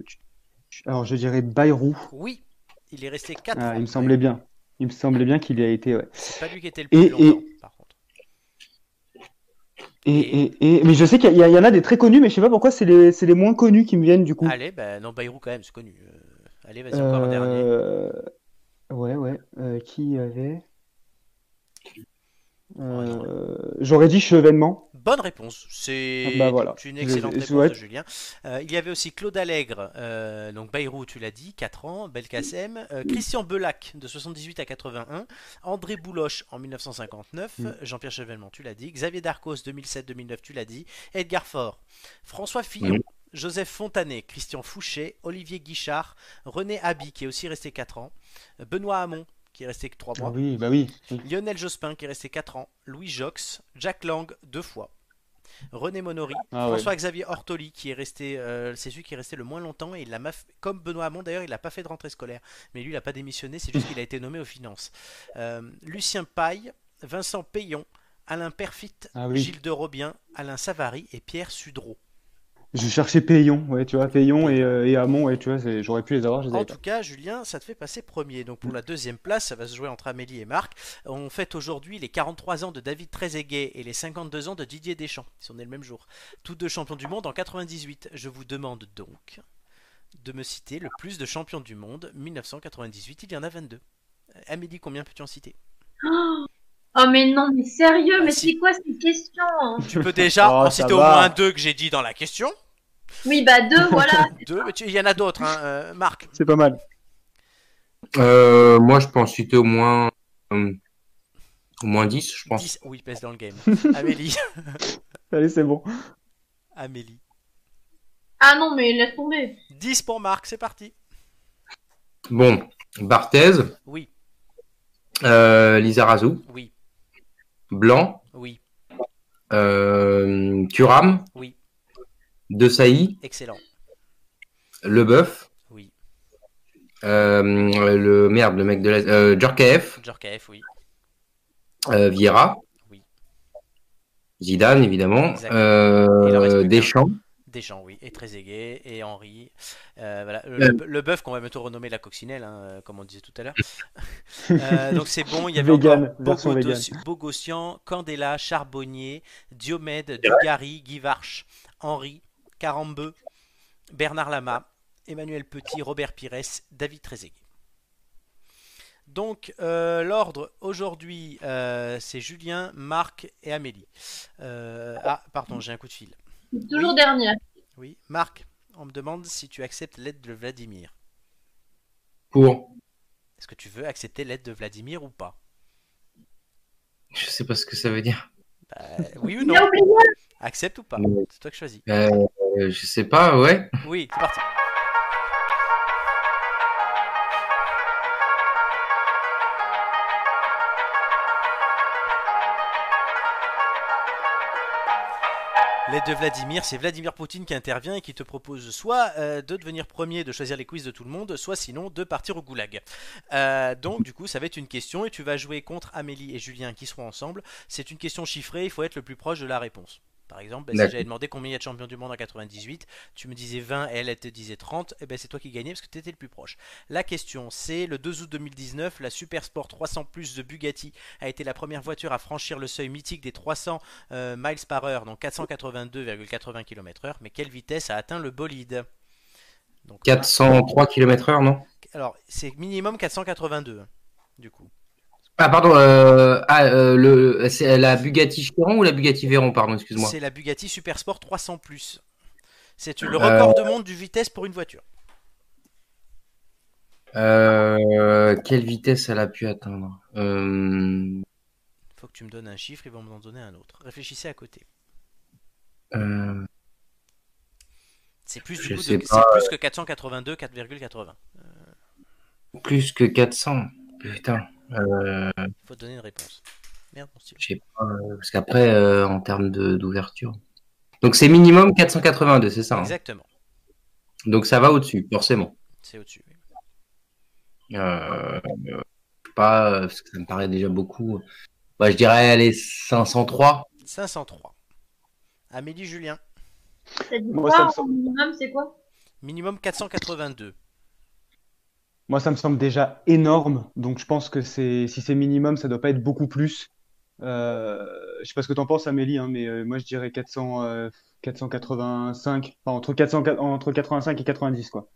Speaker 2: Alors je dirais Bayrou.
Speaker 1: Oui, il est resté 4
Speaker 2: Ah, il me semblait bien. Il me semblait bien qu'il y a été, ouais.
Speaker 1: C'est pas lui qui était le plus
Speaker 2: Et- et-
Speaker 1: longtemps, par contre.
Speaker 2: Et, et- et- Mais je sais qu'il y, a- il y en a des très connus, mais je sais pas pourquoi c'est les, c'est les moins connus qui me viennent du coup.
Speaker 1: Allez, bah non, Bayrou quand même, c'est connu. Euh, allez, vas-y, encore un dernier.
Speaker 2: Euh, Ouais, ouais. Euh, qui y avait
Speaker 1: Oh,
Speaker 2: Euh, J'aurais dit chevènement.
Speaker 1: Bonne réponse, c'est
Speaker 2: Ah bah voilà.
Speaker 1: une
Speaker 2: Je-
Speaker 1: excellente
Speaker 2: je-
Speaker 1: réponse
Speaker 2: ouais.
Speaker 1: de Julien. Euh, il y avait aussi Claude Allègre, euh, donc Bayrou, tu l'as dit, 4 ans, Belkacem, euh, Christian Belac de 78 à 81, André Bouloche en 1959,
Speaker 2: Mm.
Speaker 1: euh, Jean-Pierre Chevènement, tu l'as dit, Xavier Darcos 2007-2009, tu l'as dit, Edgar Faure, François Fillon,
Speaker 2: Mm.
Speaker 1: Joseph Fontanet, Christian Fouché, Olivier Guichard, René Habi qui est aussi resté 4 ans, Benoît Hamon qui est resté que 3
Speaker 2: Ah
Speaker 1: mois,
Speaker 2: oui, bah oui.
Speaker 1: Lionel Jospin qui est resté 4 ans, Louis Jox, Jack Lang deux fois, René Monori,
Speaker 2: Ah ouais.
Speaker 1: François-Xavier Ortoli qui est resté, euh, c'est celui qui est resté le moins longtemps et il l'a maf- comme Benoît Hamon d'ailleurs, il n'a pas fait de rentrée scolaire, mais lui il n'a pas démissionné, c'est juste qu'il a été nommé aux finances. Euh, Lucien Paille, Vincent Payon, Alain Perfit,
Speaker 2: Ah oui.
Speaker 1: Gilles de Robien, Alain Savary et Pierre Sudreau.
Speaker 2: Je cherchais Payon, ouais, tu vois, Payon et, euh, et Hamon, ouais, tu vois, c'est- j'aurais pu les avoir, je les
Speaker 1: En
Speaker 2: avais pas.
Speaker 1: Oh,
Speaker 2: Mm.
Speaker 1: tout cas, Julien, ça te fait passer premier. Donc pour la deuxième place, ça va se jouer entre Amélie et Marc. On fête aujourd'hui les 43 ans de David Trezeguet et les 52 ans de Didier Deschamps. Ils sont nés le même jour. Tous deux champions du monde en 98. Je vous demande donc de me citer le plus de champions du monde. 1998, il y en a 22. Euh, Amélie, combien peux-tu en citer
Speaker 4: Oh mais non, mais sérieux,
Speaker 1: Ah,
Speaker 4: mais
Speaker 1: si.
Speaker 4: c'est quoi cette question
Speaker 1: Tu peux déjà
Speaker 2: Oh,
Speaker 1: en
Speaker 2: ça
Speaker 1: citer au
Speaker 2: va.
Speaker 1: moins deux que j'ai dit dans la question.
Speaker 4: Oui, bah deux, voilà.
Speaker 1: Deux, mais tu- il y en a d'autres. hein. Euh, Marc,
Speaker 2: C'est pas mal.
Speaker 3: Euh, moi, je pense citer au moins, euh, au moins 10, je pense.
Speaker 1: 10. Oui, il pèse dans le game. Amélie.
Speaker 2: Allez, c'est bon.
Speaker 1: Amélie.
Speaker 4: Ah non, mais laisse tomber.
Speaker 1: 10 pour Marc, c'est parti.
Speaker 3: Bon, Barthez,
Speaker 1: Oui,
Speaker 3: euh, Lizarazu,
Speaker 1: oui.
Speaker 3: Blanc,
Speaker 1: Oui,
Speaker 3: euh, Thuram,
Speaker 1: Oui.
Speaker 3: De Sailly,
Speaker 1: excellent.
Speaker 3: Leboeuf,
Speaker 1: Oui,
Speaker 3: euh, le merde, le mec de la, euh, Djorkaeff,
Speaker 1: Djorkaeff, oui.
Speaker 3: euh, Vieira,
Speaker 1: Oui.
Speaker 3: Zidane, évidemment,
Speaker 1: Exact.
Speaker 3: euh,
Speaker 1: Il en reste plus qu'un.
Speaker 3: Deschamps,
Speaker 1: Deschamps, oui. Et Trezeguet, et Henri. Euh, voilà. Le,
Speaker 3: Euh.
Speaker 1: le bœuf qu'on va bientôt renommer la coccinelle, hein, euh, comme on disait tout à l'heure. Euh, donc c'est bon, il y avait
Speaker 2: Vegan,
Speaker 1: encore
Speaker 2: version
Speaker 1: Bogodos-
Speaker 2: vegan.
Speaker 1: Bogossian, Candela, Charbonnier, Diomède, Dugarry, Guy Varche, Henri, Carambeu, Bernard Lama, Emmanuel Petit, Robert Pires, David Trezeguet. Donc euh, l'ordre aujourd'hui, euh, c'est Julien, Marc et Amélie. Euh, ah, pardon, j'ai un coup de fil.
Speaker 4: C'est toujours dernière.
Speaker 1: Oui, Marc, on me demande si tu acceptes l'aide de Vladimir.
Speaker 3: pour,
Speaker 1: Est-ce que tu veux accepter l'aide de Vladimir ou pas
Speaker 3: je sais pas ce que ça veut dire.
Speaker 1: Euh, Oui ou
Speaker 4: Il a
Speaker 1: non
Speaker 4: oublié.
Speaker 1: Accepte ou pas
Speaker 3: Non.
Speaker 1: C'est toi qui choisis.
Speaker 3: Euh, je sais pas, ouais.
Speaker 1: Oui, c'est parti. L'aide de Vladimir, c'est Vladimir Poutine qui intervient et qui te propose soit euh, de devenir premier, de choisir les quiz de tout le monde, soit sinon de partir au goulag. Euh, donc du coup, ça va être une question et tu vas jouer contre Amélie et Julien qui seront ensemble. C'est une question chiffrée, il faut être le plus proche de la réponse. Par exemple, ben, si
Speaker 3: D'accord.
Speaker 1: j'avais demandé combien il y a de champions du monde en 98, tu me disais 20 et elle, elle te disait 30, et ben c'est toi qui gagnais parce que tu étais le plus proche. La question, c'est le 2 août 2019, la Super Sport 300 Plus de Bugatti a été la première voiture à franchir le seuil mythique des 300 euh, miles par heure, donc 482,80 km/h. Mais quelle vitesse a atteint le bolide donc, euh,
Speaker 3: 403 km heure, non?
Speaker 1: Alors, c'est minimum 482, hein, du coup.
Speaker 3: Ah, pardon, euh, ah, euh, le, c'est la Bugatti Chiron ou la Bugatti Veyron, pardon, excuse-moi.
Speaker 1: C'est la Bugatti Super Sport 300 Plus. C'est le record de monde du vitesse pour une voiture.
Speaker 3: Euh, quelle vitesse elle a pu atteindre? Euh,
Speaker 1: Faut que tu me donnes un chiffre, ils vont m'en donner un autre. Réfléchissez à côté.
Speaker 3: euh,
Speaker 1: C'est plus, du
Speaker 3: Je
Speaker 1: coup, de-
Speaker 3: sais
Speaker 1: c'est
Speaker 3: pas,
Speaker 1: plus que 482, 4,80.
Speaker 3: plus que 400. Putain. Euh,
Speaker 1: Faut donner une réponse. Merde, mon stylo.
Speaker 3: je sais pas, euh, parce qu'après, euh, en termes de- d'ouverture. Donc c'est minimum 482, c'est ça. hein
Speaker 1: Exactement.
Speaker 3: Donc ça va au-dessus, forcément.
Speaker 1: C'est au-dessus. oui.
Speaker 3: Euh, euh, pas, euh, parce que ça me paraît déjà beaucoup. Bah, je dirais, allez, 503.
Speaker 1: 503. Amélie Julien.
Speaker 4: T'as dit
Speaker 2: Moi,
Speaker 4: quoi,
Speaker 2: ça me
Speaker 4: en
Speaker 2: semble-
Speaker 4: minimum, c'est quoi
Speaker 1: Minimum 482.
Speaker 2: Moi, ça me semble déjà énorme. Donc, je pense que c'est si c'est minimum, ça doit pas être beaucoup plus. Euh, je sais pas ce que t'en penses, Amélie, hein, mais euh, moi, je dirais 400, euh, 485. Enfin, entre 400, entre 85 et 90, quoi.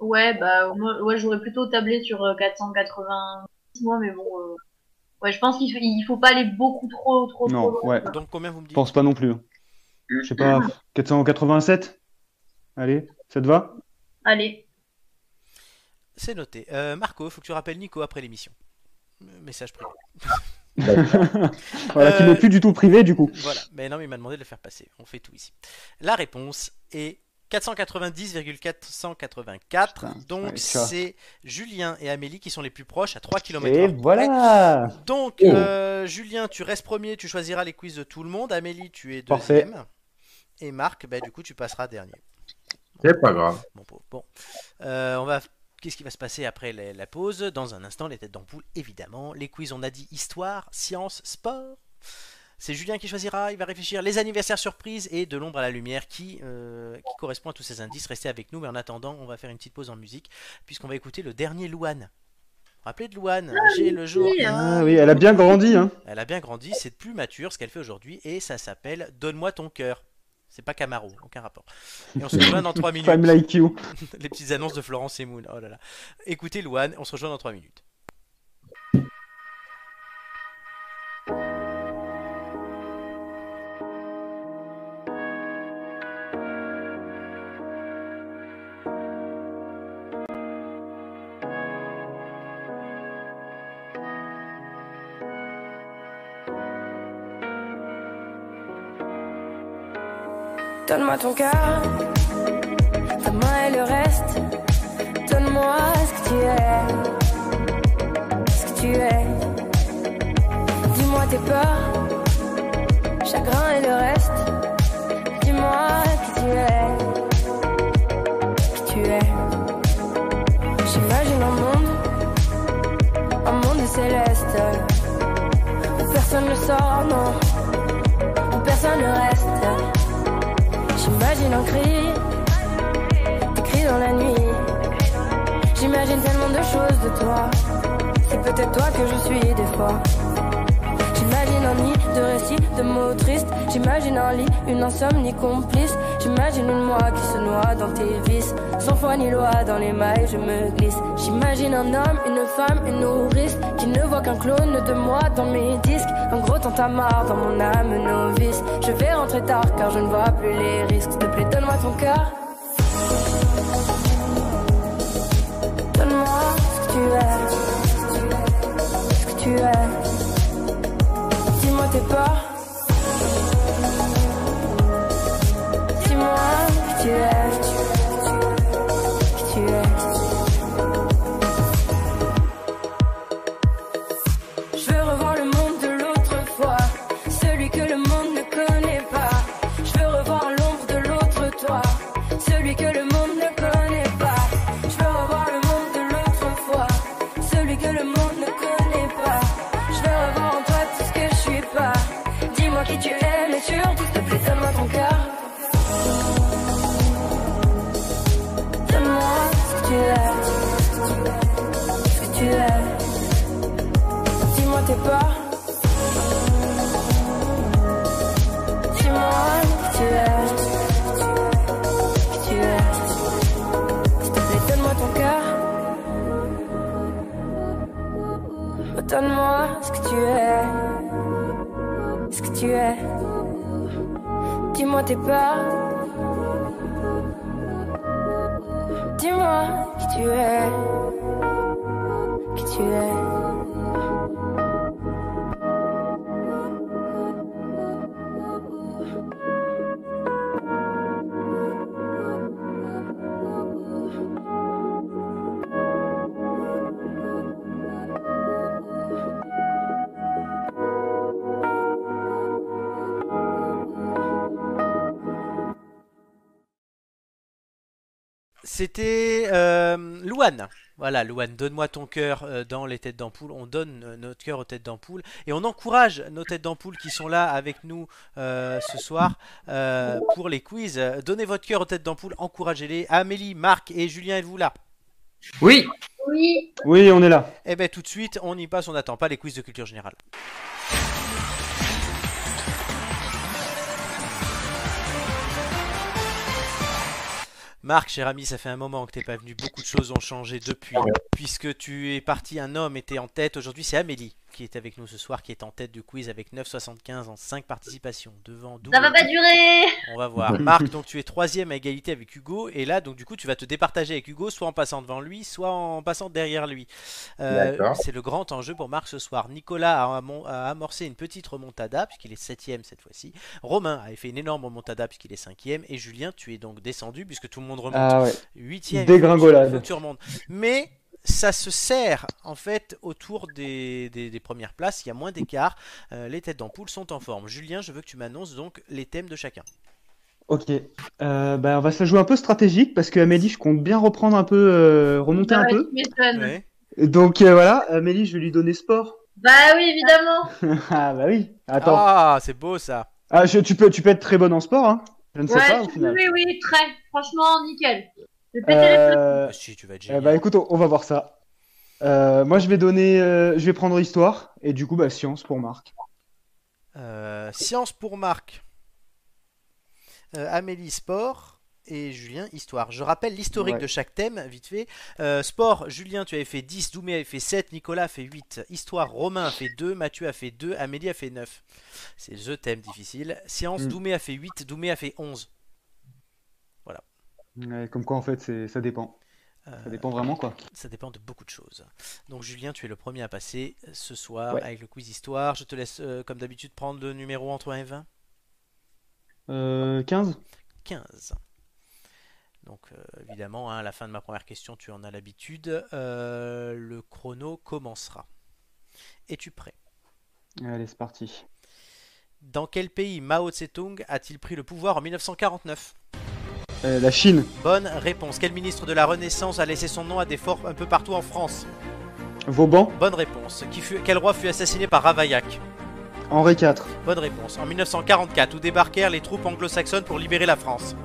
Speaker 4: Ouais, bah, moi, ouais, j'aurais plutôt tablé sur euh, 490, moi, mais bon. euh, Ouais, je pense qu'il faut, il faut pas aller beaucoup trop, trop,
Speaker 2: Non,
Speaker 4: trop.
Speaker 2: ouais.
Speaker 1: Donc combien vous me dites
Speaker 2: Je pense pas non plus. hein. Je sais pas, 487? Allez, ça te va?
Speaker 4: Allez.
Speaker 1: C'est noté. Euh, Marco, faut que tu rappelles Nico après l'émission. Euh, Message privé.
Speaker 2: Voilà, qui
Speaker 1: Euh,
Speaker 2: n'est plus du tout privé, du coup.
Speaker 1: Voilà. Mais non, mais il m'a demandé de le faire passer. On fait tout ici. La réponse est 490,484. Donc
Speaker 2: ouais, ça.
Speaker 1: c'est Julien et Amélie qui sont les plus proches à 3 km.
Speaker 2: Et voilà!
Speaker 1: Donc,
Speaker 3: Oh.
Speaker 1: euh, Julien, tu restes premier, tu choisiras les quiz de tout le monde. Amélie, tu es
Speaker 2: Parfait.
Speaker 1: deuxième. Et Marc, bah, du coup, tu passeras dernier.
Speaker 3: C'est pas grave.
Speaker 1: Mon pauvre. Bon, Euh, on va. Qu'est-ce qui va se passer après la, la pause Dans un instant, les têtes d'ampoule, évidemment. Les quiz, on a dit histoire, science, sport. C'est Julien qui choisira, il va réfléchir. Les anniversaires surprises et de l'ombre à la lumière qui, euh, qui correspond à tous ces indices. Restez avec nous, mais en attendant, on va faire une petite pause en musique puisqu'on va écouter le dernier Louane. Vous vous rappelez de Louane J'ai le jour.
Speaker 4: oui.
Speaker 2: Ah oui, elle a bien grandi, hein.
Speaker 1: Elle a bien grandi, c'est plus mature ce qu'elle fait aujourd'hui et ça s'appelle Donne-moi ton cœur. C'est pas Camaro, aucun rapport. Et on se rejoint dans 3 minutes.
Speaker 2: Femme like you.
Speaker 1: Les petites annonces de Florence et Moon. Oh là là. Écoutez Louane, on se rejoint dans 3 minutes.
Speaker 10: Donne-moi ton cœur, donne-moi et le reste. Donne-moi ce que tu es, ce que tu es. Dis-moi tes peurs, chagrin et le reste. Dis-moi qui tu es, qui tu es. J'imagine un monde, un monde céleste. Où personne ne sort, non, où personne ne reste. J'imagine un cri, des cris dans la nuit. J'imagine tellement de choses de toi. C'est peut-être toi que je suis des fois. J'imagine un nid de récits, de mots tristes. J'imagine un lit, une insomnie complice. J'imagine une moi qui se noie dans tes vices. Sans foi ni loi, dans les mailles je me glisse. J'imagine un homme, une femme, une nourrice. Qui ne voit qu'un clone de moi dans mes disques. Un gros tantamar dans mon âme novice. Je vais rentrer tard car je ne vois plus les risques. S'il te plaît, donne-moi ton cœur. Donne-moi ce que tu es. Ce que tu es. Dis-moi tes peurs. Dis-moi qui tu es. Qui tu es. Je veux revoir le monde de l'autre fois. Celui que le monde ne connaît pas. Je veux revoir l'ombre de l'autre toi. Celui que le monde ne connaît pas. Je veux revoir le monde de l'autre fois. Celui que le monde ne connaît pas. Je veux revoir en toi tout ce que je suis pas. Dis-moi qui tu es, mais surtout s'il te plaît, donne-moi ton cœur. Donne-moi ce que tu es. Ce que tu es. Dis-moi tes peurs. Dis-moi qui tu es. Qui tu es. S'il te plaît, donne-moi ton cœur. Donne-moi ce que tu es. Ce que tu es. Dis-moi tes peurs. Dis-moi qui tu es. Qui tu es.
Speaker 1: C'était euh, Louane. Voilà, Louane, donne-moi ton cœur euh, dans les têtes d'ampoule. On donne euh, notre cœur aux têtes d'ampoule. Et on encourage nos têtes d'ampoule qui sont là avec nous euh, ce soir euh, pour les quiz. Euh, Donnez votre cœur aux têtes d'ampoule, encouragez-les. Amélie, Marc et Julien, êtes-vous là
Speaker 3: Oui
Speaker 4: Oui.
Speaker 2: Oui, on est là.
Speaker 1: Eh bien, tout de suite, on y passe, on n'attend pas les quiz de culture générale. Marc, cher ami, ça fait un moment que t'es pas venu. Beaucoup de choses ont changé depuis. Puisque tu es parti, un homme était en tête. Aujourd'hui, c'est Amélie qui est avec nous ce soir, qui est en tête du quiz avec 9,75 en 5 participations. Devant 12.
Speaker 4: Ça va pas durer
Speaker 1: On va voir. Marc, donc tu es troisième à égalité avec Hugo. Et là, donc du coup, tu vas te départager avec Hugo, soit en passant devant lui, soit en passant derrière lui. Euh,
Speaker 3: D'accord.
Speaker 1: c'est le grand enjeu pour Marc ce soir. Nicolas a, amon- a amorcé une petite remontada, puisqu'il est septième cette fois-ci. Romain a fait une énorme remontada, puisqu'il est cinquième. Et Julien, tu es donc descendu, puisque tout le monde remonte.
Speaker 2: Ah ouais.
Speaker 1: Huitième.
Speaker 2: Dégringolade.
Speaker 1: Faut que tu remontes. Mais ça se serre en fait autour des, des- des premières places. Il y a moins d'écart. Euh, les têtes d'ampoule sont en forme. Julien, je veux que tu m'annonces donc les thèmes de chacun.
Speaker 2: Ok. Euh, bah, on va se la jouer un peu stratégique parce que Amélie, je compte bien reprendre un peu, euh, remonter un
Speaker 4: Ouais,
Speaker 2: peu.
Speaker 4: Bah, tu m'étonnes.
Speaker 1: Ouais.
Speaker 2: Donc euh, voilà, Amélie, je vais lui donner sport.
Speaker 4: Bah oui, évidemment.
Speaker 2: ah bah oui. Attends.
Speaker 1: Ah, c'est beau ça.
Speaker 2: Ah, je- tu peux, tu peux être très bonne en sport, hein. Je ne sais
Speaker 4: ouais,
Speaker 2: pas au
Speaker 4: oui,
Speaker 2: final.
Speaker 4: oui, oui, très. Franchement, nickel. Je vais péter les
Speaker 2: Euh,
Speaker 1: Bah, si tu vas être
Speaker 2: eh
Speaker 1: génial.
Speaker 2: bah écoute, on, on va voir ça. Euh, moi, je vais donner, euh, je vais prendre histoire et du coup, bah science pour Marc.
Speaker 1: Euh, science pour Marc. Euh, Amélie, sport. Et Julien, histoire. Je rappelle l'historique
Speaker 2: Ouais.
Speaker 1: de chaque thème, vite fait. Euh, sport, Julien, tu avais fait 10, Doumé avait fait 7, Nicolas a fait 8. Histoire, Romain a fait 2, Mathieu a fait 2, Amélie a fait 9. C'est le thème difficile. Science,
Speaker 2: Mm.
Speaker 1: Doumé a fait 8, Doumé a fait 11.
Speaker 2: Ouais, comme quoi, en fait, c'est, ça dépend.
Speaker 1: Euh,
Speaker 2: Ça dépend vraiment quoi.
Speaker 1: ça dépend de beaucoup de choses. Donc Julien, tu es le premier à passer ce soir
Speaker 2: Ouais.
Speaker 1: avec le quiz histoire. Je te laisse, euh, comme d'habitude, prendre le numéro entre 1 et 20.
Speaker 2: Euh, 15.
Speaker 1: 15. Donc euh, évidemment, hein, à la fin de ma première question, tu en as l'habitude. Euh, le chrono commencera. Es-tu prêt
Speaker 2: Allez, c'est parti.
Speaker 1: Dans quel pays Mao Tse-tung a-t-il pris le pouvoir en 1949
Speaker 2: Euh, la Chine,
Speaker 1: Bonne réponse. Quel ministre de la Renaissance a laissé son nom à des forts un peu partout en France
Speaker 2: Vauban,
Speaker 1: Bonne réponse. Qui fut- quel roi fut assassiné par Ravaillac
Speaker 2: Henri IV,
Speaker 1: Bonne réponse. En 1944, où débarquèrent les troupes anglo-saxonnes pour libérer la France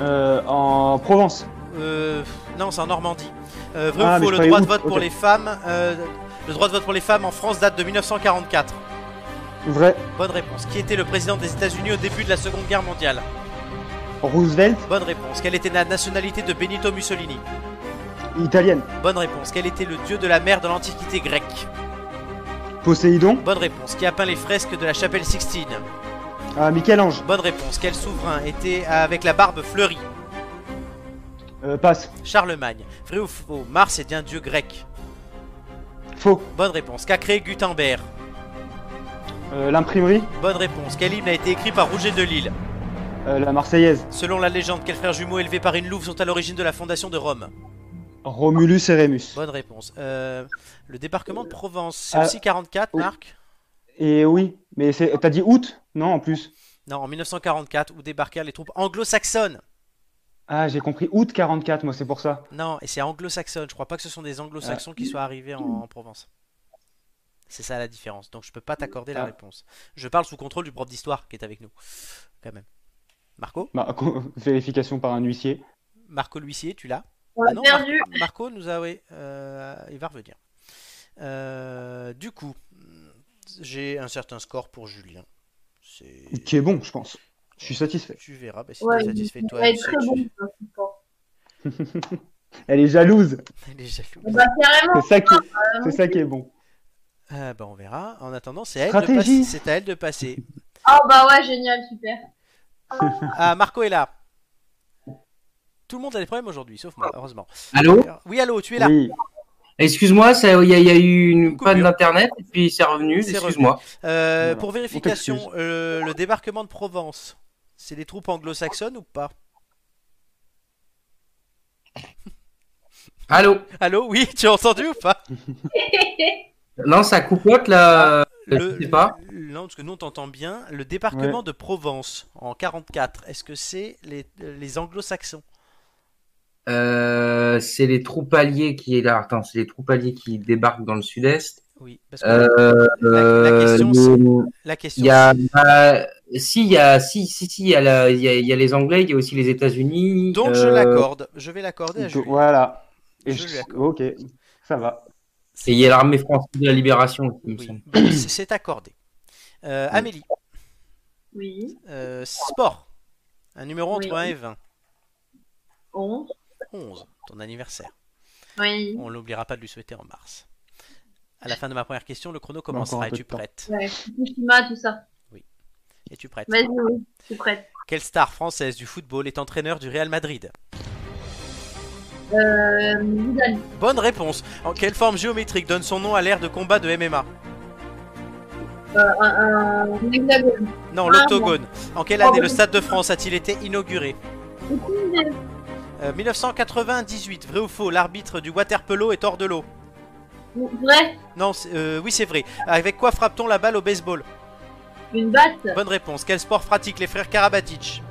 Speaker 2: euh, en Provence.
Speaker 1: Euh, non, c'est en Normandie. Euh, vrai ou
Speaker 2: Ah, mais
Speaker 1: faux,
Speaker 2: je
Speaker 1: le
Speaker 2: croyais
Speaker 1: droit
Speaker 2: où
Speaker 1: de vote pour
Speaker 2: Ok.
Speaker 1: les femmes. euh, le droit de vote pour les femmes en France date de 1944.
Speaker 2: Vrai.
Speaker 1: Bonne réponse. Qui était le président des États-Unis au début de la Seconde Guerre mondiale
Speaker 2: Roosevelt,
Speaker 1: Bonne réponse. Quelle était la nationalité de Benito Mussolini
Speaker 2: italienne.
Speaker 1: Bonne réponse. Quel était le dieu de la mer dans l'Antiquité grecque
Speaker 2: Poséidon,
Speaker 1: Bonne réponse. Qui a peint les fresques de la chapelle Sixtine
Speaker 2: ah, Michel-Ange,
Speaker 1: Bonne réponse. Quel souverain était avec la barbe fleurie
Speaker 2: euh, passe.
Speaker 1: Charlemagne. Vrai ou faux Mars est un dieu grec.
Speaker 2: Faux.
Speaker 1: Bonne réponse. Qu'a créé Gutenberg
Speaker 2: Euh, L'imprimerie,
Speaker 1: Bonne réponse. Quel hymne a été écrit par Rouget de Lille
Speaker 2: euh, la Marseillaise.
Speaker 1: Selon la légende, quels frères jumeaux élevés par une louve sont à l'origine de la fondation de Rome
Speaker 2: Romulus et Rémus.
Speaker 1: Bonne réponse. Euh, le débarquement de Provence, c'est
Speaker 2: Ah.
Speaker 1: aussi 44,
Speaker 2: Oui.
Speaker 1: Marc
Speaker 2: Et oui, mais c'est- t'as dit août? Non, en plus.
Speaker 1: Non, en 1944, où débarquèrent les troupes anglo-saxonnes.
Speaker 2: Ah, j'ai compris août 44, moi, c'est pour ça.
Speaker 1: Non, et c'est anglo-saxonne. Je crois pas que ce sont des anglo-saxons
Speaker 2: Ah.
Speaker 1: qui soient arrivés en, en Provence. C'est ça la différence. Donc je peux pas t'accorder la
Speaker 2: Ah.
Speaker 1: réponse. Je parle sous contrôle du prof d'histoire qui est avec nous. Quand même. Marco
Speaker 2: Bah, vérification par un huissier.
Speaker 1: Marco l'huissier, tu l'as
Speaker 4: On
Speaker 1: Ah
Speaker 4: a
Speaker 1: non,
Speaker 4: perdu.
Speaker 1: Marco, Marco nous a. ouais, euh, il va revenir. Euh, du coup, j'ai un certain score pour Julien. C'est.
Speaker 2: Qui est bon, je pense. Je suis satisfait.
Speaker 1: Tu verras, bah, si
Speaker 4: Ouais,
Speaker 1: t'es satisfait, toi,
Speaker 4: Ouais,
Speaker 1: tu sais,
Speaker 4: très
Speaker 1: tu-
Speaker 4: bon. ça, c'est bon.
Speaker 2: Elle est jalouse.
Speaker 1: Elle est jalouse.
Speaker 4: Bah, carrément.
Speaker 2: C'est ça qui est,
Speaker 1: Ah,
Speaker 2: c'est ça qui est bon.
Speaker 1: Euh, bah, on verra. En attendant, c'est à, elle de
Speaker 2: Stratégie.
Speaker 1: passer- c'est à elle de passer.
Speaker 4: Oh, bah ouais, génial, super.
Speaker 1: Ah, Marco est là. Tout le monde a des problèmes aujourd'hui, sauf moi, heureusement.
Speaker 3: Allô
Speaker 1: Oui, allô, tu es là.
Speaker 2: Oui.
Speaker 3: Excuse-moi, ça- il y, a- il y a eu une
Speaker 1: Coupure.
Speaker 3: panne d'internet et puis c'est revenu.
Speaker 1: C'est
Speaker 3: Excuse-moi.
Speaker 1: Euh,
Speaker 2: Voilà.
Speaker 1: Pour
Speaker 2: On
Speaker 1: vérification,
Speaker 2: t'excuse.
Speaker 1: euh, le débarquement de Provence, c'est des troupes anglo-saxonnes ou pas
Speaker 3: Allô
Speaker 1: Allô, oui, tu as entendu ou pas
Speaker 3: Non, ça coupote là.
Speaker 1: Ah,
Speaker 3: euh,
Speaker 1: le,
Speaker 3: je sais pas.
Speaker 1: le- Non, parce que nous on t'entend bien. Le débarquement de Provence en 44, est-ce que c'est les, les anglo-saxons
Speaker 3: Euh, c'est les troupes alliées qui est là. Attends, c'est les troupes alliées qui débarquent dans le sud-est.
Speaker 1: Oui, parce que
Speaker 3: Euh,
Speaker 1: la, la question,
Speaker 3: le-
Speaker 1: c'est- la question,
Speaker 3: Il y a, euh, si, il y a, si, si, si, il y a, la- il y a, il y a les Anglais, il y a aussi les États-Unis.
Speaker 1: c'est- donc je
Speaker 3: euh,
Speaker 1: l'accorde, je vais l'accorder à
Speaker 2: Donc,
Speaker 1: Julien.
Speaker 2: Voilà. Et
Speaker 1: Je
Speaker 2: je-
Speaker 1: lui accorde.
Speaker 2: Ok, ça va.
Speaker 3: Et il y a l'armée française de la libération aussi, il me
Speaker 1: Oui.
Speaker 3: semble.
Speaker 1: Bon, c'est- c'est accordé. Euh, Amélie,
Speaker 4: Oui.
Speaker 1: euh, sport. Un numéro entre
Speaker 4: Oui.
Speaker 1: 1 et 20.
Speaker 4: 11.
Speaker 1: 11, ton anniversaire.
Speaker 4: Oui.
Speaker 1: On l'oubliera pas de lui souhaiter en mars. À la fin de ma première question, le chrono commencera.
Speaker 2: encore un peu
Speaker 1: Es-tu
Speaker 2: de temps.
Speaker 1: prête
Speaker 4: Ouais. Fukushima, tout ça.
Speaker 1: Es-tu prête
Speaker 4: Vas-y, oui. Je suis prête.
Speaker 1: Quelle star française du football est entraîneur du Real Madrid
Speaker 4: Euh, Zidane.
Speaker 1: Bonne réponse. En quelle forme géométrique donne son nom à l'ère de combat de MMA
Speaker 4: Euh, un, un, un hexagone.
Speaker 1: Non,
Speaker 4: Ah,
Speaker 1: l'octogone. En quelle
Speaker 4: Oh,
Speaker 1: année le
Speaker 4: oui.
Speaker 1: Stade de France a-t-il été inauguré
Speaker 4: Aucune idée.
Speaker 1: Euh, 1998, vrai ou faux, l'arbitre du waterpolo est hors de l'eau.
Speaker 4: Vrai.
Speaker 1: Non, c'est- euh, oui c'est vrai. Avec quoi frappe-t-on la balle au baseball
Speaker 4: Une batte.
Speaker 1: Bonne réponse. Quel sport pratiquent les frères Karabatic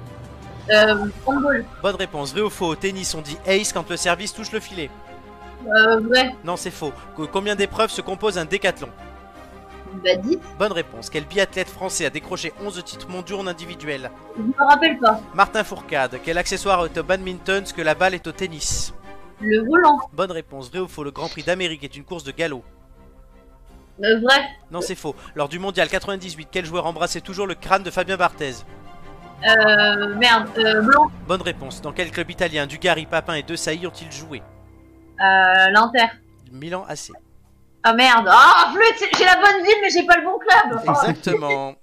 Speaker 4: Euh, handball.
Speaker 1: Bonne réponse. Vrai ou faux, au tennis on dit ace quand le service touche le filet.
Speaker 4: Euh, vrai.
Speaker 1: Non, c'est faux. Co- Combien d'épreuves se compose un décathlon
Speaker 4: Bah, 10.
Speaker 1: Bonne réponse. Quel biathlète français a décroché 11 titres mondiaux en individuel
Speaker 4: Je me rappelle pas.
Speaker 1: Martin Fourcade. Quel accessoire est au badminton ce que la balle est au tennis
Speaker 4: Le volant.
Speaker 1: Bonne réponse. Vrai ou faux, le Grand Prix d'Amérique est une course de galop
Speaker 4: Euh, vrai.
Speaker 1: Non, c'est faux. Lors du mondial 98, quel joueur embrassait toujours le crâne de Fabien Barthez
Speaker 4: Euh, merde. Euh, blanc.
Speaker 1: Bonne réponse. Dans quel club italien Dugarry, Papin et De Sailly ont-ils joué
Speaker 4: Euh, l'Inter.
Speaker 1: Milan AC.
Speaker 4: Ah merde. Ah, flûte. J'ai la bonne ville, mais j'ai pas le bon club. Oh,
Speaker 1: Exactement.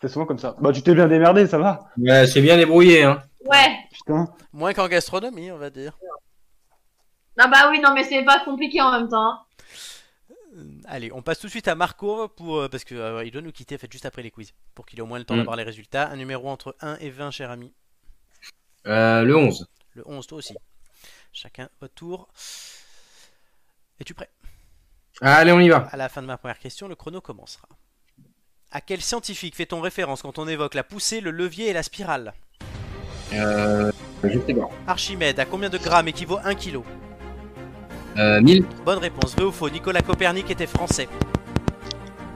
Speaker 2: C'est souvent comme ça. Bah, tu t'es bien démerdé, ça va.
Speaker 3: Ouais, c'est bien débrouillé. Hein.
Speaker 4: ouais.
Speaker 2: Putain.
Speaker 1: Moins qu'en gastronomie, on va dire.
Speaker 4: Ah bah oui, non, mais c'est pas compliqué en même temps. hein.
Speaker 1: Euh, Allez, on passe tout de suite à Marco pour euh, parce que euh, il doit nous quitter en fait juste après les quiz pour qu'il ait au moins le temps
Speaker 3: Mm.
Speaker 1: d'avoir les résultats. Un numéro entre 1 et 20, cher ami.
Speaker 3: Euh, le 11.
Speaker 1: Le 11 toi aussi. Chacun votre tour. Es-tu prêt
Speaker 3: Allez, on y va.
Speaker 1: À la fin de ma première question, le chrono commencera. À quel scientifique fait-on référence quand on évoque la poussée, le levier et la spirale
Speaker 3: Euh, je sais pas.
Speaker 1: Archimède, à combien de grammes équivaut 1 kg
Speaker 3: Euh, 1000.
Speaker 1: Bonne réponse, vrai ou faux Nicolas Copernic était français.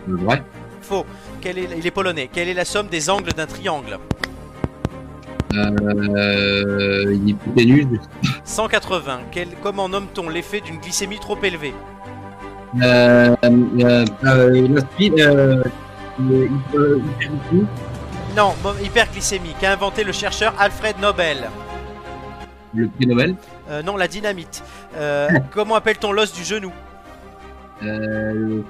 Speaker 3: Le vrai.
Speaker 1: Faux. Quel est, il est polonais. Quelle est la somme des angles d'un triangle
Speaker 3: Euh, il est plus nul.
Speaker 1: 180. Quel, comment nomme-t-on l'effet d'une glycémie trop élevée
Speaker 3: Euh, euh, euh, la speed, euh, euh, euh, euh,
Speaker 1: Non, mo- hyperglycémie. Qu'a inventé le chercheur Alfred Nobel
Speaker 3: le prix Nobel.
Speaker 1: Euh, Non, la dynamite. Euh, comment appelle-t-on l'os du genou
Speaker 3: Euh,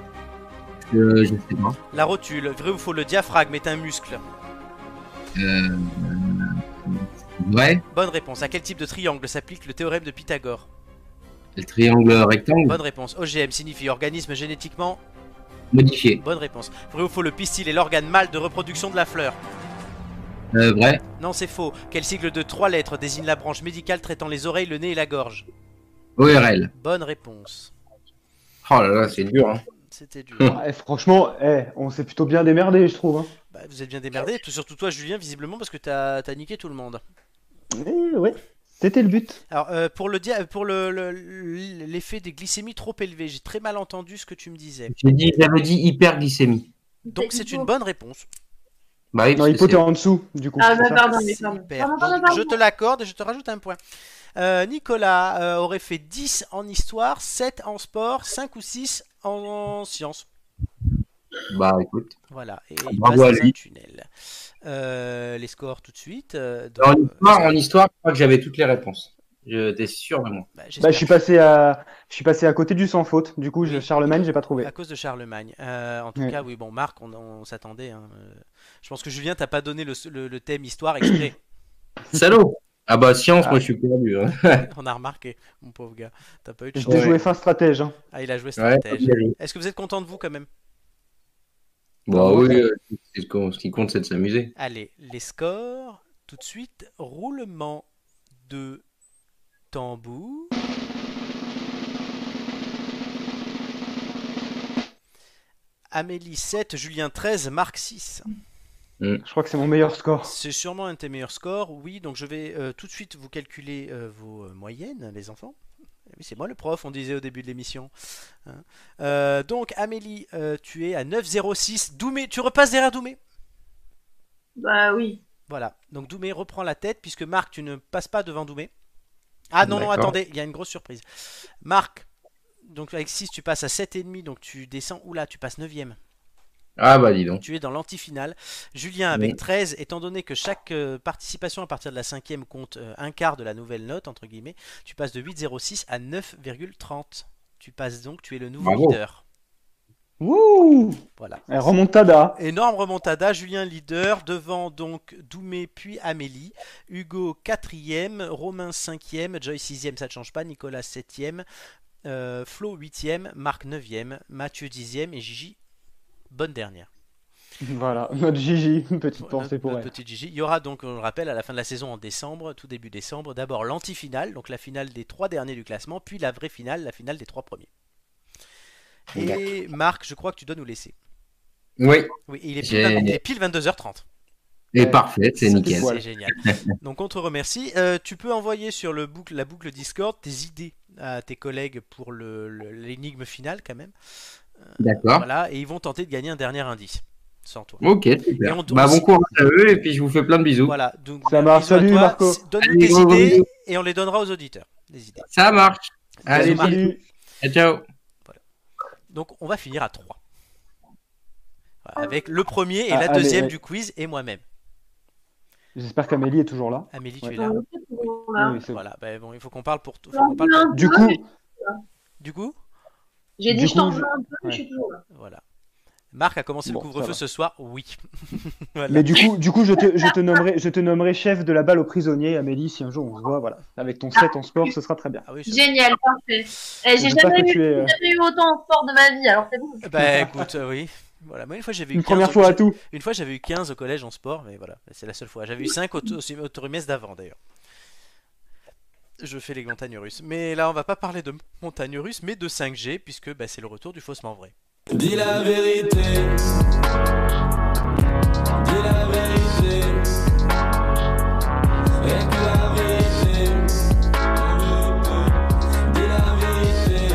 Speaker 3: euh, je sais pas.
Speaker 1: La rotule. Vrai ou faux Le diaphragme est un muscle.
Speaker 3: Euh, vrai.
Speaker 1: Bonne réponse. À quel type de triangle s'applique le théorème de Pythagore
Speaker 3: Le triangle rectangle
Speaker 1: Bonne réponse. OGM signifie organisme génétiquement.
Speaker 3: modifié.
Speaker 1: Bonne réponse. Vrai ou faux Le pistil est l'organe mâle de reproduction de la fleur.
Speaker 3: Euh, vrai.
Speaker 1: Non, c'est faux. Quel sigle de trois lettres désigne la branche médicale traitant les oreilles, le nez et la gorge
Speaker 3: ORL.
Speaker 1: Bonne réponse.
Speaker 3: Oh là là, c'est dur. Hein.
Speaker 1: C'était dur.
Speaker 3: Hmm.
Speaker 2: Eh, franchement, eh, on s'est plutôt bien démerdé, je trouve. hein.
Speaker 1: Bah, vous êtes bien démerdé, tout- surtout toi, Julien, visiblement, parce que t'as as niqué tout le monde.
Speaker 2: Eh, ouais. C'était le but.
Speaker 1: Alors, euh, pour le dia- pour le- le- l'effet des glycémies trop élevées, j'ai très mal entendu ce que tu me disais.
Speaker 3: J'ai dit, j'avais dit hyperglycémie.
Speaker 1: Donc, c'est une bonne réponse.
Speaker 3: Bah oui,
Speaker 2: Non,
Speaker 3: parce
Speaker 2: il
Speaker 3: que
Speaker 2: faut
Speaker 3: c'est-
Speaker 2: t'es en dessous, du coup.
Speaker 4: Ah
Speaker 2: c'est
Speaker 4: bah
Speaker 2: ça.
Speaker 4: pardon, mais pardon.
Speaker 1: Super.
Speaker 4: Pardon, pardon,
Speaker 1: Donc, je
Speaker 4: pardon.
Speaker 1: te l'accorde et je te rajoute un point. Euh, Nicolas euh, aurait fait 10 en histoire, 7 en sport, 5 ou 6 en sciences.
Speaker 3: Bah écoute.
Speaker 1: Voilà, et
Speaker 3: Ah,
Speaker 1: il passe
Speaker 3: bravo à
Speaker 1: dans un
Speaker 3: lui.
Speaker 1: tunnel. Euh, les scores tout de suite. euh, donc,
Speaker 3: En
Speaker 1: euh,
Speaker 3: histoire, en histoire, je crois que j'avais toutes les réponses. Je t'es sûr de moi.
Speaker 1: bah,
Speaker 2: Bah,
Speaker 1: j'espère
Speaker 2: je suis passé à, je suis passé à côté du sans faute. Du coup, je... Charlemagne, j'ai pas trouvé.
Speaker 1: à cause de Charlemagne. Euh, en tout
Speaker 2: Ouais.
Speaker 1: cas, oui, bon, Marc, on, on s'attendait. hein, euh, Je pense que Julien, t'as pas donné le, le- le thème histoire exprès.
Speaker 3: Salaud Ah bah science,
Speaker 2: Ah.
Speaker 3: moi je suis perdu. hein.
Speaker 1: on a remarqué, mon pauvre gars. T'as pas eu de
Speaker 2: Je
Speaker 1: chance.
Speaker 2: t'ai joué fin stratège. hein.
Speaker 1: Ah, il a joué
Speaker 3: Ouais,
Speaker 1: stratège. Est-ce que vous êtes content de vous quand même
Speaker 3: bah oui, euh, c'est ce qu'on- ce qui compte, c'est de s'amuser.
Speaker 1: Allez, les scores, tout de suite, roulement de tambour. Amélie 7, Julien 13, Marc 6.
Speaker 2: Je crois que c'est mon meilleur score.
Speaker 1: C'est sûrement un de tes meilleurs scores, oui. Donc je vais euh, tout de suite vous calculer euh, vos euh, moyennes, les enfants. Eh Oui, c'est moi le prof, on disait au début de l'émission. Hein. Euh, donc Amélie, euh, tu es à 9,06. Doumé, tu repasses derrière Doumé.
Speaker 4: Bah oui.
Speaker 1: Voilà. Donc Doumé reprend la tête puisque Marc, tu ne passes pas devant Doumé. Ah non, non,
Speaker 3: D'accord.
Speaker 1: attendez, il y a une grosse surprise. Marc, donc avec 6, tu passes à 7,5, donc tu descends. Oula, tu passes 9ème.
Speaker 3: Ah bah dis donc.
Speaker 1: Tu es dans l'antifinale. Julien avec
Speaker 3: Oui.
Speaker 1: 13, étant donné que chaque euh, participation à partir de la cinquième compte euh, un quart de la nouvelle note, entre guillemets, tu passes de 8,06 à 9,30. Tu passes donc, tu es le nouveau
Speaker 2: Bravo.
Speaker 1: leader.
Speaker 2: Wouh
Speaker 1: Voilà.
Speaker 2: Eh, Remontada.
Speaker 1: Énorme remontada, Julien leader, devant donc Doumé puis Amélie, Hugo quatrième, Romain cinquième, Joy sixième, ça ne change pas, Nicolas septième, euh, Flo huitième, Marc neuvième, Mathieu dixième et Gigi, bonne dernière.
Speaker 2: Voilà, notre Gigi, une petite
Speaker 1: Notre-
Speaker 2: pensée pour
Speaker 1: notre
Speaker 2: elle.
Speaker 1: petit Gigi. Il y aura donc, on le rappelle, à la fin de la saison en décembre, tout début décembre, d'abord l'antifinale, donc la finale des trois derniers du classement, puis la vraie finale, la finale des trois premiers. Et Marc, je crois que tu dois nous laisser.
Speaker 3: Oui.
Speaker 1: Oui, il est pile,
Speaker 3: J'ai-
Speaker 1: il est pile 22h30.
Speaker 3: Et parfait, c'est nickel.
Speaker 1: C'est génial. Donc on te remercie. Euh, tu peux envoyer sur le boucle, la boucle Discord tes idées à tes collègues pour le- le- l'énigme finale quand même. Euh,
Speaker 3: D'accord.
Speaker 1: Voilà, et ils vont tenter de gagner un dernier indice. Sans toi.
Speaker 3: Ok,
Speaker 1: Et
Speaker 3: super.
Speaker 1: on-
Speaker 3: Bah,
Speaker 1: on-
Speaker 3: bon courage à eux et puis je vous fais plein de bisous.
Speaker 1: Voilà, donc
Speaker 2: Ça marche.
Speaker 1: bisous à
Speaker 2: Salut,
Speaker 1: toi.
Speaker 2: Marco.
Speaker 1: S- Donne-nous
Speaker 3: Allez,
Speaker 1: tes
Speaker 3: gros
Speaker 1: idées
Speaker 3: bisous.
Speaker 1: et on les donnera aux auditeurs. Les idées.
Speaker 3: Ça marche.
Speaker 1: Bisous,
Speaker 3: Allez,
Speaker 1: Marc.
Speaker 2: Salut.
Speaker 3: Et ciao.
Speaker 1: Donc on va finir à 3. Avec le premier et
Speaker 2: Ah,
Speaker 1: la
Speaker 2: allez,
Speaker 1: deuxième
Speaker 2: allez.
Speaker 1: du quiz et moi-même.
Speaker 2: J'espère qu'Amélie est toujours là.
Speaker 1: Amélie,
Speaker 2: Ouais.
Speaker 1: tu es là.
Speaker 4: Voilà.
Speaker 2: Oui, c'est bon.
Speaker 1: Voilà, bah, bon, il faut qu'on parle pour tout. faut qu'on parle pour-
Speaker 2: Du coup,
Speaker 1: Du coup,
Speaker 4: J'ai
Speaker 2: du
Speaker 4: dit je
Speaker 2: coup,
Speaker 4: t'en
Speaker 2: je-
Speaker 4: veux un peu, mais je suis
Speaker 2: ouais.
Speaker 4: toujours là.
Speaker 1: Voilà. Marc a commencé
Speaker 2: Bon,
Speaker 1: le
Speaker 2: ça
Speaker 1: couvre-feu
Speaker 2: va.
Speaker 1: ce soir, oui. Voilà.
Speaker 2: mais du coup, du coup, je te, je te nommerai, je te nommerai chef de la balle aux prisonniers, Amélie, si un jour on se voit, voilà. Avec ton 7 en score, ce sera très bien.
Speaker 1: Ah oui, c'est-
Speaker 4: Génial, parfait. Eh, J'ai
Speaker 2: N'oublie pas
Speaker 4: jamais,
Speaker 2: que
Speaker 4: eu-
Speaker 2: tu es, euh,
Speaker 4: j'ai jamais eu autant en sport de ma vie, alors c'est bon.
Speaker 1: Bah écoute, euh, oui. Voilà, moi une fois j'avais eu
Speaker 2: Une
Speaker 1: 15
Speaker 2: première
Speaker 1: au-
Speaker 2: fois à
Speaker 1: j'ai-
Speaker 2: tout.
Speaker 1: Une fois j'avais eu 15 au collège en sport, mais voilà, c'est la seule fois. J'avais eu 5 au, au, au Torumès d'avant d'ailleurs. Je fais les montagnes russes. Mais là on va pas parler de montagnes russes, mais de 5G, puisque bah, c'est le retour du faussement vrai.
Speaker 9: Dis la vérité. Dis la vérité. Et que la vérité. Dis la vérité.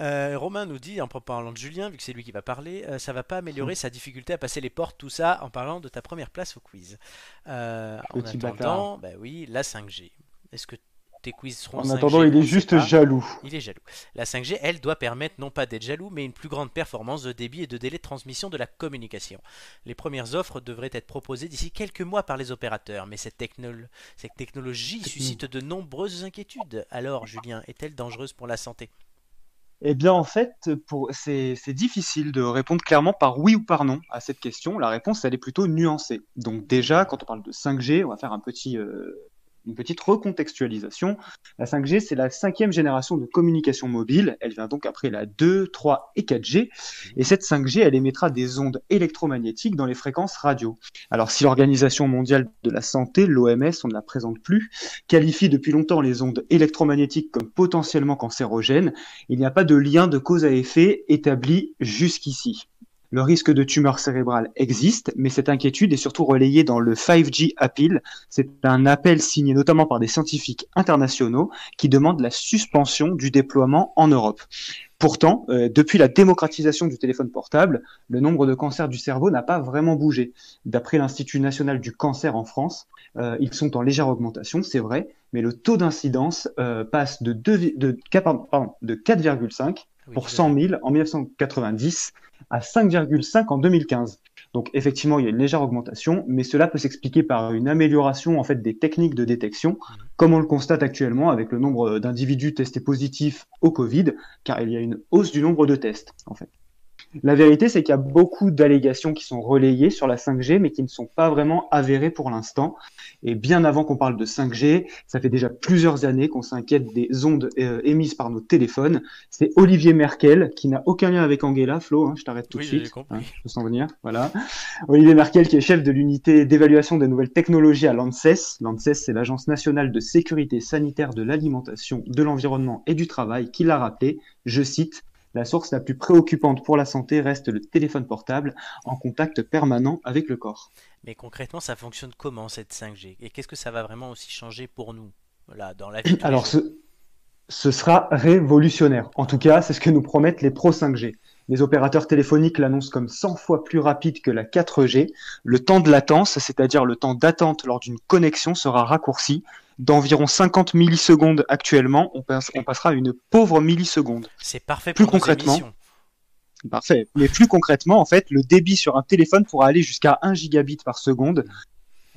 Speaker 1: Euh, Romain nous dit, en parlant de Julien, vu que c'est lui qui va parler, euh, ça va pas
Speaker 2: Mm.
Speaker 1: améliorer sa difficulté à passer les portes, tout ça, en parlant de ta première place au quiz. Euh, en
Speaker 2: Petit
Speaker 1: attendant, bah oui, la 5G. Est-ce que tes quiz seront
Speaker 2: En
Speaker 1: 5G?
Speaker 2: attendant, il
Speaker 1: On
Speaker 2: est
Speaker 1: sait
Speaker 2: juste
Speaker 1: pas.
Speaker 2: jaloux.
Speaker 1: Il est jaloux. La 5G, elle, doit permettre non pas d'être jaloux, mais une plus grande performance de débit et de délai de transmission de la communication. Les premières offres devraient être proposées d'ici quelques mois par les opérateurs, mais cette, techno- cette technologie suscite de nombreuses inquiétudes. Alors, Julien, est-elle dangereuse pour la santé
Speaker 2: Eh bien, en fait, pour... c'est c'est difficile de répondre clairement par oui ou par non à cette question. La réponse, elle est plutôt nuancée. Donc déjà, quand on parle de 5G, on va faire un petit, euh, une petite recontextualisation. La 5G, c'est la cinquième génération de communication mobile. Elle vient donc après la 2, 3 et 4G. Et cette 5G, elle émettra des ondes électromagnétiques dans les fréquences radio. Alors, si l'Organisation mondiale de la santé, l'OMS, on ne la présente plus, qualifie depuis longtemps les ondes électromagnétiques comme potentiellement cancérogènes, il n'y a pas de lien de cause à effet établi jusqu'ici. Le risque de tumeur cérébrale existe, mais cette inquiétude est surtout relayée dans le 5G Appeal. C'est un appel signé notamment par des scientifiques internationaux qui demandent la suspension du déploiement en Europe. Pourtant, euh, depuis la démocratisation du téléphone portable, le nombre de cancers du cerveau n'a pas vraiment bougé. D'après l'Institut national du cancer en France, euh, ils sont en légère augmentation, c'est vrai, mais le taux d'incidence euh, passe de, 2 vi- de, quatre- pardon, de 4,5
Speaker 1: Oui,
Speaker 2: pour
Speaker 1: je-
Speaker 2: 100 000 en 1990 à 5,5 en 2015. Donc effectivement, il y a une légère augmentation, mais cela peut s'expliquer par une amélioration en fait des techniques de détection, comme on le constate actuellement avec le nombre d'individus testés positifs au Covid, car il y a une hausse du nombre de tests en fait. La vérité, c'est qu'il y a beaucoup d'allégations qui sont relayées sur la 5G, mais qui ne sont pas vraiment avérées pour l'instant. Et bien avant qu'on parle de 5G, ça fait déjà plusieurs années qu'on s'inquiète des ondes euh, émises par nos téléphones. C'est Olivier Merkel, qui n'a aucun lien avec Angela, Flo, hein, je t'arrête tout
Speaker 1: Oui,
Speaker 2: de
Speaker 1: j'ai
Speaker 2: suite.
Speaker 1: compris.
Speaker 2: hein, je te sens venir, voilà. Olivier Merkel, qui est chef de l'unité d'évaluation des nouvelles technologies à l'ANSES. L'ANSES, c'est l'Agence nationale de sécurité sanitaire de l'alimentation, de l'environnement et du travail, qui l'a rappelé, je cite, La source la plus préoccupante pour la santé reste le téléphone portable en contact permanent avec le corps.
Speaker 1: Mais concrètement, ça fonctionne comment cette 5G Et qu'est-ce que ça va vraiment aussi changer pour nous là, dans la vie de tous
Speaker 2: Alors
Speaker 1: les
Speaker 2: ce,
Speaker 1: jours
Speaker 2: ce sera révolutionnaire. En tout cas, c'est ce que nous promettent les pros 5G. Les opérateurs téléphoniques l'annoncent comme 100 fois plus rapide que la 4G. Le temps de latence, c'est-à-dire le temps d'attente lors d'une connexion, sera raccourci d'environ 50 millisecondes actuellement. On, passe- on passera à une pauvre milliseconde.
Speaker 1: C'est parfait
Speaker 2: Plus
Speaker 1: pour nos
Speaker 2: concrètement,
Speaker 1: émissions.
Speaker 2: Parfait. Mais plus concrètement, en fait, le débit sur un téléphone pourra aller jusqu'à 1 gigabit par seconde.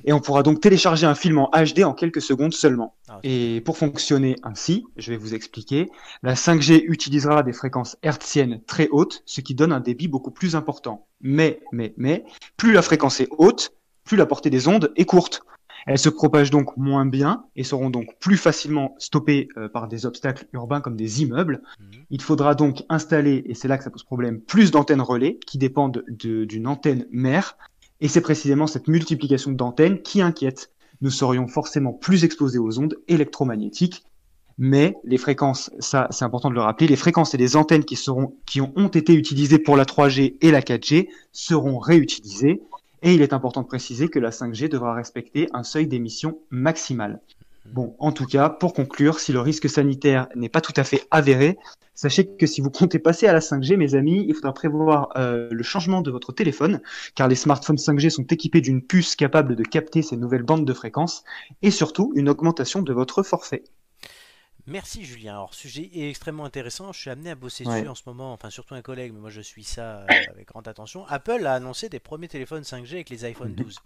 Speaker 2: Et on pourra donc télécharger un film en HD en quelques secondes seulement.
Speaker 1: Ah, ok.
Speaker 2: Et pour fonctionner ainsi, je vais vous expliquer, la 5G utilisera des fréquences hertziennes très hautes, ce qui donne un débit beaucoup plus important. Mais, mais, mais, plus la fréquence est haute, plus la portée des ondes est courte. Elles se propagent donc moins bien et seront donc plus facilement stoppées euh, par des obstacles urbains comme des immeubles.
Speaker 1: Hmm.
Speaker 2: Il faudra donc installer, et c'est là que ça pose problème, plus d'antennes relais qui dépendent de- d'une antenne mère. Et c'est précisément cette multiplication d'antennes qui inquiète. Nous serions forcément plus exposés aux ondes électromagnétiques. Mais les fréquences, ça c'est important de le rappeler, les fréquences et les antennes qui, seront, qui ont, ont été utilisées pour la 3G et la 4G seront réutilisées. Et il est important de préciser que la 5G devra respecter un seuil d'émission maximal. Bon, en tout cas, pour conclure, si le risque sanitaire n'est pas tout à fait avéré, Sachez que si vous comptez passer à la 5G, mes amis, il faudra prévoir euh, le changement de votre téléphone, car les smartphones 5G sont équipés d'une puce capable de capter ces nouvelles bandes de fréquences, et surtout une augmentation de votre forfait.
Speaker 1: Merci Julien. Alors, sujet est extrêmement intéressant. Je suis amené à bosser
Speaker 2: Ouais.
Speaker 1: dessus en ce moment, enfin surtout un collègue, mais moi je suis ça euh, avec grande attention. Apple a annoncé des premiers téléphones 5G avec les iPhone 12.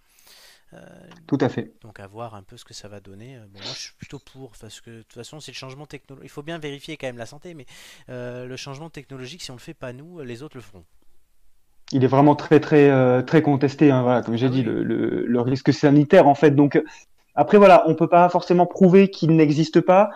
Speaker 1: Euh,
Speaker 2: Tout à fait.
Speaker 1: donc à voir un peu ce que ça va donner. Euh, Bon, moi je suis plutôt pour, parce que de toute façon c'est le changement technologique. Il faut bien vérifier quand même la santé, mais euh, le changement technologique, si on le fait pas nous, les autres le feront.
Speaker 2: Il est vraiment très très euh, très contesté, hein, voilà, comme j'ai dit, le, le- le risque sanitaire en fait. Donc euh, après voilà, on peut pas forcément prouver qu'il n'existe pas.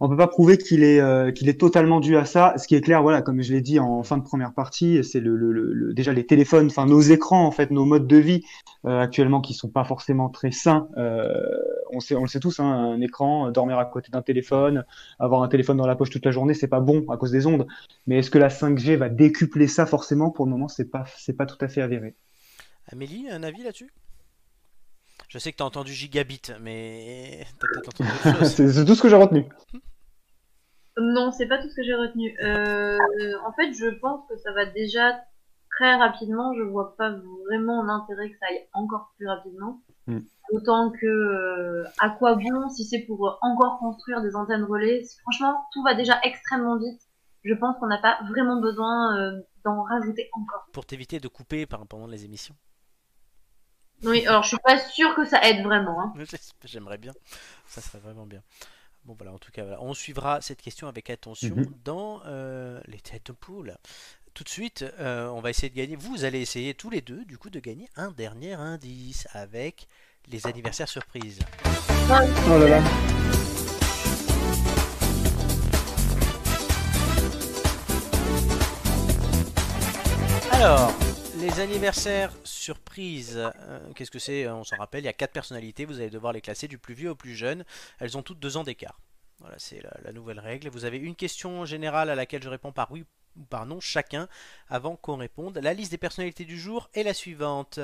Speaker 2: On peut pas prouver qu'il est euh, qu'il est totalement dû à ça. Ce qui est clair, voilà, comme je l'ai dit en fin de première partie, c'est le, le- le- le- déjà les téléphones, enfin nos écrans en fait, nos modes de vie euh, actuellement qui sont pas forcément très sains. Euh, on sait on le sait tous, hein, un écran, euh, dormir à côté d'un téléphone, avoir un téléphone dans la poche toute la journée, c'est pas bon à cause des ondes. Mais est-ce que la 5G va décupler ça forcément Pour le moment, c'est pas c'est pas tout à fait avéré.
Speaker 1: Amélie, un avis là-dessus Je sais que tu as entendu gigabit, mais t'as peut-être entendu autre chose.
Speaker 2: c'est c'est tout ce que j'ai retenu.
Speaker 4: Non, c'est pas tout ce que j'ai retenu. Euh, en fait, je pense que ça va déjà très rapidement. Je vois pas vraiment l'intérêt que ça aille encore plus rapidement.
Speaker 2: Mm.
Speaker 4: Autant que euh, à quoi bon si c'est pour encore construire des antennes relais Franchement, tout va déjà extrêmement vite. Je pense qu'on n'a pas vraiment besoin euh, d'en rajouter encore.
Speaker 1: Pour t'éviter de couper par- pendant les émissions.
Speaker 4: Oui, alors je suis pas sûre que ça aide vraiment. hein.
Speaker 1: J'aimerais bien. Ça serait vraiment bien. Bon, voilà, en tout cas, voilà. on suivra cette question avec attention
Speaker 2: Mhm.
Speaker 1: dans euh, les têtes de poule. Tout de suite, euh, on va essayer de gagner. Vous allez essayer tous les deux, du coup, de gagner un dernier indice avec les anniversaires surprises.
Speaker 2: Oh là là.
Speaker 1: Alors, les anniversaires surprises, euh, qu'est-ce que c'est On s'en rappelle, il y a quatre personnalités, vous allez devoir les classer du plus vieux au plus jeune. Elles ont toutes deux ans d'écart. Voilà, c'est la, la nouvelle règle. Vous avez une question générale à laquelle je réponds par oui ou par non chacun avant qu'on réponde. La liste des personnalités du jour est la suivante.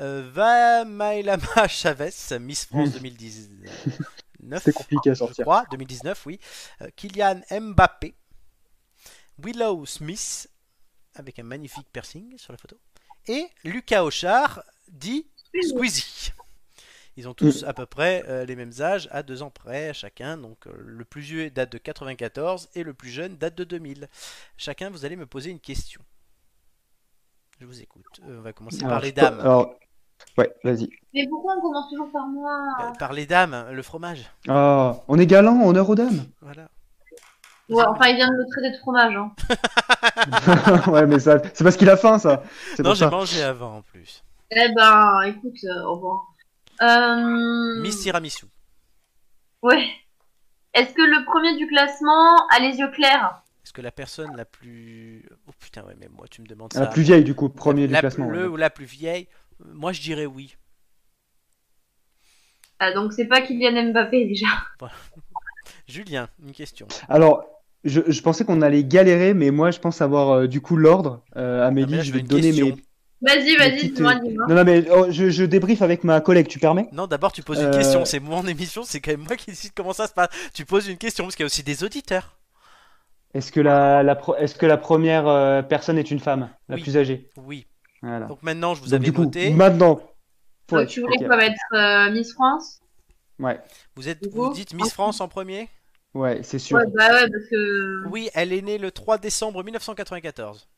Speaker 1: Euh, Vamaelama Chavez, Miss France 2019.
Speaker 2: C'est compliqué à
Speaker 1: Je
Speaker 2: sortir.
Speaker 1: crois, 2019, oui. Euh, Kylian Mbappé. Willow Smith, avec un magnifique piercing sur la photo. Et Lucas Auchard, dit Squeezie. Ils ont tous
Speaker 2: Mm.
Speaker 1: à peu près euh, les mêmes âges, à deux ans près chacun. Donc euh, le plus vieux date de 94 et le plus jeune date de 2000. Chacun, vous allez me poser une question. Je vous écoute. Euh, on va commencer
Speaker 2: Alors,
Speaker 1: par les
Speaker 2: Ah, je peux-
Speaker 1: dames.
Speaker 2: Alors, ouais, vas-y.
Speaker 4: Mais pourquoi on commence toujours par moi
Speaker 1: Euh, Par les dames, hein, le fromage.
Speaker 2: Ah, on est galant, honneur aux dames.
Speaker 1: Voilà.
Speaker 4: Ouais, enfin, il vient de me traiter de fromage. Hein.
Speaker 2: ouais, mais ça, c'est parce qu'il a faim, ça. C'est
Speaker 1: Non,
Speaker 2: pour
Speaker 1: j'ai
Speaker 2: ça.
Speaker 1: mangé avant en plus.
Speaker 4: Eh ben, écoute, euh, au revoir. Euh...
Speaker 1: Miss Tiramisu.
Speaker 4: Ouais. Est-ce que le premier du classement a les yeux clairs
Speaker 1: Est-ce que la personne la plus. Oh putain, ouais, mais moi, tu me demandes ça.
Speaker 2: La plus vieille, du coup, premier
Speaker 1: La-
Speaker 2: du classement.
Speaker 1: Le
Speaker 2: ouais.
Speaker 1: ou la plus vieille Euh, Moi, je dirais oui.
Speaker 4: Ah, Donc c'est pas Kylian Mbappé déjà.
Speaker 1: Julien, une question.
Speaker 2: Alors, je, je pensais qu'on allait galérer, mais moi, je pense avoir euh, du coup l'ordre. Euh, Amélie,
Speaker 1: mais là,
Speaker 2: je
Speaker 1: je
Speaker 2: vais
Speaker 1: veux
Speaker 2: te
Speaker 1: une
Speaker 2: donner
Speaker 1: question.
Speaker 2: mes.
Speaker 4: Vas-y,
Speaker 2: mes
Speaker 4: vas-y,
Speaker 2: petites,
Speaker 4: dis-moi,
Speaker 2: euh,
Speaker 4: dis-moi.
Speaker 2: Non, non, mais oh, je, je débrief avec ma collègue, tu permets
Speaker 1: Non, d'abord, tu poses une
Speaker 2: Euh,
Speaker 1: question. C'est mon émission, c'est quand même moi qui décide comment ça se passe. Tu poses une question parce qu'il y a aussi des auditeurs.
Speaker 2: Est-ce que la, la pro- est-ce que la première euh, personne est une femme, la
Speaker 1: Oui.
Speaker 2: plus âgée
Speaker 1: Oui.
Speaker 2: Voilà.
Speaker 1: Donc maintenant, je vous
Speaker 2: Donc,
Speaker 1: avais
Speaker 2: du coup,
Speaker 1: noté.
Speaker 2: maintenant.
Speaker 4: Donc,
Speaker 2: Ouais,
Speaker 4: Ah, tu voulais
Speaker 2: ok.
Speaker 4: quoi mettre euh, Miss France
Speaker 2: Ouais,
Speaker 1: Vous, êtes,
Speaker 4: Du
Speaker 1: vous
Speaker 4: coup,
Speaker 1: dites Miss France en premier
Speaker 2: ouais, c'est sûr.
Speaker 4: Ouais, bah ouais, parce que.
Speaker 1: Oui, elle est née le 3 décembre 1994.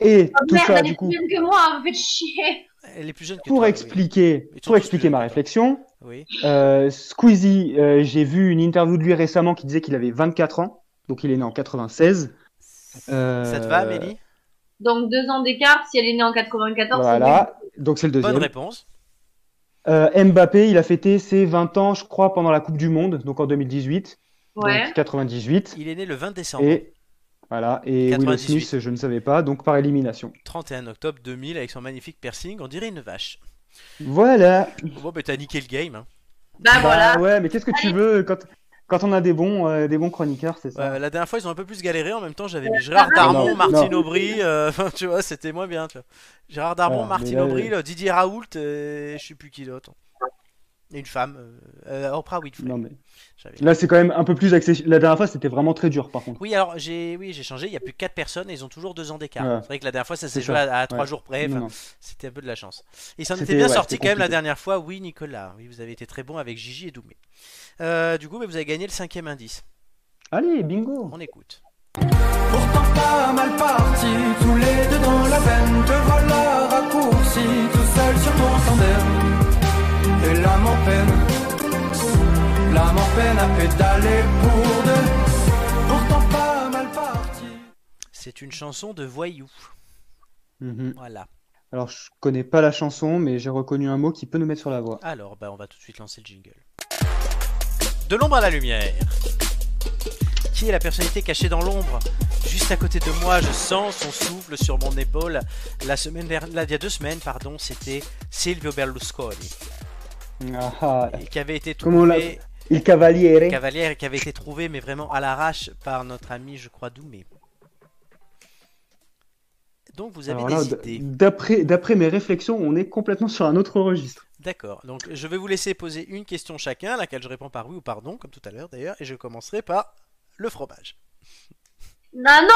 Speaker 2: Et
Speaker 4: Oh,
Speaker 2: tout
Speaker 4: merde,
Speaker 2: ça,
Speaker 4: elle
Speaker 2: du
Speaker 4: est
Speaker 2: coup,
Speaker 4: plus jeune que moi, vous faites chier.
Speaker 1: Elle est plus jeune que
Speaker 2: pour
Speaker 1: toi, oui.
Speaker 2: expliquer,
Speaker 1: Ils sont
Speaker 2: pour
Speaker 1: tous
Speaker 2: expliquer
Speaker 1: plus
Speaker 2: ma
Speaker 1: jeunes que toi.
Speaker 2: réflexion,
Speaker 1: Oui.
Speaker 2: Euh, Squeezie, euh, j'ai vu une interview de lui récemment qui disait qu'il avait 24 ans, donc il est né en 96. Euh,
Speaker 1: Ça te va, Amélie
Speaker 4: Donc, deux ans d'écart, si elle est née en 94, c'est
Speaker 2: Voilà, donc c'est le
Speaker 1: Bonne
Speaker 2: deuxième.
Speaker 1: réponse.
Speaker 2: Euh, Mbappé, il a fêté ses 20 ans, je crois, pendant la Coupe du Monde, donc en 2018,
Speaker 4: nul. Ouais.
Speaker 2: donc 98.
Speaker 1: Il est né le 20 décembre,
Speaker 2: Et voilà, et Will
Speaker 1: 98.
Speaker 2: Smith, je ne savais pas, donc par élimination.
Speaker 1: 31 octobre 2000, avec son magnifique piercing, on dirait une vache.
Speaker 2: Voilà.
Speaker 1: Bon, bah t'as niqué le game. hein.
Speaker 4: Bah voilà.
Speaker 2: Bah ouais, mais qu'est-ce que tu veux quand, quand on a des bons, euh, des bons chroniqueurs, c'est ça.
Speaker 1: Ouais, la dernière fois, ils ont un peu plus galéré. En même temps, j'avais mis Gérard Darmon,
Speaker 2: Ah, Non,
Speaker 1: Martine
Speaker 2: non.
Speaker 1: Aubry. euh, Enfin, tu vois, c'était moins bien. tu vois. Gérard Darmon,
Speaker 2: Voilà, mais
Speaker 1: Martine
Speaker 2: là,
Speaker 1: Aubry,
Speaker 2: euh,
Speaker 1: le Didier Raoult, et je sais plus qui d'autre. Et une femme, euh, euh, Oprah Winfrey.
Speaker 2: Non, mais
Speaker 1: J'avais-
Speaker 2: là, c'est quand même un peu plus accessible. La dernière fois, c'était vraiment très dur, par contre.
Speaker 1: Oui, alors j'ai oui, j'ai changé. Il y a plus que 4 personnes et ils ont toujours 2 ans d'écart.
Speaker 2: Ouais.
Speaker 1: C'est vrai que la dernière fois, ça s'est
Speaker 2: C'est
Speaker 1: joué
Speaker 2: ça.
Speaker 1: à, 3
Speaker 2: Ouais.
Speaker 1: jours près.
Speaker 2: Non,
Speaker 1: Enfin,
Speaker 2: non.
Speaker 1: C'était un peu de la chance. Et ça en était
Speaker 2: C'était-
Speaker 1: bien
Speaker 2: ouais,
Speaker 1: sorti
Speaker 2: c'était
Speaker 1: quand même la
Speaker 2: compliqué.
Speaker 1: dernière fois. Oui, Nicolas. Oui, vous avez été très bon avec Gigi et Doumé. Euh, du coup, mais vous avez gagné le cinquième indice.
Speaker 2: Allez, bingo.
Speaker 1: On écoute.
Speaker 11: Pourtant pas mal parti, tous les deux dans la veine, te voilà raccourci, tout seul sur ton tandem. Et l'âme en peine, l'âme en peine à pédaler pour deux. Pourtant pas mal parti.
Speaker 1: C'est une chanson de Voyou.
Speaker 2: Mhm.
Speaker 1: Voilà.
Speaker 2: Alors, je connais pas la chanson, mais j'ai reconnu un mot qui peut nous mettre sur la voie.
Speaker 1: Alors, bah, on va tout de suite lancer le jingle. De l'ombre à la lumière. Qui est la personnalité cachée dans l'ombre Juste à côté de moi, je sens son souffle sur mon épaule. La semaine dernière, il y a deux semaines, pardon, c'était Silvio Berlusconi,
Speaker 2: Ah, ah,
Speaker 1: et qui avait été
Speaker 2: Comment on l'a-
Speaker 1: trouvé,
Speaker 2: Il cavaliere.
Speaker 1: cavalière, et qui avait été trouvé, mais vraiment à l'arrache par notre ami, je crois, Doumé. Donc vous avez
Speaker 2: Alors là,
Speaker 1: des
Speaker 2: d-
Speaker 1: idées.
Speaker 2: d'après, d'après mes réflexions, on est complètement sur un autre registre.
Speaker 1: D'accord. Donc je vais vous laisser poser une question chacun, à laquelle je réponds par oui ou par non, comme tout à l'heure d'ailleurs, et je commencerai par le fromage.
Speaker 4: Bah non,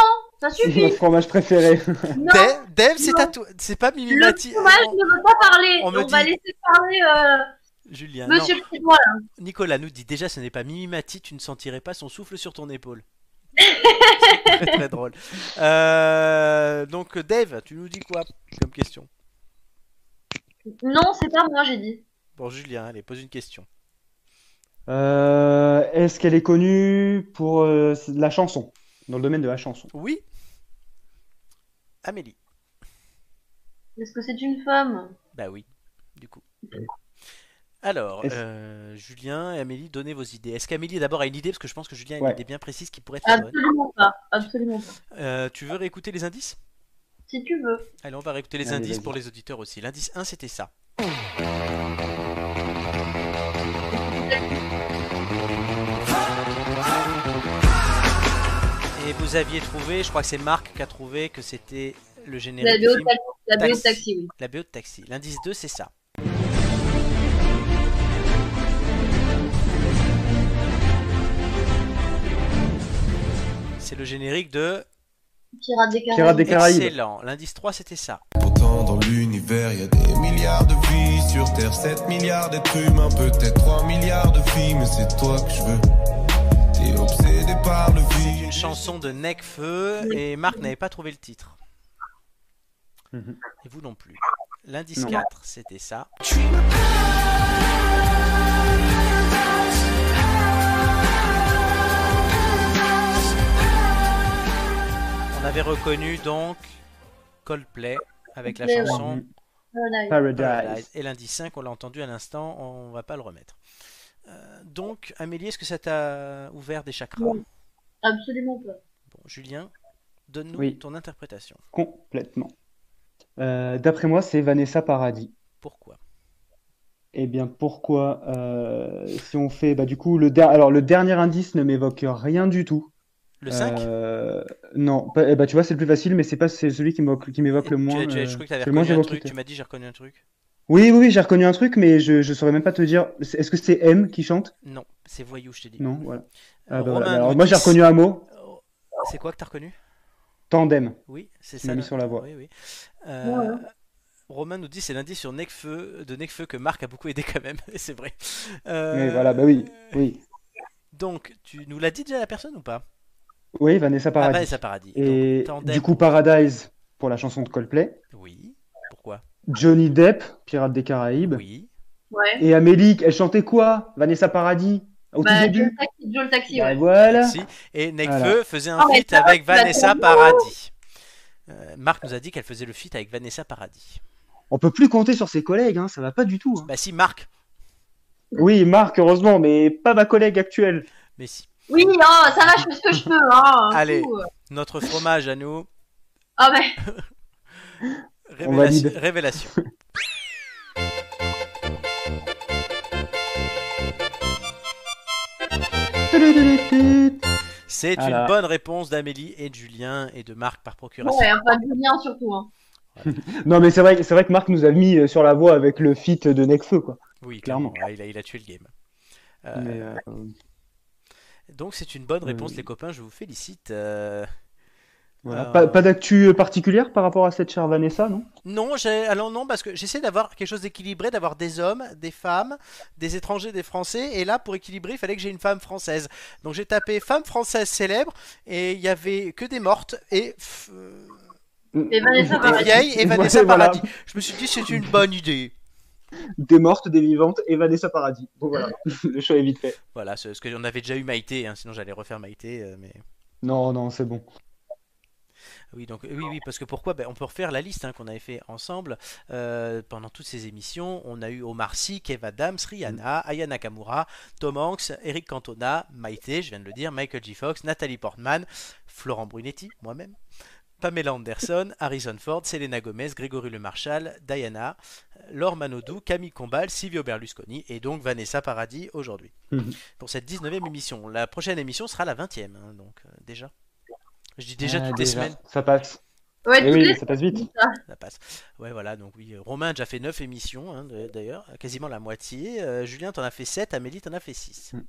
Speaker 4: ça
Speaker 2: Mon
Speaker 4: suffit.
Speaker 2: fromage préféré.
Speaker 4: non,
Speaker 1: Dave, Dave, c'est
Speaker 4: non.
Speaker 1: à toi. C'est pas Mimi
Speaker 4: le
Speaker 1: Mati.
Speaker 4: fromage
Speaker 1: non,
Speaker 4: ne veut pas parler.
Speaker 1: On
Speaker 4: On,
Speaker 1: me
Speaker 4: va
Speaker 1: dit-
Speaker 4: laisser parler euh,
Speaker 1: Julien, non.
Speaker 4: monsieur le moi là.
Speaker 1: Nicolas nous dit déjà ce n'est pas Mimi Mati, tu ne sentirais pas son souffle sur ton épaule. très, très drôle. Euh, donc Dave, tu nous dis quoi comme question
Speaker 4: Non, c'est pas moi, j'ai dit.
Speaker 1: Bon Julien, allez, pose une question.
Speaker 2: Euh, est-ce qu'elle est connue pour euh, la chanson? Dans le domaine de la chanson.
Speaker 1: Oui Amélie.
Speaker 4: Est-ce que c'est une femme
Speaker 1: Bah oui, du coup. Alors,
Speaker 2: Est-ce-
Speaker 1: euh, Julien et Amélie, donnez vos idées. Est-ce qu'Amélie d'abord a une idée Parce que je pense que Julien a une
Speaker 2: Ouais.
Speaker 1: idée bien précise qui pourrait être
Speaker 4: Ah.
Speaker 1: la bonne.
Speaker 4: Absolument pas. Absolument pas.
Speaker 1: Euh, tu veux réécouter les indices
Speaker 4: Si tu veux.
Speaker 1: Allez, on va réécouter les
Speaker 2: Allez,
Speaker 1: indices
Speaker 2: vas-y.
Speaker 1: pour les auditeurs aussi. L'indice 1, c'était ça. Et vous aviez trouvé, je crois que c'est Marc qui a trouvé que c'était le
Speaker 4: La
Speaker 1: générique. du
Speaker 4: BO
Speaker 1: film,
Speaker 4: taxi, la BO
Speaker 1: Taxi.
Speaker 4: taxi, oui.
Speaker 1: La BO de taxi. L'indice 2, c'est ça. C'est le générique de
Speaker 4: Pirates des
Speaker 2: Pirates
Speaker 4: Caraïbes.
Speaker 2: des Caraïbes.
Speaker 1: Excellent. L'indice 3, c'était ça.
Speaker 9: Pourtant dans l'univers y a des milliards de vies Sur Terre 7 milliards d'êtres humains Peut-être 3 milliards de filles Mais c'est toi que je veux T'es obsédé par le
Speaker 1: C'est
Speaker 9: vide
Speaker 1: une chanson de Necfeu et Marc n'avait pas trouvé le titre.
Speaker 2: Mhm.
Speaker 1: Et vous non plus. L'indice
Speaker 2: Non.
Speaker 1: 4, c'était ça. On avait reconnu donc Coldplay avec la
Speaker 4: Coldplay, ouais.
Speaker 1: chanson
Speaker 4: Voilà.
Speaker 2: Paradise.
Speaker 1: et l'indice 5, on l'a entendu à l'instant, on va pas le remettre. Euh, donc, Amélie, est-ce que ça t'a ouvert des chakras
Speaker 4: Non.
Speaker 2: Ah.
Speaker 4: Absolument pas.
Speaker 1: Bon, Julien, donne-nous
Speaker 2: Oui.
Speaker 1: ton interprétation.
Speaker 2: Complètement. Euh, d'après moi, c'est Vanessa Paradis.
Speaker 1: Pourquoi
Speaker 2: Eh bien, pourquoi euh, si on fait bah, du coup le der- alors le dernier indice ne m'évoque rien du tout.
Speaker 1: Le 5
Speaker 2: Euh, Non, bah, eh ben, tu vois, c'est le plus facile, mais c'est pas c'est celui qui m'évoque qui m'évoque le
Speaker 1: Tu-
Speaker 2: moins.
Speaker 1: tu-
Speaker 2: euh,
Speaker 1: Je crois que t'avais
Speaker 2: c'est le moins
Speaker 1: reconnu un
Speaker 2: j'évoque
Speaker 1: truc,
Speaker 2: le
Speaker 1: tu m'as dit j'ai reconnu un truc.
Speaker 2: Oui, oui, oui, j'ai reconnu un truc, mais je, je saurais même pas te dire. c'est- Est-ce que c'est M qui chante
Speaker 1: Non, c'est voyou, je t'ai dit.
Speaker 2: Non, voilà.
Speaker 1: Euh,
Speaker 2: Ah, bah,
Speaker 1: Romain
Speaker 2: voilà. Alors,
Speaker 1: nous
Speaker 2: moi,
Speaker 1: dit-
Speaker 2: j'ai reconnu un mot.
Speaker 1: C'est quoi que t'as reconnu
Speaker 2: Tandem.
Speaker 1: Oui, c'est
Speaker 2: Tu
Speaker 1: ça.
Speaker 2: m'as mis
Speaker 1: là.
Speaker 2: sur la voie.
Speaker 1: Oui, oui. Euh, Romain nous dit c'est lundi sur Necfeu, de Necfeu que Marc a beaucoup aidé quand même, et c'est vrai. Euh,
Speaker 2: Mais voilà, bah oui, oui,
Speaker 1: Donc, tu nous l'as dit déjà la personne ou pas
Speaker 2: oui, Vanessa Paradis.
Speaker 1: Vanessa Paradis.
Speaker 2: Et
Speaker 1: Ah, Donc, Tandem
Speaker 2: du coup, Paradise pour la chanson de Coldplay.
Speaker 1: Oui. Pourquoi
Speaker 2: Johnny Depp, Pirates des Caraïbes.
Speaker 1: Oui.
Speaker 4: Ouais.
Speaker 2: Et Amélie, elle chantait quoi? Vanessa Paradis au
Speaker 4: Bah,
Speaker 2: tout
Speaker 4: Joe
Speaker 2: début.
Speaker 4: le taxi, Joe le taxi,
Speaker 2: Bah,
Speaker 4: ouais.
Speaker 2: voilà.
Speaker 1: Merci. Et Necfeu
Speaker 2: Voilà.
Speaker 1: faisait un
Speaker 4: Ah, mais
Speaker 1: feat
Speaker 4: ça,
Speaker 1: avec
Speaker 4: tu l'as
Speaker 1: Vanessa
Speaker 4: dit.
Speaker 1: Paradis. Euh, Marc nous a dit qu'elle faisait le feat avec Vanessa Paradis.
Speaker 2: On peut plus compter sur ses collègues, hein, ça va pas du tout. hein.
Speaker 1: Bah si, Marc,
Speaker 2: Oui, Marc, heureusement, mais pas ma collègue actuelle.
Speaker 1: mais si.
Speaker 4: Oui, oh, ça va, je fais ce que je peux. Hein,
Speaker 1: Allez,
Speaker 4: fou.
Speaker 1: notre fromage à nous.
Speaker 4: Ah ouais.
Speaker 2: On
Speaker 1: Révélation.
Speaker 2: valide.
Speaker 1: révélation. C'est
Speaker 2: Voilà.
Speaker 1: une bonne réponse d'Amélie et de Julien et de Marc par procuration.
Speaker 4: Ouais, enfin, du bien surtout. Hein.
Speaker 2: Non, mais c'est vrai, c'est vrai que Marc nous a mis euh, sur la voie avec le feat de Necfeu, quoi.
Speaker 1: Oui, clairement.
Speaker 2: Clairement.
Speaker 1: ouais, il, a, il a tué le game. Euh,
Speaker 2: Mais, euh,
Speaker 1: Donc c'est une bonne réponse, les copains. Je vous félicite. Euh,
Speaker 2: voilà.
Speaker 1: euh,
Speaker 2: Pas, pas d'actu particulière par rapport à cette chère Vanessa, non?
Speaker 1: Non, j'ai- alors non, parce que j'essaie d'avoir quelque chose d'équilibré, d'avoir des hommes, des femmes, des étrangers, des français, et là pour équilibrer, il fallait que j'ai une femme française. Donc j'ai tapé femme française célèbre, et il y avait que des mortes et f- euh,
Speaker 4: Et Vanessa
Speaker 1: des
Speaker 4: Paradis.
Speaker 1: vieilles et
Speaker 2: Ouais,
Speaker 1: Vanessa
Speaker 2: Ah, voilà.
Speaker 1: Paradis. Je me suis dit c'est une bonne idée.
Speaker 2: Des mortes, des vivantes et Vanessa Paradis. Bon, voilà, le choix est vite fait.
Speaker 1: Voilà, c'est- parce qu'on avait déjà eu Maïté, hein, sinon j'allais refaire Maïté, euh, mais
Speaker 2: Non, non, c'est bon.
Speaker 1: oui donc oui oui parce que pourquoi Ben, on peut refaire la liste hein, qu'on avait fait ensemble euh, pendant toutes ces émissions. On a eu Omar Sy, Kev Adams, Rihanna, Aya Nakamura, Tom Hanks, Eric Cantona, Maïté, je viens de le dire, Michael J. Fox, Nathalie Portman, Florent Brunetti, moi-même, Pamela Anderson, Harrison Ford, Selena Gomez, Grégory Le Marchal, Diana, Laure Manodou, Camille Combal, Silvio Berlusconi et donc Vanessa Paradis aujourd'hui.
Speaker 2: Mhm.
Speaker 1: Pour cette 19e émission. La prochaine émission sera la 20e, hein, donc euh, déjà. Je dis déjà
Speaker 2: Ah,
Speaker 1: toutes les semaines,
Speaker 2: Ça passe.
Speaker 4: Ouais,
Speaker 2: Eh
Speaker 4: Bah, toutes
Speaker 2: oui,
Speaker 4: les-
Speaker 2: ça passe vite.
Speaker 1: ça passe. Ouais, voilà, donc oui, euh, Romain a déjà fait 9 émissions, hein, de- d'ailleurs, quasiment la moitié. Euh, Julien, t'en as fait 7, Amélie, t'en as fait 6.
Speaker 2: Mm.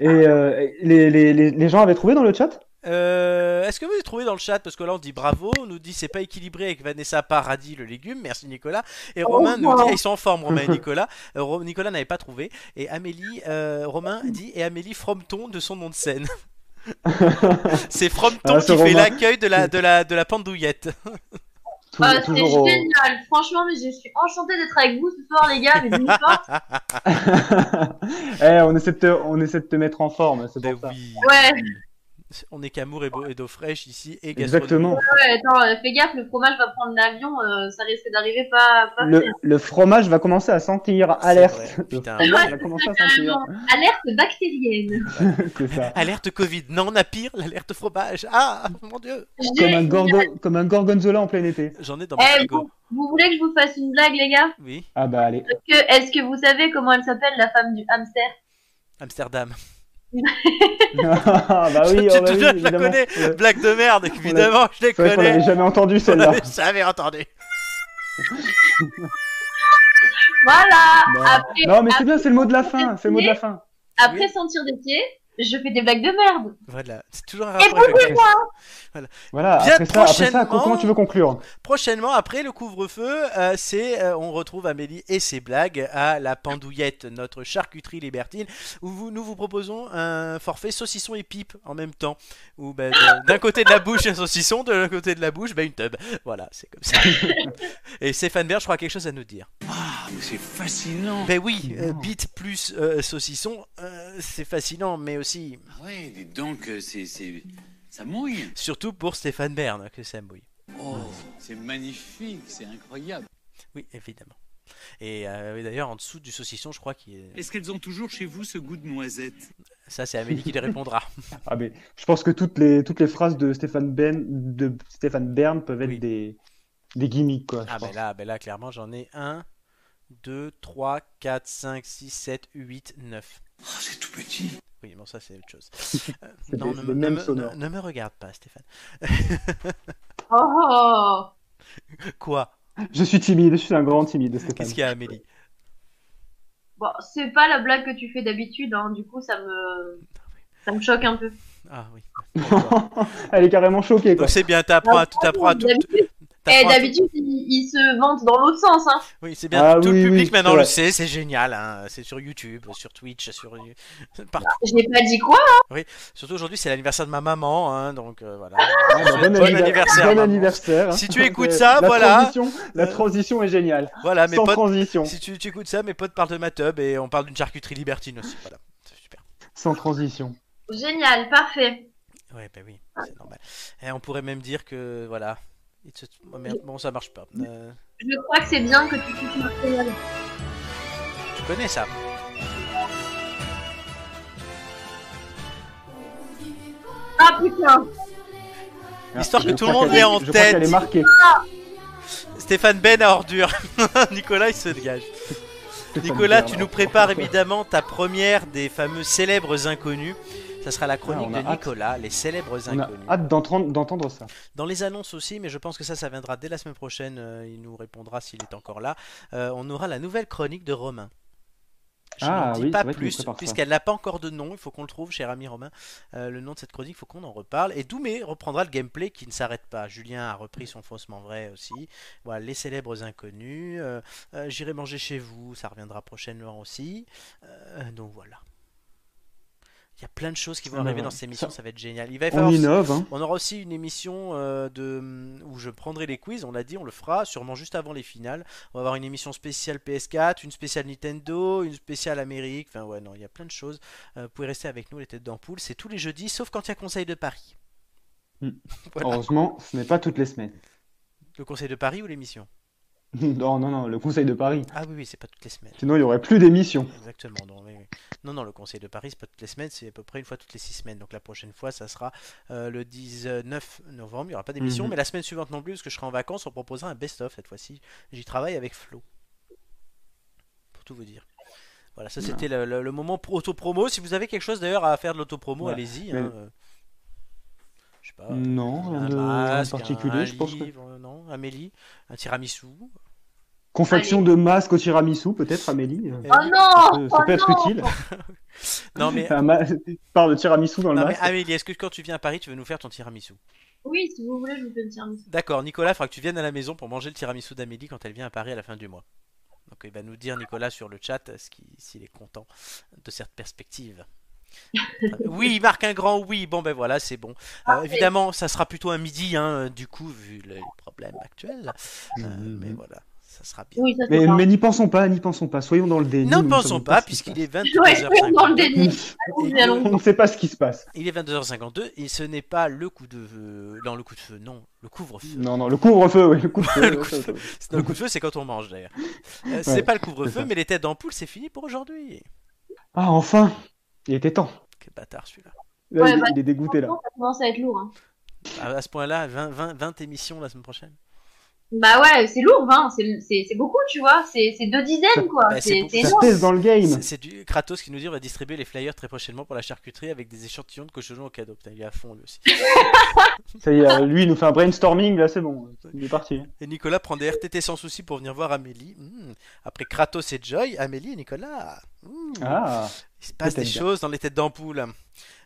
Speaker 2: Et euh, les, les, les, les gens avaient trouvé dans le chat?
Speaker 1: Euh, Est-ce que vous avez trouvé dans le chat Parce que là on dit bravo, on nous dit c'est pas équilibré avec Vanessa Paradis le légume, merci Nicolas. Et Romain nous dit,
Speaker 4: wow.
Speaker 1: ils sont en forme Romain et Nicolas. Euh, Ro- Nicolas n'avait pas trouvé. Et Amélie, euh, Romain dit, et Amélie Fromton de son nom de scène. c'est Fromton
Speaker 2: Ah,
Speaker 1: qui
Speaker 2: c'est
Speaker 1: fait
Speaker 2: Romain.
Speaker 1: l'accueil de la, de, la, de la pendouillette.
Speaker 2: Tou-
Speaker 4: Ah, c'est
Speaker 2: toujours euh, au-
Speaker 4: génial, franchement, mais je suis enchantée d'être avec vous ce soir, les gars, mais d'une part,
Speaker 2: Eh, on essaie de te, on essaie de te mettre en forme, c'est
Speaker 1: Ben
Speaker 2: pour ça.
Speaker 1: oui.
Speaker 4: ouais,
Speaker 1: On est qu'amour et, beau- et d'eau fraîche ici. Et gastronomie.
Speaker 2: Exactement.
Speaker 4: ouais, attends, euh, fais gaffe, le fromage va prendre l'avion, euh, ça risque d'arriver pas, pas
Speaker 2: Le,
Speaker 4: près.
Speaker 2: le fromage va commencer à sentir,
Speaker 1: Ah, C'est
Speaker 2: alerte.
Speaker 1: vrai,
Speaker 2: Le
Speaker 1: putain.
Speaker 2: fromage va commencer à sentir.
Speaker 4: Carrément. Alerte bactérienne.
Speaker 2: C'est ça.
Speaker 1: Alerte Covid. Non, on a pire, l'alerte fromage. Ah, mon dieu.
Speaker 2: Comme un,
Speaker 4: J'ai-
Speaker 2: gorgo- comme un gorgonzola en plein été.
Speaker 1: J'en ai dans mon
Speaker 4: Eh,
Speaker 1: frigo.
Speaker 4: vous, vous voulez que je vous fasse une blague, les gars
Speaker 1: Oui,
Speaker 2: Ah bah allez.
Speaker 4: Est-ce que, est-ce que vous savez comment elle s'appelle, la femme du hamster
Speaker 1: Amsterdam.
Speaker 2: ah bah oui,
Speaker 1: je,
Speaker 2: oh, bah
Speaker 1: te jure,
Speaker 2: oui,
Speaker 1: je la
Speaker 2: évidemment.
Speaker 1: connais.
Speaker 2: Euh,
Speaker 1: Blague de merde, évidemment, je les
Speaker 2: C'est vrai qu'on
Speaker 1: connais.
Speaker 2: l'avait jamais entendu
Speaker 1: On
Speaker 2: celle-là.
Speaker 1: l'avait jamais entendu.
Speaker 4: Voilà
Speaker 2: Non.
Speaker 4: Après,
Speaker 2: Bah. Non mais c'est
Speaker 4: après-
Speaker 2: bien, c'est le mot de la fin. C'est le mot de la fin.
Speaker 4: après sentir des pieds, je fais des blagues de merde.
Speaker 1: Voilà, c'est toujours un
Speaker 4: Et
Speaker 1: rapport avec-
Speaker 2: Voilà.
Speaker 1: Bien
Speaker 2: Après ça, après ça,
Speaker 1: prochainement-
Speaker 2: comment tu veux conclure
Speaker 1: Prochainement, après le couvre-feu, euh, c'est euh, on retrouve Amélie et ses blagues à la Pandouillette, notre charcuterie libertine, où vous- nous vous proposons un forfait saucisson et pipe en même temps. Où ben, de- d'un côté de la bouche un saucisson, de l'autre côté de la bouche ben, une tub. Voilà, c'est comme ça. et Stéphane Bern, je crois a quelque chose à nous dire.
Speaker 7: Ah, mais c'est fascinant.
Speaker 1: Ben oui, euh,
Speaker 2: Non.
Speaker 1: bite plus euh, saucisson, euh, c'est fascinant, mais aussi
Speaker 7: Ah Ouais, dis donc, euh, c'est, c'est, ça mouille.
Speaker 1: surtout pour Stéphane Bern que ça mouille.
Speaker 7: Oh, c'est magnifique, c'est incroyable.
Speaker 1: Oui, évidemment. Et euh, oui, d'ailleurs, en dessous du saucisson, je crois qu'il est...
Speaker 7: Est-ce qu'elles ont toujours chez vous ce goût de noisette
Speaker 1: Ça, c'est Amélie qui le répondra.
Speaker 2: Ah mais je pense que toutes les toutes les phrases de Stéphane Ben de Stéphane Bern peuvent être
Speaker 1: Oui.
Speaker 2: des des gimmicks quoi. je
Speaker 1: ah,
Speaker 2: pense.
Speaker 1: ben là, ben là, clairement, j'en ai 1, 2, 3, 4, 5, 6, 7, 8, 9.
Speaker 7: Oh, c'est tout petit.
Speaker 1: Oui, bon, ça c'est autre chose. Euh,
Speaker 2: C'est
Speaker 1: non,
Speaker 2: des-
Speaker 1: ne,
Speaker 2: des
Speaker 1: me- ne
Speaker 2: mêmes
Speaker 1: me-
Speaker 2: sonores.
Speaker 1: ne- ne me regarde pas, Stéphane.
Speaker 4: Oh
Speaker 1: Quoi
Speaker 2: Je suis timide, je suis un grand timide, Stéphane.
Speaker 1: ben. Qu'est-ce qu'il y a, Amélie
Speaker 4: Bon, c'est pas la blague que tu fais d'habitude, hein. du coup ça me... ça me choque un peu.
Speaker 1: Ah oui.
Speaker 2: Elle est carrément choquée, quoi.
Speaker 1: Donc c'est bien, t'apprends à tout, t'apprends à tout.
Speaker 4: D'habitude, eh,
Speaker 1: t'apprends à tout-
Speaker 4: d'habitude, ils, ils se vantent dans l'autre sens. Hein.
Speaker 1: Oui, c'est bien.
Speaker 2: Ah
Speaker 1: tout
Speaker 2: oui,
Speaker 1: le public
Speaker 2: oui,
Speaker 1: maintenant
Speaker 2: c'est
Speaker 1: le sait,
Speaker 2: vrai.
Speaker 1: c'est génial. hein. C'est sur YouTube, sur Twitch, sur partout.
Speaker 4: Je n'ai pas dit quoi. hein.
Speaker 1: Oui, surtout aujourd'hui c'est l'anniversaire de ma maman, hein, donc euh, voilà.
Speaker 2: Ah,
Speaker 1: Je
Speaker 2: bah,
Speaker 1: souhaite bon, anniversaire.
Speaker 2: Bon
Speaker 1: maman.
Speaker 2: anniversaire. hein.
Speaker 1: Si tu écoutes
Speaker 2: C'est-
Speaker 1: ça,
Speaker 2: la
Speaker 1: voilà.
Speaker 2: transition- la transition est géniale.
Speaker 1: Voilà, mes
Speaker 2: Sans
Speaker 1: potes-
Speaker 2: transition.
Speaker 1: Si tu, tu écoutes ça, mes potes parlent de ma tub et on parle d'une charcuterie libertine aussi. Voilà, c'est super.
Speaker 2: Sans transition.
Speaker 4: Génial, parfait.
Speaker 1: Ouais, bah oui, c'est normal. Et on pourrait même dire que voilà. It's a- oh, merde, bon, ça marche pas. Euh,
Speaker 4: Je crois que c'est bien que tu coupes Marseillais.
Speaker 1: tu connais ça
Speaker 4: Ah putain
Speaker 1: Histoire
Speaker 2: Je
Speaker 1: que tout le
Speaker 2: crois
Speaker 1: monde
Speaker 2: qu'elle
Speaker 1: l'ait
Speaker 2: est-
Speaker 1: en
Speaker 2: je crois qu'elle
Speaker 1: tête.
Speaker 2: est marquée.
Speaker 1: Stéphane Ben à ordure. Nicolas, il se dégage. Nicolas,
Speaker 2: Ben
Speaker 1: tu
Speaker 2: à
Speaker 1: nous prépares évidemment ta première des fameux célèbres inconnus. Ça sera la chronique
Speaker 2: Ah, on a
Speaker 1: de
Speaker 2: hâte.
Speaker 1: Nicolas, les célèbres
Speaker 2: On a
Speaker 1: inconnus.
Speaker 2: hâte d'entendre d'entendre ça.
Speaker 1: Dans les annonces aussi, mais je pense que ça, ça viendra dès la semaine prochaine. euh, il nous répondra s'il est encore là. Euh, on aura la nouvelle chronique de Romain. Je
Speaker 2: Ah,
Speaker 1: n'en dis
Speaker 2: oui,
Speaker 1: pas
Speaker 2: c'est vrai qu'il nous
Speaker 1: plus,
Speaker 2: prépare ça.
Speaker 1: puisqu'elle n'a pas encore de nom. Il faut qu'on le trouve, cher ami Romain. Euh, le nom de cette chronique, il faut qu'on en reparle. Et Doumé reprendra le gameplay qui ne s'arrête pas. Julien a repris son faussement vrai aussi. Voilà, les célèbres inconnus. Euh, euh, J'irai manger chez vous, ça reviendra prochainement aussi. Euh, donc voilà. Il y a plein de choses qui vont
Speaker 2: Ah, bah
Speaker 1: arriver
Speaker 2: ouais.
Speaker 1: dans cette émission, ça, va être génial. Il va y
Speaker 2: On
Speaker 1: falloir-
Speaker 2: innove. hein.
Speaker 1: on aura aussi une émission euh, de où je prendrai les quiz, on l'a dit, on le fera sûrement juste avant les finales. On va avoir une émission spéciale PS4, une spéciale Nintendo, une spéciale Amérique, enfin ouais, non, il y a plein de choses. Euh, vous pouvez rester avec nous les têtes d'ampoule, c'est tous les jeudis sauf quand il y a Conseil de Paris.
Speaker 2: Hmm.
Speaker 1: Voilà.
Speaker 2: Heureusement, ce n'est pas toutes les semaines.
Speaker 1: Le Conseil de Paris ou l'émission
Speaker 2: non, non, non, le Conseil de Paris.
Speaker 1: Ah oui oui, c'est pas toutes les semaines.
Speaker 2: Sinon, il n'y aurait plus d'émissions.
Speaker 1: Exactement. Non, oui, oui. non, non, le Conseil de Paris, c'est pas toutes les semaines, c'est à peu près une fois toutes les six semaines. Donc la prochaine fois, ça sera euh, le 19 novembre. Il n'y aura pas d'émission,
Speaker 2: Mhm.
Speaker 1: mais la semaine suivante non plus, parce que je serai en vacances, on proposera un best-of cette fois-ci. J'y travaille avec Flo. Pour tout vous dire. Voilà, ça c'était le, le- le moment pro- auto-promo. Si vous avez quelque chose d'ailleurs à faire de l'autopromo,
Speaker 2: Voilà.
Speaker 1: allez-y.
Speaker 2: Mais-
Speaker 1: hein, euh, Je sais pas. euh,
Speaker 2: Non, rien
Speaker 1: un
Speaker 2: de rien de
Speaker 1: masque,
Speaker 2: particulier,
Speaker 1: un
Speaker 2: je pense que.
Speaker 1: livre, euh, non, Amélie, un tiramisu.
Speaker 2: Confection de masque au tiramisu, peut-être, Amélie. euh,
Speaker 1: Eh oui.
Speaker 4: Oh
Speaker 2: Ça
Speaker 4: non
Speaker 2: peut, ça
Speaker 4: Oh
Speaker 2: peut être
Speaker 4: non
Speaker 2: utile.
Speaker 1: Non mais,
Speaker 2: Un ma- Parle de tiramisu dans le
Speaker 1: non, mais
Speaker 2: masque.
Speaker 1: Amélie, est-ce que quand tu viens à Paris, tu veux nous faire ton tiramisu
Speaker 4: Oui, si vous voulez, je vous fais une tiramisu.
Speaker 1: D'accord, Nicolas, il faudra que tu viennes à la maison pour manger le tiramisu d'Amélie quand elle vient à Paris à la fin du mois. Donc il va nous dire, Nicolas, sur le chat, ce qui- s'il est content de cette perspective. Oui, il marque un grand oui. Bon, ben voilà, c'est bon. Euh,
Speaker 4: Parfait.
Speaker 1: évidemment, ça sera plutôt un midi, hein, du coup, vu les problèmes actuels. Euh,
Speaker 2: Mhm.
Speaker 1: mais voilà, ça sera bien.
Speaker 4: Oui, ça c'est
Speaker 2: Mais,
Speaker 4: pas.
Speaker 2: mais n'y pensons pas, n'y pensons pas. Soyons dans le déni.
Speaker 1: N'en
Speaker 2: nous ne
Speaker 1: pensons
Speaker 2: savons
Speaker 1: pas,
Speaker 2: ce qui se
Speaker 1: puisqu'il est
Speaker 4: Ouais, je suis dans le
Speaker 1: 22h52.
Speaker 4: déni. Allons-y, allons-y.
Speaker 2: On ne sait pas ce qui se passe.
Speaker 1: Il est 22h52 et ce n'est pas le coup de euh, non le coup de feu, non, le couvre-feu.
Speaker 2: Non, non, le couvre-feu, oui, le couvre-feu.
Speaker 1: Le coup de feu. C'est- Le coup de feu, c'est quand on mange d'ailleurs. Euh, c'est
Speaker 2: Ouais,
Speaker 1: pas le couvre-feu,
Speaker 2: ça.
Speaker 1: mais les têtes d'ampoule, c'est fini pour aujourd'hui.
Speaker 2: Ah, enfin Il était temps.
Speaker 1: Quel bâtard celui-là.
Speaker 2: Là,
Speaker 4: Ouais,
Speaker 2: il, est-
Speaker 4: bah,
Speaker 2: il est dégoûté, là.
Speaker 4: Franchement, Ça commence à être lourd. hein.
Speaker 1: À, à ce point-là, 20, 20, 20 émissions la semaine prochaine.
Speaker 4: Bah ouais, c'est lourd, hein. c'est c'est- c'est beaucoup, tu vois. C'est c'est deux dizaines, quoi.
Speaker 1: Bah, c'est
Speaker 4: c'est
Speaker 1: beaucoup.
Speaker 4: c'est
Speaker 2: Ça
Speaker 4: énorme.
Speaker 2: pèse dans le game.
Speaker 1: C'est c'est du Kratos qui nous dit on va distribuer les flyers très prochainement pour la charcuterie avec des échantillons de cochonneaux au cadeau. Putain, il est à fond lui aussi.
Speaker 2: Ça y est, euh, lui, il nous fait un brainstorming, là, c'est bon. Il est parti.
Speaker 1: Et Nicolas prend des RTT sans souci pour venir voir Amélie. Hmm. Après Kratos et Joy, Amélie et Nicolas. Hmm.
Speaker 2: Ah
Speaker 1: il se passe des
Speaker 2: peut-être bien.
Speaker 1: choses dans les têtes d'ampoule.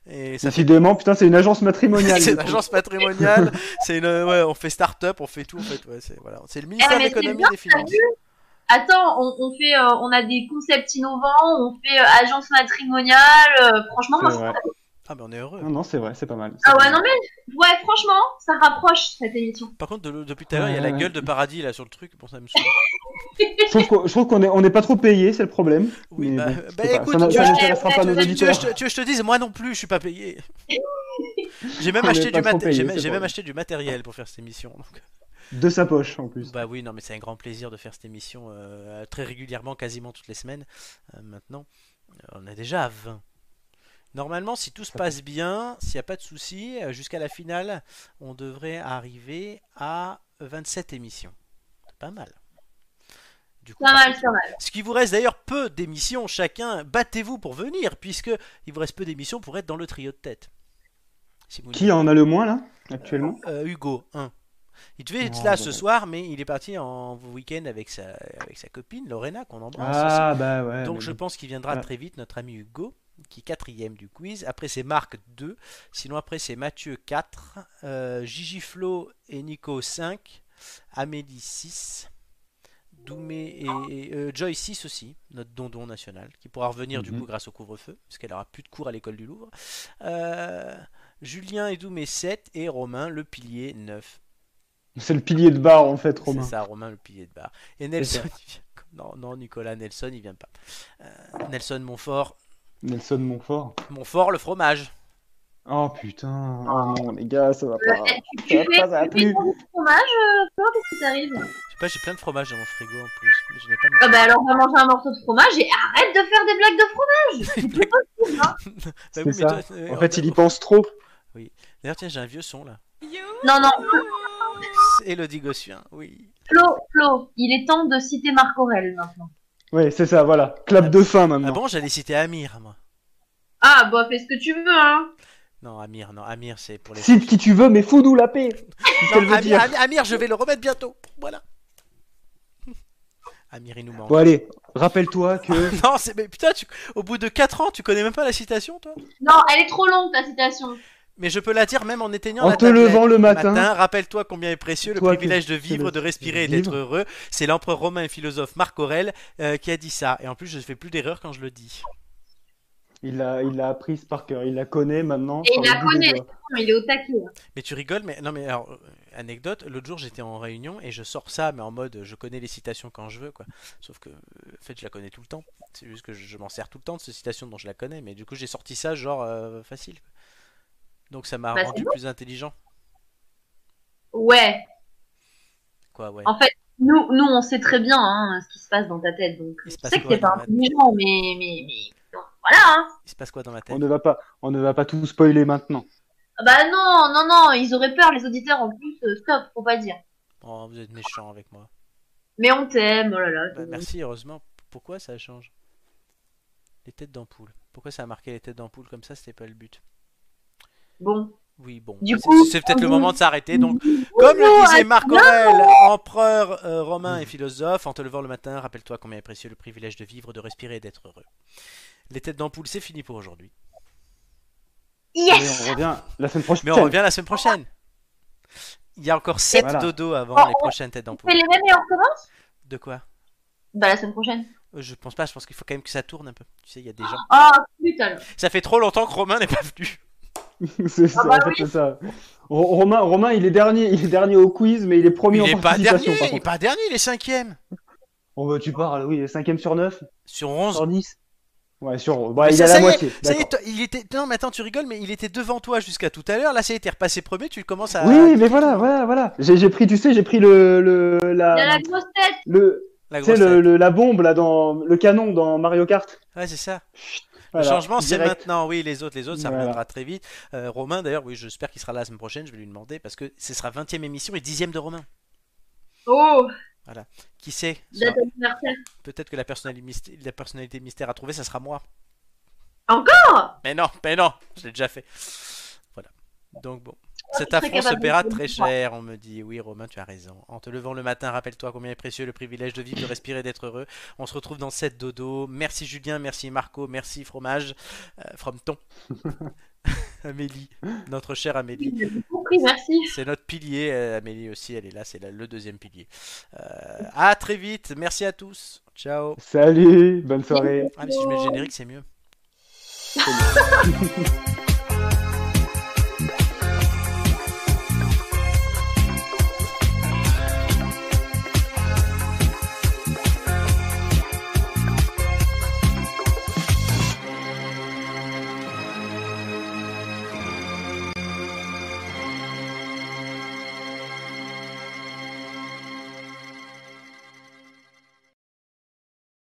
Speaker 1: Et ça
Speaker 2: Décidément, putain, c'est une agence matrimoniale.
Speaker 1: c'est
Speaker 2: du
Speaker 1: une
Speaker 2: coup.
Speaker 1: agence patrimoniale, c'est une ouais, on fait start-up, on fait tout en fait, ouais, c'est voilà, c'est le ministère
Speaker 4: Eh,
Speaker 1: de
Speaker 4: mais c'est
Speaker 1: l'économie
Speaker 4: bien,
Speaker 1: et des
Speaker 4: t'as
Speaker 1: finances.
Speaker 4: vu Attends, on, on fait, euh, on a des concepts innovants, on fait euh, agence matrimoniale. euh, franchement, moi,
Speaker 2: C'est vrai.
Speaker 1: Ah mais on est heureux.
Speaker 2: Non, non, c'est vrai, c'est pas mal.
Speaker 4: ah ouais, non mais ouais, franchement, ça rapproche cette émission.
Speaker 1: Par contre, de- depuis tout à l'heure, il y a la
Speaker 2: Ouais.
Speaker 1: gueule de paradis là sur le truc, bon ça me saoule.
Speaker 2: Sauf que- je trouve qu'on est, on est pas trop payé, c'est le problème.
Speaker 1: Oui,
Speaker 2: Mais
Speaker 1: bah,
Speaker 2: bon, c'est
Speaker 1: bah,
Speaker 2: pas-
Speaker 1: écoute,
Speaker 2: ça n'a- ça
Speaker 4: je-
Speaker 2: n'intéressera pas
Speaker 4: je-
Speaker 2: nos
Speaker 1: Tu veux,
Speaker 2: auditeurs.
Speaker 1: je te- tu veux que je te dise, moi non plus, je suis pas payé. J'ai même
Speaker 2: On
Speaker 1: acheté
Speaker 2: est
Speaker 1: du
Speaker 2: pas trop
Speaker 1: maté- j'ai
Speaker 2: payé,
Speaker 1: même-
Speaker 2: c'est
Speaker 1: j'ai même
Speaker 2: vrai.
Speaker 1: acheté du matériel pour faire cette émission. donc.
Speaker 2: De sa poche, en plus.
Speaker 1: Bah oui, non mais c'est un grand plaisir de faire cette émission euh, très régulièrement, quasiment toutes les semaines. Euh, maintenant, euh, on est déjà à 20. Normalement, si tout se passe bien, s'il n'y a pas de soucis, euh, jusqu'à la finale, on devrait arriver à 27 émissions. C'est pas mal. Du
Speaker 4: Pas mal, pas mal.
Speaker 1: Ce qui vous reste d'ailleurs peu d'émissions chacun. Battez-vous pour venir, puisque il vous reste peu d'émissions pour être dans le trio de tête. Si vous
Speaker 2: Qui en a le moins là actuellement
Speaker 1: Euh, Hugo, 1. Il devait être
Speaker 2: Oh,
Speaker 1: là
Speaker 2: bon.
Speaker 1: ce soir, mais il est parti en week-end avec sa, avec sa copine Lorena, qu'on embrasse.
Speaker 2: Ah
Speaker 1: aussi.
Speaker 2: bah ouais.
Speaker 1: Donc
Speaker 2: mais
Speaker 1: je
Speaker 2: bon.
Speaker 1: pense qu'il viendra
Speaker 2: Ouais.
Speaker 1: très vite, notre ami Hugo, qui est quatrième du quiz. Après c'est Marc 2, sinon après c'est Mathieu 4, euh, Gigi Flo et Nico 5, Amélie 6, Doumé et, et, euh, Joy 6 aussi, notre dondon national, qui pourra revenir du
Speaker 12: Mhm.
Speaker 1: coup grâce au couvre-feu, puisqu'elle aura plus de cours à l'école du Louvre. Euh, Julien et Doumé 7 et Romain le pilier 9.
Speaker 2: C'est le pilier de barre en fait, Romain.
Speaker 1: C'est ça, Romain, le pilier de barre. Et Nelson,
Speaker 2: ça.
Speaker 1: il vient- Non, non, Nicolas, Nelson, il vient pas. Euh, Nelson Montfort.
Speaker 2: Nelson Montfort.
Speaker 1: Montfort, le fromage.
Speaker 2: Oh putain, oh non les gars, ça va pas.
Speaker 4: Euh, tu-
Speaker 2: Bah, Ça
Speaker 4: tu
Speaker 2: va
Speaker 4: fais
Speaker 2: pas, ça va
Speaker 4: tu fais
Speaker 2: plus.
Speaker 4: ton fromage, euh, Flo Qu'est-ce qui t'arrive
Speaker 1: Je sais pas, j'ai plein de fromage dans mon frigo en plus. mais je n'ai pas
Speaker 4: Ah bah alors, on va manger un morceau de fromage et arrête de faire des blagues de fromage C'est plus possible, hein
Speaker 1: Bah
Speaker 2: C'est
Speaker 1: oui, mais
Speaker 2: ça.
Speaker 1: toi, euh,
Speaker 2: En
Speaker 1: on-
Speaker 2: fait, il y pense trop.
Speaker 1: Oui. D'ailleurs, tiens, j'ai un vieux son là.
Speaker 4: Non, non,
Speaker 1: Elodie Gossuin, oui.
Speaker 4: Flo, Flo, il est temps de citer Marc Aurel maintenant.
Speaker 2: Ouais, c'est ça, voilà. Clap de fin maintenant.
Speaker 1: Ah bon, j'allais citer Amir, moi.
Speaker 4: Ah, bah fais ce que tu veux, hein
Speaker 1: Non, Amir, non, Amir, c'est pour les.
Speaker 2: Cite qui tu veux, mais fous-nous la paix. C'est ce qu'elle
Speaker 1: Non,
Speaker 2: veut
Speaker 1: Amir,
Speaker 2: dire.
Speaker 1: Amir, Amir, je vais le remettre bientôt. Voilà. Amir, il nous manque.
Speaker 2: Bon allez, rappelle-toi que.
Speaker 1: non, c'est. Mais putain, tu- au bout de 4 ans, tu connais même pas la citation, toi
Speaker 4: Non, elle est trop longue ta citation.
Speaker 1: Mais je peux la dire même en éteignant
Speaker 2: En
Speaker 1: la
Speaker 2: te
Speaker 1: tablette.
Speaker 2: levant le matin.
Speaker 1: Rappelle-toi combien est précieux le
Speaker 2: Toi que-
Speaker 1: privilège de
Speaker 2: que
Speaker 1: vivre,
Speaker 2: le-
Speaker 1: de respirer et
Speaker 2: de vivre.
Speaker 1: d'être heureux. C'est l'empereur romain et philosophe Marc Aurèle euh, qui a dit ça. Et en plus, je ne fais plus d'erreurs quand je le dis.
Speaker 2: Il l'a, il l'a apprise par cœur, il la connaît maintenant.
Speaker 4: Et
Speaker 2: sur
Speaker 4: il
Speaker 2: le
Speaker 4: la
Speaker 2: bout des
Speaker 4: connaît,
Speaker 2: doigts.
Speaker 4: il est au taquet. hein.
Speaker 1: Mais tu rigoles, mais non, mais alors, euh, anecdote, l'autre jour j'étais en réunion et je sors ça, mais en mode euh, je connais les citations quand je veux, quoi. Sauf que, euh, en fait, je la connais tout le temps. C'est juste que je, je m'en sers tout le temps de ces citations dont je la connais, mais du coup, j'ai sorti ça, genre, euh, facile. quoi. Donc, ça m'a
Speaker 4: Bah, c'est
Speaker 1: rendu
Speaker 4: bon.
Speaker 1: plus intelligent.
Speaker 4: Ouais,
Speaker 1: Quoi, ouais.
Speaker 4: en fait, nous, nous on sait très bien hein, ce qui se passe dans ta tête. Donc, euh, je
Speaker 1: passe
Speaker 4: sais que
Speaker 1: quoi
Speaker 4: t'es pas
Speaker 1: dans ma tête
Speaker 4: intelligent, mais, mais, mais bon, voilà. Hein.
Speaker 1: Il se passe quoi dans ma tête
Speaker 2: On ne va pas, on ne va pas tout spoiler maintenant.
Speaker 4: Ah Bah non, non, non, ils auraient peur, les auditeurs en plus. euh, stop, faut pas dire.
Speaker 1: Oh, vous êtes méchant avec moi.
Speaker 4: Mais on t'aime, oh là là.
Speaker 1: Bah, merci, heureusement. P- Pourquoi ça change Les têtes d'ampoule. Pourquoi ça a marqué les têtes d'ampoule comme ça C'était pas le but.
Speaker 4: Bon.
Speaker 1: Oui, bon.
Speaker 4: Du
Speaker 1: C'est-
Speaker 4: coup,
Speaker 1: c'est peut-être le
Speaker 4: on-
Speaker 1: moment de s'arrêter. Donc, comme le disait Marc Aurèle, empereur euh, romain et philosophe, en te levant le matin, rappelle-toi combien est précieux le privilège de vivre, de respirer et d'être heureux. Les têtes d'ampoule, c'est fini pour aujourd'hui.
Speaker 4: Yes
Speaker 2: Mais on revient la semaine prochaine.
Speaker 1: Mais on revient la semaine prochaine. Il y a encore 7
Speaker 2: Voilà.
Speaker 1: dodos avant
Speaker 4: Bon,
Speaker 1: les
Speaker 4: on-
Speaker 1: prochaines têtes
Speaker 4: On fait
Speaker 1: d'ampoule.
Speaker 4: les mêmes et on recommence
Speaker 1: De quoi
Speaker 4: Bah la semaine prochaine.
Speaker 1: Euh, Je pense pas, je pense qu'il faut quand même que ça tourne un peu. Tu sais, il y a des gens.
Speaker 4: Oh putain
Speaker 1: Ça fait trop longtemps que Romain n'est pas venu.
Speaker 2: c'est ça,
Speaker 4: Ah bah
Speaker 2: en fait,
Speaker 4: oui.
Speaker 2: c'est ça. Ro- Romain, Romain, il est dernier, il est dernier au quiz, mais il est premier
Speaker 1: il
Speaker 2: en
Speaker 1: est pas
Speaker 2: participation.
Speaker 1: dernier,
Speaker 2: par
Speaker 1: il est
Speaker 2: contre.
Speaker 1: pas dernier, il est cinquième.
Speaker 2: Oh, bah, tu parles, oui, il est cinquième sur 9
Speaker 1: Sur 11.
Speaker 2: sur 10 Ouais, sur. Bah,
Speaker 1: Mais
Speaker 2: il
Speaker 1: ça-
Speaker 2: a
Speaker 1: ça
Speaker 2: la
Speaker 1: y est,
Speaker 2: moitié.
Speaker 1: ça y est,
Speaker 2: Oh, d'accord.
Speaker 1: toi- il était. Non, mais attends, tu rigoles, mais il était devant toi jusqu'à tout à l'heure. Là, ça y est, t'es repassé premier, tu commences à.
Speaker 2: Oui, mais voilà, voilà, voilà. J'ai j'ai pris, tu sais, j'ai pris le, le
Speaker 4: Il y a
Speaker 2: la,
Speaker 4: la grosse tête
Speaker 2: le,
Speaker 1: La
Speaker 2: tu sais,
Speaker 1: grosse
Speaker 2: le,
Speaker 1: tête.
Speaker 2: le- la bombe là dans le canon dans Mario Kart.
Speaker 1: Ouais, c'est ça.
Speaker 2: Voilà,
Speaker 1: le changement, c'est
Speaker 2: direct.
Speaker 1: maintenant. Oui, les autres, les autres, ça
Speaker 2: Voilà.
Speaker 1: reviendra très vite. Euh, Romain, d'ailleurs, oui, j'espère qu'il sera là la semaine prochaine. Je vais lui demander parce que ce sera 20 e émission et 10 e de Romain.
Speaker 4: Oh
Speaker 1: Voilà. Qui sait ça-
Speaker 4: Date anniversaire
Speaker 1: Peut-être que la personnalité, mystère, la personnalité mystère à trouver, ça sera moi.
Speaker 4: Encore
Speaker 1: Mais non, mais non, je l'ai déjà fait. Voilà. Donc bon. Cet
Speaker 4: Ah, je serais
Speaker 1: affront se
Speaker 4: capable de
Speaker 1: paiera
Speaker 4: le
Speaker 1: très
Speaker 4: faire.
Speaker 1: cher, on me dit. Oui, Romain, tu as raison. En te levant le matin, rappelle-toi combien est précieux le privilège de vivre, de respirer, d'être heureux. On se retrouve dans 7 dodo. Merci Julien, merci Marco, merci Fromage, euh, Fromton. Amélie, notre chère Amélie.
Speaker 4: Compris, merci.
Speaker 1: C'est notre pilier. euh, Amélie aussi, elle est là, c'est la- le deuxième pilier. Euh, à très vite, merci à tous. Ciao.
Speaker 2: Salut, bonne soirée.
Speaker 1: Ah, mais si je mets le générique, c'est mieux.